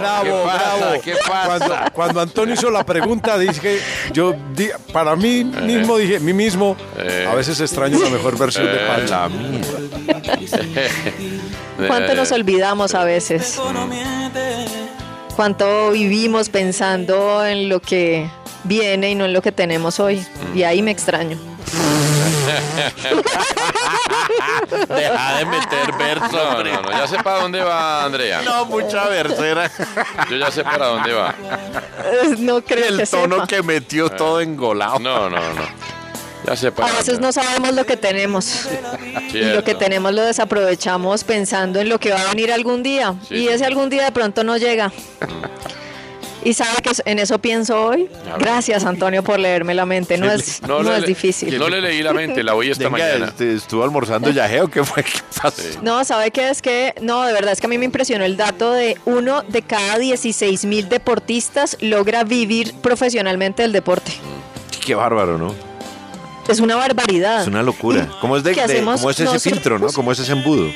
Speaker 11: Bravo, bravo.
Speaker 6: ¿Qué pasa?
Speaker 11: Cuando, cuando Antonio hizo la pregunta, dije, yo di- para mí mismo dije, mí mismo, a veces extraño la mejor versión de
Speaker 6: Eh,
Speaker 11: Pancho.
Speaker 6: la mierda.
Speaker 10: ¿Cuánto
Speaker 6: Eh,
Speaker 10: nos olvidamos a veces? ¿Cuánto vivimos pensando en lo que viene y no en lo que tenemos hoy?
Speaker 6: Mm.
Speaker 10: Y ahí
Speaker 6: [laughs]
Speaker 10: me extraño.
Speaker 6: [laughs] Deja de meter verso. No, no, no, ya sé para dónde va, Andrea.
Speaker 7: No, mucha versera.
Speaker 6: Yo ya sé para dónde va.
Speaker 10: No creo que sepa.
Speaker 6: que metió todo engolado. Eh. No, no, no. Ya sé para
Speaker 10: A veces
Speaker 6: dónde
Speaker 10: no sabemos lo que tenemos.
Speaker 6: va.
Speaker 10: Y lo que
Speaker 6: Cierto.
Speaker 10: tenemos lo desaprovechamos pensando en lo que va a venir algún día.
Speaker 6: Sí,
Speaker 10: y
Speaker 6: sí. Mm.
Speaker 10: ese algún día de pronto no llega. Y sabe que en eso pienso hoy.
Speaker 6: A ver.
Speaker 10: Gracias, Antonio, por leerme la mente. No es, no
Speaker 6: le-
Speaker 10: es difícil.
Speaker 6: No le leí la mente, la oí esta
Speaker 7: Venga,
Speaker 6: mañana.
Speaker 7: este, ¿Estuvo almorzando yajeo? ¿Qué fue? ¿Qué pasó?
Speaker 10: No, ¿sabe qué? Es que, no, de verdad es que a mí me impresionó el dato de uno de cada 16 mil deportistas logra vivir profesionalmente del deporte.
Speaker 7: Qué bárbaro, ¿no?
Speaker 10: Es una barbaridad.
Speaker 7: Es una locura. ¿Cómo es, de,
Speaker 10: ¿Qué
Speaker 7: de-
Speaker 10: hacemos
Speaker 7: cómo es ese
Speaker 10: nosotros?
Speaker 7: filtro, no? ¿Cómo es ese embudo?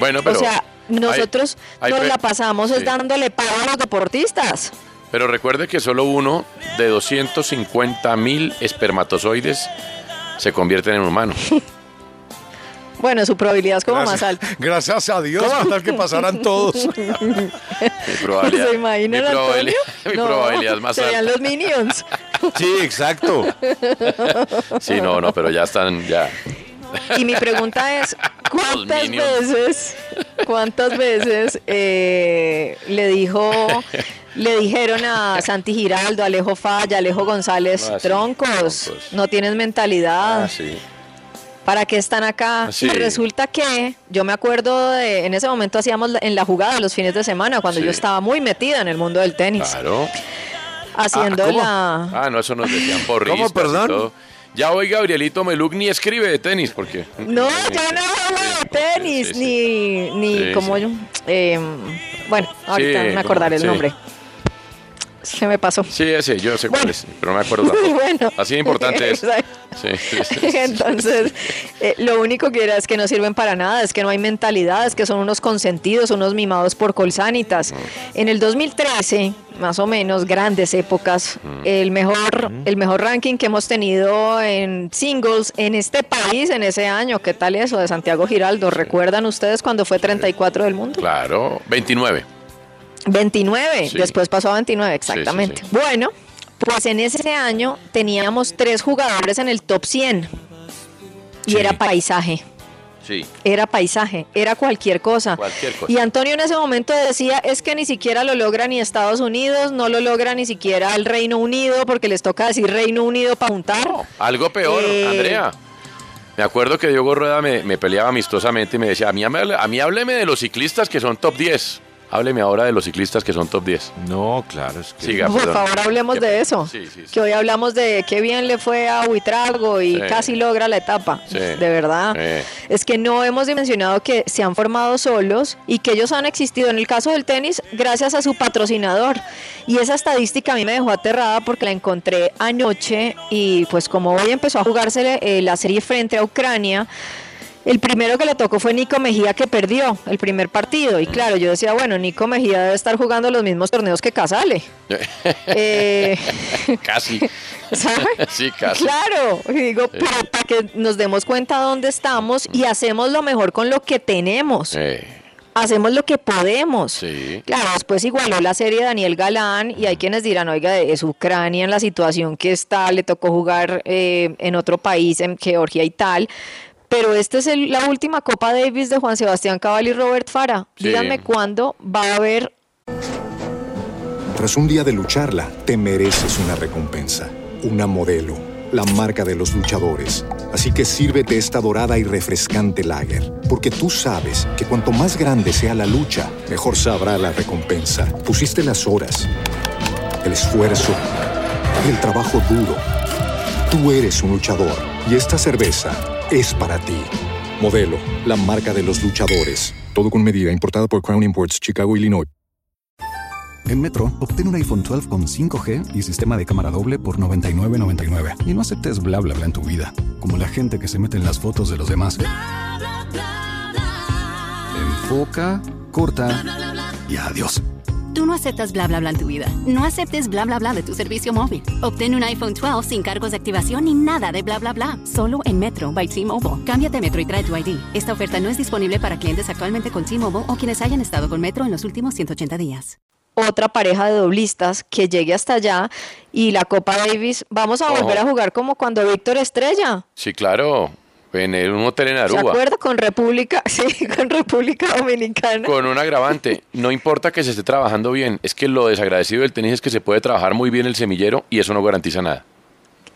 Speaker 6: Bueno,
Speaker 10: o sea, nosotros
Speaker 6: hay
Speaker 10: nos
Speaker 6: pe-
Speaker 10: la pasamos es
Speaker 6: sí.
Speaker 10: dándole pago a los deportistas.
Speaker 6: Pero recuerde que solo uno de 250 mil espermatozoides se convierten en
Speaker 10: [laughs]
Speaker 6: humanos.
Speaker 10: Bueno, su probabilidad es como más alta.
Speaker 11: [laughs] Gracias a [laughs] Dios, tal que
Speaker 10: [laughs]
Speaker 11: pasaran todos.
Speaker 6: Mi probabilidad,
Speaker 10: ¿Se imaginan,
Speaker 6: mi probabilidad- [laughs]
Speaker 10: Antonio?
Speaker 6: mi probabilidad es más
Speaker 10: Serían
Speaker 6: alta. [laughs]
Speaker 10: los Minions.
Speaker 6: Sí, exacto. Sí, no, no, pero ya están, ya.
Speaker 10: Y mi pregunta es, ¿cuántas
Speaker 6: Minions.
Speaker 10: veces, cuántas veces eh, le dijo, le dijeron a Santi Giraldo, Alejo Falla, Alejo González,
Speaker 6: Ah, sí,
Speaker 10: troncos,
Speaker 6: troncos.
Speaker 10: no tienes mentalidad,
Speaker 6: Ah, sí. Ah,
Speaker 10: ¿para qué están acá?
Speaker 6: Sí.
Speaker 10: Y resulta que yo me acuerdo de, en ese momento hacíamos la- en la jugada los fines de semana cuando
Speaker 6: Sí.
Speaker 10: yo estaba muy metida en el mundo del tenis,
Speaker 6: Claro. Ah,
Speaker 10: haciendo
Speaker 6: ¿cómo?
Speaker 10: la
Speaker 6: Ah, no, eso nos decían por
Speaker 7: ¿Cómo, perdón?
Speaker 6: Ya hoy Gabrielito Meluk ni escribe de tenis, porque.
Speaker 10: No, ya no hablo de tenis, ni, ni
Speaker 6: Sí,
Speaker 10: como
Speaker 6: sí.
Speaker 10: yo. eh, bueno, ahorita
Speaker 6: Sí,
Speaker 10: me acordaré el
Speaker 6: sí.
Speaker 10: nombre. Se me pasó.
Speaker 6: Sí, ese, yo sé cuál es, pero no me
Speaker 10: [laughs]
Speaker 6: acuerdo tampoco.
Speaker 10: Bueno.
Speaker 6: Así de importante es.
Speaker 10: [laughs] Exacto.
Speaker 6: Sí, sí,
Speaker 10: [laughs]
Speaker 6: sí.
Speaker 10: Entonces, eh, lo único que era es que no sirven para nada, es que no hay mentalidad, es que son unos consentidos, unos mimados por colsanitas. En el 2013, más o menos, grandes épocas, el mejor, el mejor ranking que hemos tenido en singles en este país en ese año, ¿qué tal eso? De Santiago Giraldo, ¿recuerdan ustedes cuando fue 34 del mundo?
Speaker 6: Claro, 29.
Speaker 10: 29,
Speaker 6: Sí.
Speaker 10: después pasó a 29, exactamente. Bueno, pues en ese año teníamos tres jugadores en el top 100 y era paisaje.
Speaker 6: Sí.
Speaker 10: Era paisaje, era cualquier cosa.
Speaker 6: Cualquier cosa.
Speaker 10: Y Antonio en ese momento decía, es que ni siquiera lo logra ni Estados Unidos, no lo logra ni siquiera el Reino Unido, porque les toca decir Reino Unido para juntar.
Speaker 6: Algo peor,
Speaker 10: Eh.
Speaker 6: Andrea. Me acuerdo que Diego Rueda me, me peleaba amistosamente y me decía, a mí, hable- a mí hábleme de los ciclistas que son top 10. Hábleme ahora de los ciclistas que son top 10. No, claro, es que... Siga,
Speaker 10: Por
Speaker 6: perdón.
Speaker 10: favor, hablemos de eso. Que hoy hablamos de qué bien le fue a Huitrago y
Speaker 6: Sí.
Speaker 10: casi logra la etapa.
Speaker 6: Sí.
Speaker 10: De verdad.
Speaker 6: Eh.
Speaker 10: Es que no hemos dimensionado que se han formado solos y que ellos han existido en el caso del tenis gracias a su patrocinador. Y esa estadística a mí me dejó aterrada porque la encontré anoche y pues como hoy empezó a jugarse eh, la serie frente a Ucrania. El primero que le tocó fue Nico Mejía que perdió el primer partido. Y claro, yo decía, bueno, Nico Mejía debe estar jugando los mismos torneos que Casale. Eh,
Speaker 6: [laughs] casi.
Speaker 10: [laughs] ¿sabe?
Speaker 6: [laughs] Sí, casi.
Speaker 10: Claro, y digo,
Speaker 6: Sí.
Speaker 10: pero para que nos demos cuenta dónde estamos y hacemos lo mejor con lo que tenemos. Hacemos lo que podemos. Claro, después igualó la serie Daniel Galán y hay
Speaker 6: Mm.
Speaker 10: quienes dirán, oiga, es Ucrania en la situación que está, le tocó jugar eh, en otro país, en Georgia y tal. Pero esta es el- la última Copa Davis de Juan Sebastián Cabal y Robert Fara.
Speaker 1: Sí.
Speaker 10: Díganme cuándo va a haber
Speaker 1: Tras un día de lucharla, te mereces una recompensa, una modelo, la marca de los luchadores. Así que sírvete esta dorada y refrescante lager, porque tú sabes que cuanto más grande sea la lucha, mejor sabrá la recompensa. Pusiste las horas, el esfuerzo, el trabajo duro. Tú eres un luchador y esta cerveza es para ti. Modelo, la marca de los luchadores.
Speaker 19: Todo con medida, importada por Crown Imports, Chicago, Illinois.
Speaker 11: En Metro, obtén un iPhone 12 con 5G y sistema de cámara doble por 99.99.
Speaker 19: Y no aceptes bla bla bla en tu vida, como la gente que se mete en las fotos de los demás.
Speaker 11: Enfoca, corta y adiós.
Speaker 14: Tú no aceptas bla bla bla en tu vida. No aceptes bla bla bla de tu servicio móvil. Obtén un iPhone 12 sin cargos de activación ni nada de bla bla bla. Solo en Metro by T-Mobile. Cámbiate a Metro y trae tu ID. Esta oferta no es disponible para clientes actualmente con T-Mobile o quienes hayan estado con Metro en los últimos 180 días.
Speaker 10: otra pareja de doblistas que llegue hasta allá y la Copa Davis, vamos a
Speaker 6: Ojo.
Speaker 10: volver a jugar como cuando Víctor Estrella.
Speaker 6: Sí, claro. En el- un hotel en
Speaker 10: ¿Se
Speaker 6: Aruba.
Speaker 10: acuerda con República, [laughs] sí, con República Dominicana?
Speaker 6: Con un agravante, no importa que se esté trabajando bien, es que lo desagradecido del tenis es que se puede trabajar muy bien el semillero y eso no garantiza nada.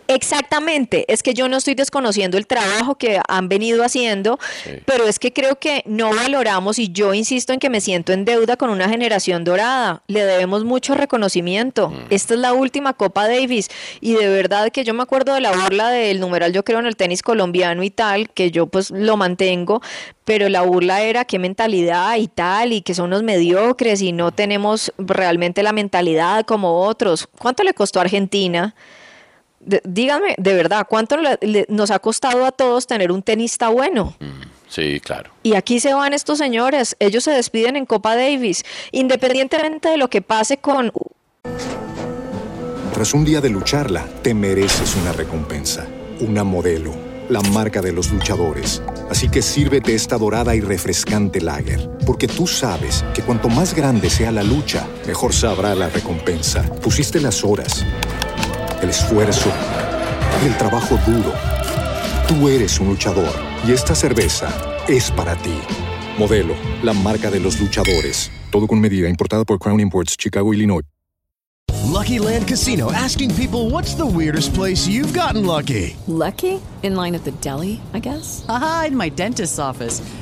Speaker 10: Exactamente, es que yo no estoy desconociendo el trabajo que han venido haciendo, pero es que creo que no valoramos y yo insisto en que me siento en deuda con una generación dorada, le debemos mucho reconocimiento. Esta es la última Copa Davis y de verdad que yo me acuerdo de la burla del numeral, yo creo en el tenis colombiano y tal, que yo pues lo mantengo, pero la burla era qué mentalidad y tal, y que son unos mediocres y no tenemos realmente la mentalidad como otros. ¿Cuánto le costó a Argentina? De- dígame, de verdad, ¿cuánto le- le- nos ha costado a todos tener un tenista bueno?
Speaker 6: Sí, claro.
Speaker 10: Y aquí se van estos señores, ellos se despiden en Copa Davis, independientemente de lo que pase con...
Speaker 1: Tras un día de lucharla, te mereces una recompensa, una modelo, la marca de los luchadores. Así que sírvete esta dorada y refrescante lager, porque tú sabes que cuanto más grande sea la lucha, mejor sabrá la recompensa. Pusiste las horas, el esfuerzo, el trabajo duro. Tú eres un luchador y esta cerveza es para ti. Modelo, la marca de los luchadores. Todo con medida, importada por Crown Imports, Chicago, Illinois.
Speaker 18: Lucky Land Casino asking people what's the weirdest place you've gotten lucky?
Speaker 20: Lucky? In line at the deli, I guess?
Speaker 21: Aha, in my dentist's office.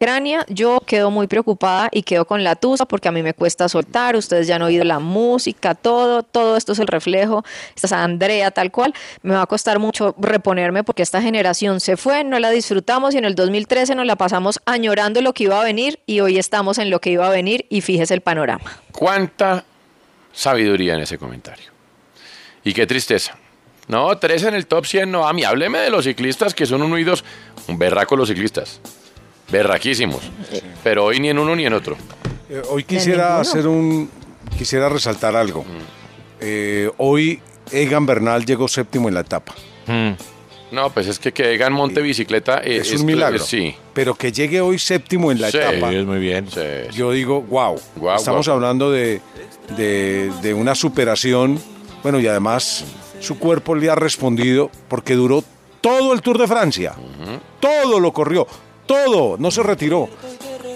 Speaker 10: Ucrania, yo quedo muy preocupada y quedo con la tusa porque a mí me cuesta soltar, ustedes ya han oído la música, todo, todo esto es el reflejo, esta es Andrea tal cual, me va a costar mucho reponerme porque esta generación se fue, no la disfrutamos y en el 2013 nos la pasamos añorando lo que iba a venir y hoy estamos en lo que iba a venir y fíjese el panorama.
Speaker 6: Cuánta sabiduría en ese comentario. Y qué tristeza. No, tres en el top 100, no, a mí hábleme de los ciclistas que son uno y dos. Un berraco los ciclistas. Berraquísimos. Pero hoy ni en uno ni en otro.
Speaker 11: Eh, hoy quisiera hacer un. Quisiera resaltar algo.
Speaker 6: Mm.
Speaker 11: Eh, hoy Egan Bernal llegó séptimo en la etapa.
Speaker 6: No, pues es que que Egan monte bicicleta eh,
Speaker 11: Mm. Es, un milagro.
Speaker 6: Sí.
Speaker 11: Pero que llegue hoy séptimo en la
Speaker 6: Sí,
Speaker 11: etapa.
Speaker 6: es
Speaker 7: muy bien.
Speaker 11: Yo digo, wow.
Speaker 6: Guau,
Speaker 11: estamos
Speaker 6: guau.
Speaker 11: hablando de, de- de una superación. Bueno, y además su cuerpo le ha respondido porque duró todo el Tour de Francia. Todo lo corrió. Todo. No se retiró.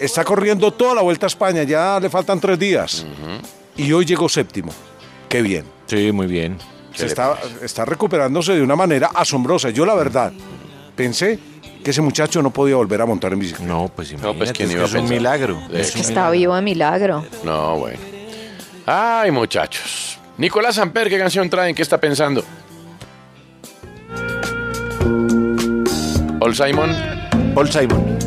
Speaker 11: Está corriendo toda la Vuelta a España. Ya le faltan tres días.
Speaker 6: Mm,
Speaker 11: Y hoy llegó séptimo. Qué bien.
Speaker 7: Sí, muy bien.
Speaker 11: Se está, está recuperándose de una manera asombrosa. Yo, la verdad, pensé que ese muchacho no podía volver a montar en bicicleta.
Speaker 7: No, pues
Speaker 6: No, pues
Speaker 7: Imagínate,
Speaker 6: quién
Speaker 7: es
Speaker 6: iba a
Speaker 7: que es un
Speaker 6: pensar?
Speaker 7: milagro.
Speaker 6: De
Speaker 10: Es que
Speaker 6: hecho.
Speaker 10: está vivo de milagro.
Speaker 6: No, bueno. Ay, muchachos. Nicolás Samper, ¿qué canción traen? ¿Qué está pensando? Paul Simon.
Speaker 7: Paul Simon.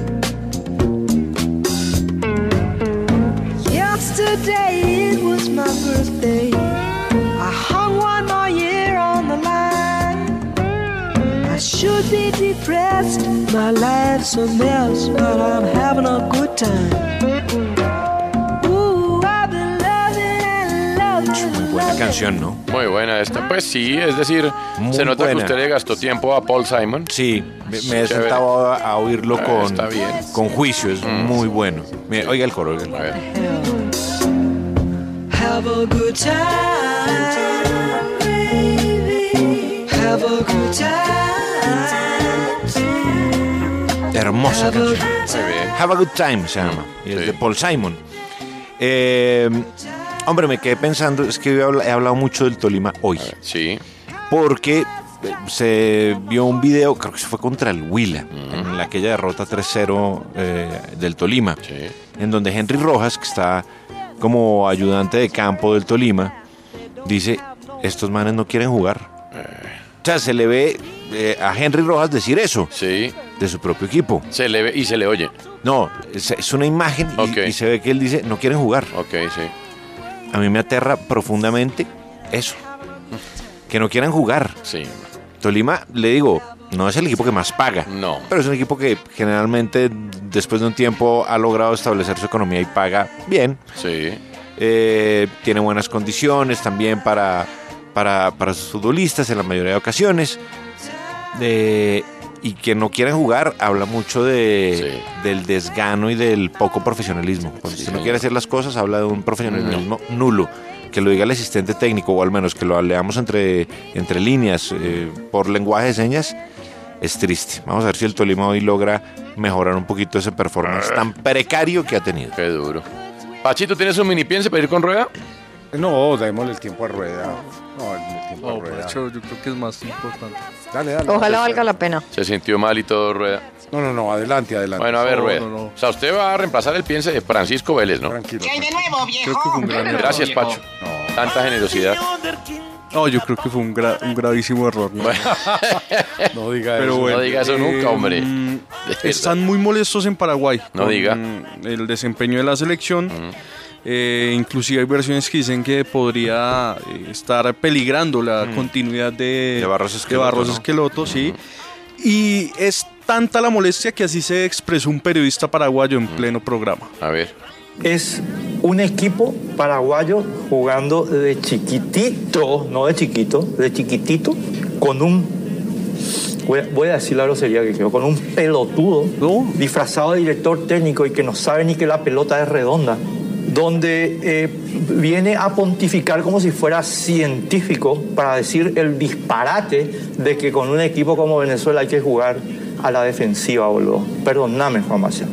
Speaker 17: Yesterday it was my birthday. I hung one more year on the line. I should be depressed. My life's a mess, but I'm having a good time. Ooh, I've been loving and loving.
Speaker 7: Buena canción, ¿no?
Speaker 6: Muy buena esta. Pues sí, es decir, se nota
Speaker 7: buena.
Speaker 6: que usted le gastó tiempo a Paul Simon.
Speaker 7: Sí, me, me he
Speaker 6: Chévere.
Speaker 7: sentado a, a oírlo
Speaker 6: Ah,
Speaker 7: con,
Speaker 6: está bien. Mm.
Speaker 7: con juicio, es muy bueno. Mire, oiga el coro, oiga el coro.
Speaker 17: Have a good time, baby. Have a good time.
Speaker 7: Hermosa canción. Have a Good Time se llama. Y es de Paul Simon. Eh, hombre, me quedé pensando, es que he habla- he hablado mucho del Tolima hoy.
Speaker 6: Sí.
Speaker 7: Porque eh, se vio un video, creo que se fue contra el Huila, en la- aquella derrota 3-0 eh, del Tolima. En donde Henry Rojas, que está como ayudante de campo del Tolima, dice, estos manes no quieren jugar. O sea, se le ve eh, a Henry Rojas decir eso.
Speaker 6: Sí.
Speaker 7: De su propio equipo.
Speaker 6: Se le ve y se le oye.
Speaker 7: No, es, es una imagen y, y se ve que él dice, no quieren jugar.
Speaker 6: Ok, sí.
Speaker 7: A mí me aterra profundamente eso. Que no quieran jugar.
Speaker 6: Sí.
Speaker 7: Tolima, le digo, no es el equipo que más paga.
Speaker 6: No.
Speaker 7: Pero es un equipo que generalmente después de un tiempo ha logrado establecer su economía y paga bien.
Speaker 6: Sí.
Speaker 7: Eh, tiene buenas condiciones también para, para, para sus futbolistas en la mayoría de ocasiones. Eh, y que no quieran jugar habla mucho de, del desgano y del poco profesionalismo. Cuando si no
Speaker 6: señor.
Speaker 7: quiere hacer las cosas, habla de un profesionalismo nulo. Que lo diga el asistente técnico, o al menos que lo leamos entre, entre líneas eh, por lenguaje de señas, es triste. Vamos a ver si el Tolima hoy logra mejorar un poquito ese performance tan precario que ha tenido.
Speaker 6: Ah. Qué duro. Pachito, ¿tienes un mini piense para ir con rueda?
Speaker 11: No, démosle el tiempo a rueda. No, el tiempo a
Speaker 22: No,
Speaker 6: pues,
Speaker 11: rueda.
Speaker 22: Pacho, yo creo que es más importante.
Speaker 11: Dale, dale.
Speaker 10: Ojalá valga la pena.
Speaker 6: Se sintió mal y todo, rueda.
Speaker 11: No, no, no, adelante, adelante.
Speaker 6: Bueno, a ver,
Speaker 11: No,
Speaker 6: rueda.
Speaker 11: no, no.
Speaker 6: O sea, usted va a reemplazar el piense de Francisco Vélez, ¿no? Tranquilo.
Speaker 22: ¿Qué hay de nuevo, viejo? Creo que fue un gran error.
Speaker 6: Gracias, Pacho. Tanta generosidad.
Speaker 22: No, yo creo que fue un, gra- un gravísimo error. No,
Speaker 11: No diga
Speaker 22: Pero
Speaker 6: eso.
Speaker 22: bueno,
Speaker 6: no diga eso nunca,
Speaker 22: eh,
Speaker 6: hombre.
Speaker 22: mm,
Speaker 6: De verdad.
Speaker 22: Están muy molestos en Paraguay.
Speaker 6: No
Speaker 22: con
Speaker 6: diga.
Speaker 22: El desempeño de la selección. Eh, inclusive hay versiones que dicen que podría eh, estar peligrando la
Speaker 7: Mm.
Speaker 22: continuidad de,
Speaker 7: De Barros Esqueloto,
Speaker 22: Barros
Speaker 7: ¿no?
Speaker 22: Esqueloto, sí. Y es tanta la molestia que así se expresó un periodista paraguayo en pleno programa.
Speaker 6: A ver.
Speaker 23: es un equipo paraguayo jugando de chiquitito, no de chiquito, de chiquitito, con un. Voy a, voy a decir la grosería que quiero, con un pelotudo disfrazado de director técnico y que no sabe ni que la pelota es redonda, donde eh, viene a pontificar como si fuera científico para decir el disparate de que con un equipo como Venezuela hay que jugar a la defensiva, boludo. Perdóname, Juan Maciel.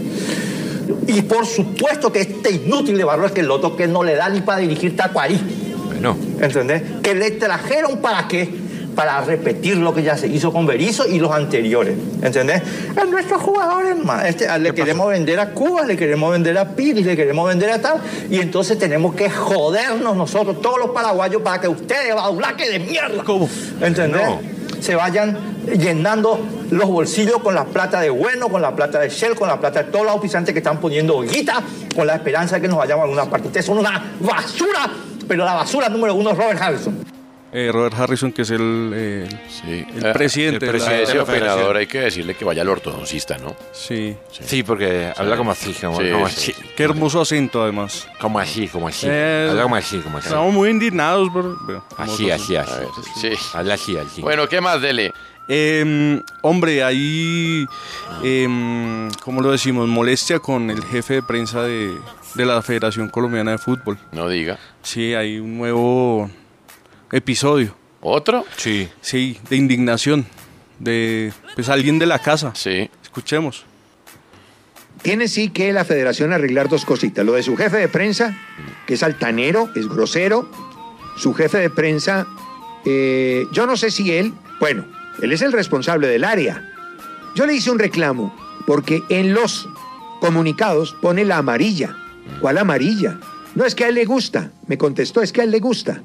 Speaker 23: Y por supuesto que este inútil de Barro Esqueloto que no le da ni para dirigir Tacuarí. Bueno. ¿Entendés? Que le trajeron para qué? Para repetir lo que ya se hizo con Berizzo y los anteriores. ¿Entendés? A nuestros jugadores más. Este, le queremos vender a Cuba, le queremos vender a Piri, le queremos vender a tal. Y entonces tenemos que jodernos nosotros, todos los paraguayos, para que ustedes, badulaques de mierda. ¿Cómo? ¿Entendés? Se vayan llenando los bolsillos con la plata de Bueno, con la plata de Shell, con la plata de todos los auspiciantes que están poniendo guita, con la esperanza de que nos vayamos a alguna parte. Ustedes son una basura, pero la basura número uno es Robert Harrison.
Speaker 22: Eh, Robert Harrison, que es el, eh, el
Speaker 6: Ah,
Speaker 22: presidente.
Speaker 6: El
Speaker 22: de la- de
Speaker 6: presidente
Speaker 22: la federación.
Speaker 6: opinador, hay que decirle que vaya al ortodoncista, ¿no?
Speaker 22: Sí.
Speaker 6: Sí,
Speaker 7: porque habla como así, como,
Speaker 6: Sí,
Speaker 7: como
Speaker 6: sí.
Speaker 7: así.
Speaker 22: Qué hermoso acento, además.
Speaker 7: Como así, como así.
Speaker 22: Eh,
Speaker 7: habla como así, como así.
Speaker 22: Estamos muy indignados, bro. Bueno,
Speaker 7: Así,
Speaker 22: nosotros-
Speaker 7: así, así. Habla así, así.
Speaker 6: Bueno, ¿qué más, Dele?
Speaker 22: Em, hombre, ahí, em, ¿cómo lo decimos? Molestia con el jefe de prensa de, de la Federación Colombiana de Fútbol.
Speaker 6: No diga.
Speaker 22: Sí, hay un nuevo episodio.
Speaker 6: ¿Otro?
Speaker 22: Sí. Sí, de indignación. De pues alguien de la casa.
Speaker 6: Sí.
Speaker 22: Escuchemos.
Speaker 24: Tiene sí que la federación arreglar dos cositas. Lo de su jefe de prensa, que es altanero, es grosero. Su jefe de prensa, eh, yo no sé si él, bueno, él es el responsable del área. Yo le hice un reclamo porque en los comunicados pone la amarilla. ¿Cuál amarilla? No es que a él le gusta. Me contestó, es que a él le gusta.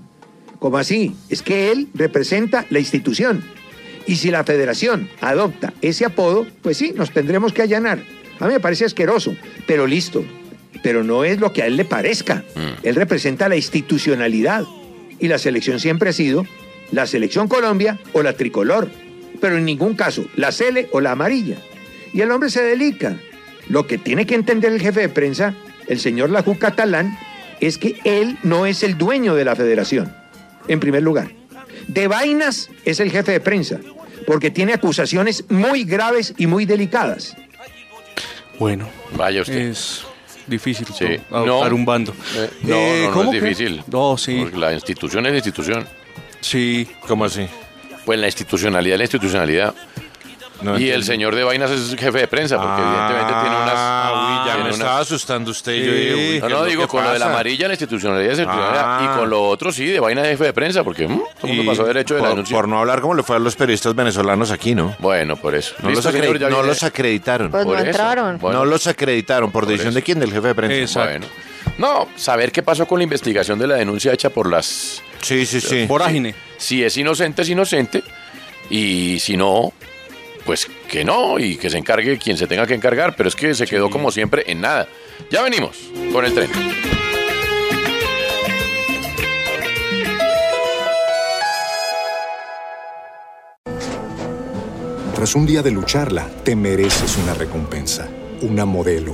Speaker 24: ¿Cómo así? Es que él representa la institución. Y si la federación adopta ese apodo, pues sí, nos tendremos que allanar. A mí me parece asqueroso, pero listo. Pero no es lo que a él le parezca.
Speaker 6: Mm.
Speaker 24: Él representa la institucionalidad. Y la selección siempre ha sido la selección Colombia o la tricolor. Pero en ningún caso la cele o la amarilla. Y el hombre se delica. Lo que tiene que entender el jefe de prensa, el señor Lajú Catalán, es que él no es el dueño de la federación. En primer lugar. De vainas es el jefe de prensa, porque tiene acusaciones muy graves y muy delicadas.
Speaker 22: Bueno.
Speaker 6: Vaya usted.
Speaker 22: Es difícil
Speaker 6: Sí.
Speaker 22: to- adoptar
Speaker 6: No.
Speaker 22: un bando.
Speaker 6: Eh, no,
Speaker 22: Eh,
Speaker 6: no, no,
Speaker 22: ¿cómo
Speaker 6: es
Speaker 22: que?
Speaker 6: difícil.
Speaker 22: No, sí.
Speaker 6: Porque la institución es institución.
Speaker 22: Sí.
Speaker 6: ¿Cómo así? Pues la institucionalidad es la institucionalidad. y
Speaker 7: entiendo.
Speaker 6: el señor de vainas es jefe de prensa, porque evidentemente tiene unas.
Speaker 7: Ah, uy, ya
Speaker 6: tiene
Speaker 7: me
Speaker 6: unas-
Speaker 7: estaba asustando usted.
Speaker 6: Sí.
Speaker 7: Yo dije, uy,
Speaker 6: no,
Speaker 7: ¿qué
Speaker 6: no,
Speaker 7: es lo
Speaker 6: digo,
Speaker 7: que
Speaker 6: con lo de la
Speaker 7: pasa?
Speaker 6: amarilla, la institucionalidad es institucionalidad.
Speaker 7: Ah.
Speaker 6: Y con lo otro sí, de vaina de jefe de prensa, porque mm, todo el mundo
Speaker 7: Y
Speaker 6: pasó derecho de la
Speaker 7: por,
Speaker 6: denuncia.
Speaker 7: por no hablar como le fue a los periodistas venezolanos aquí, ¿no?
Speaker 6: Bueno, por eso.
Speaker 7: No,
Speaker 6: Listo,
Speaker 7: los, acre-
Speaker 6: señor, ya
Speaker 7: no
Speaker 6: viene.
Speaker 7: los acreditaron.
Speaker 6: Pues no Por eso. entraron. Bueno.
Speaker 7: No los acreditaron. ¿Por, decisión de quién? Del jefe de prensa.
Speaker 6: Bueno. No, saber qué pasó con la investigación de la denuncia hecha por las. eh,
Speaker 7: Sí, sí, sí.
Speaker 22: Vorágine.
Speaker 6: Si es inocente, es inocente. Y si no, pues que no. Y que se encargue quien se tenga que encargar. Pero es que se quedó como siempre en nada. Ya venimos con el tren.
Speaker 1: Tras un día de lucharla,
Speaker 19: te mereces una recompensa, una modelo,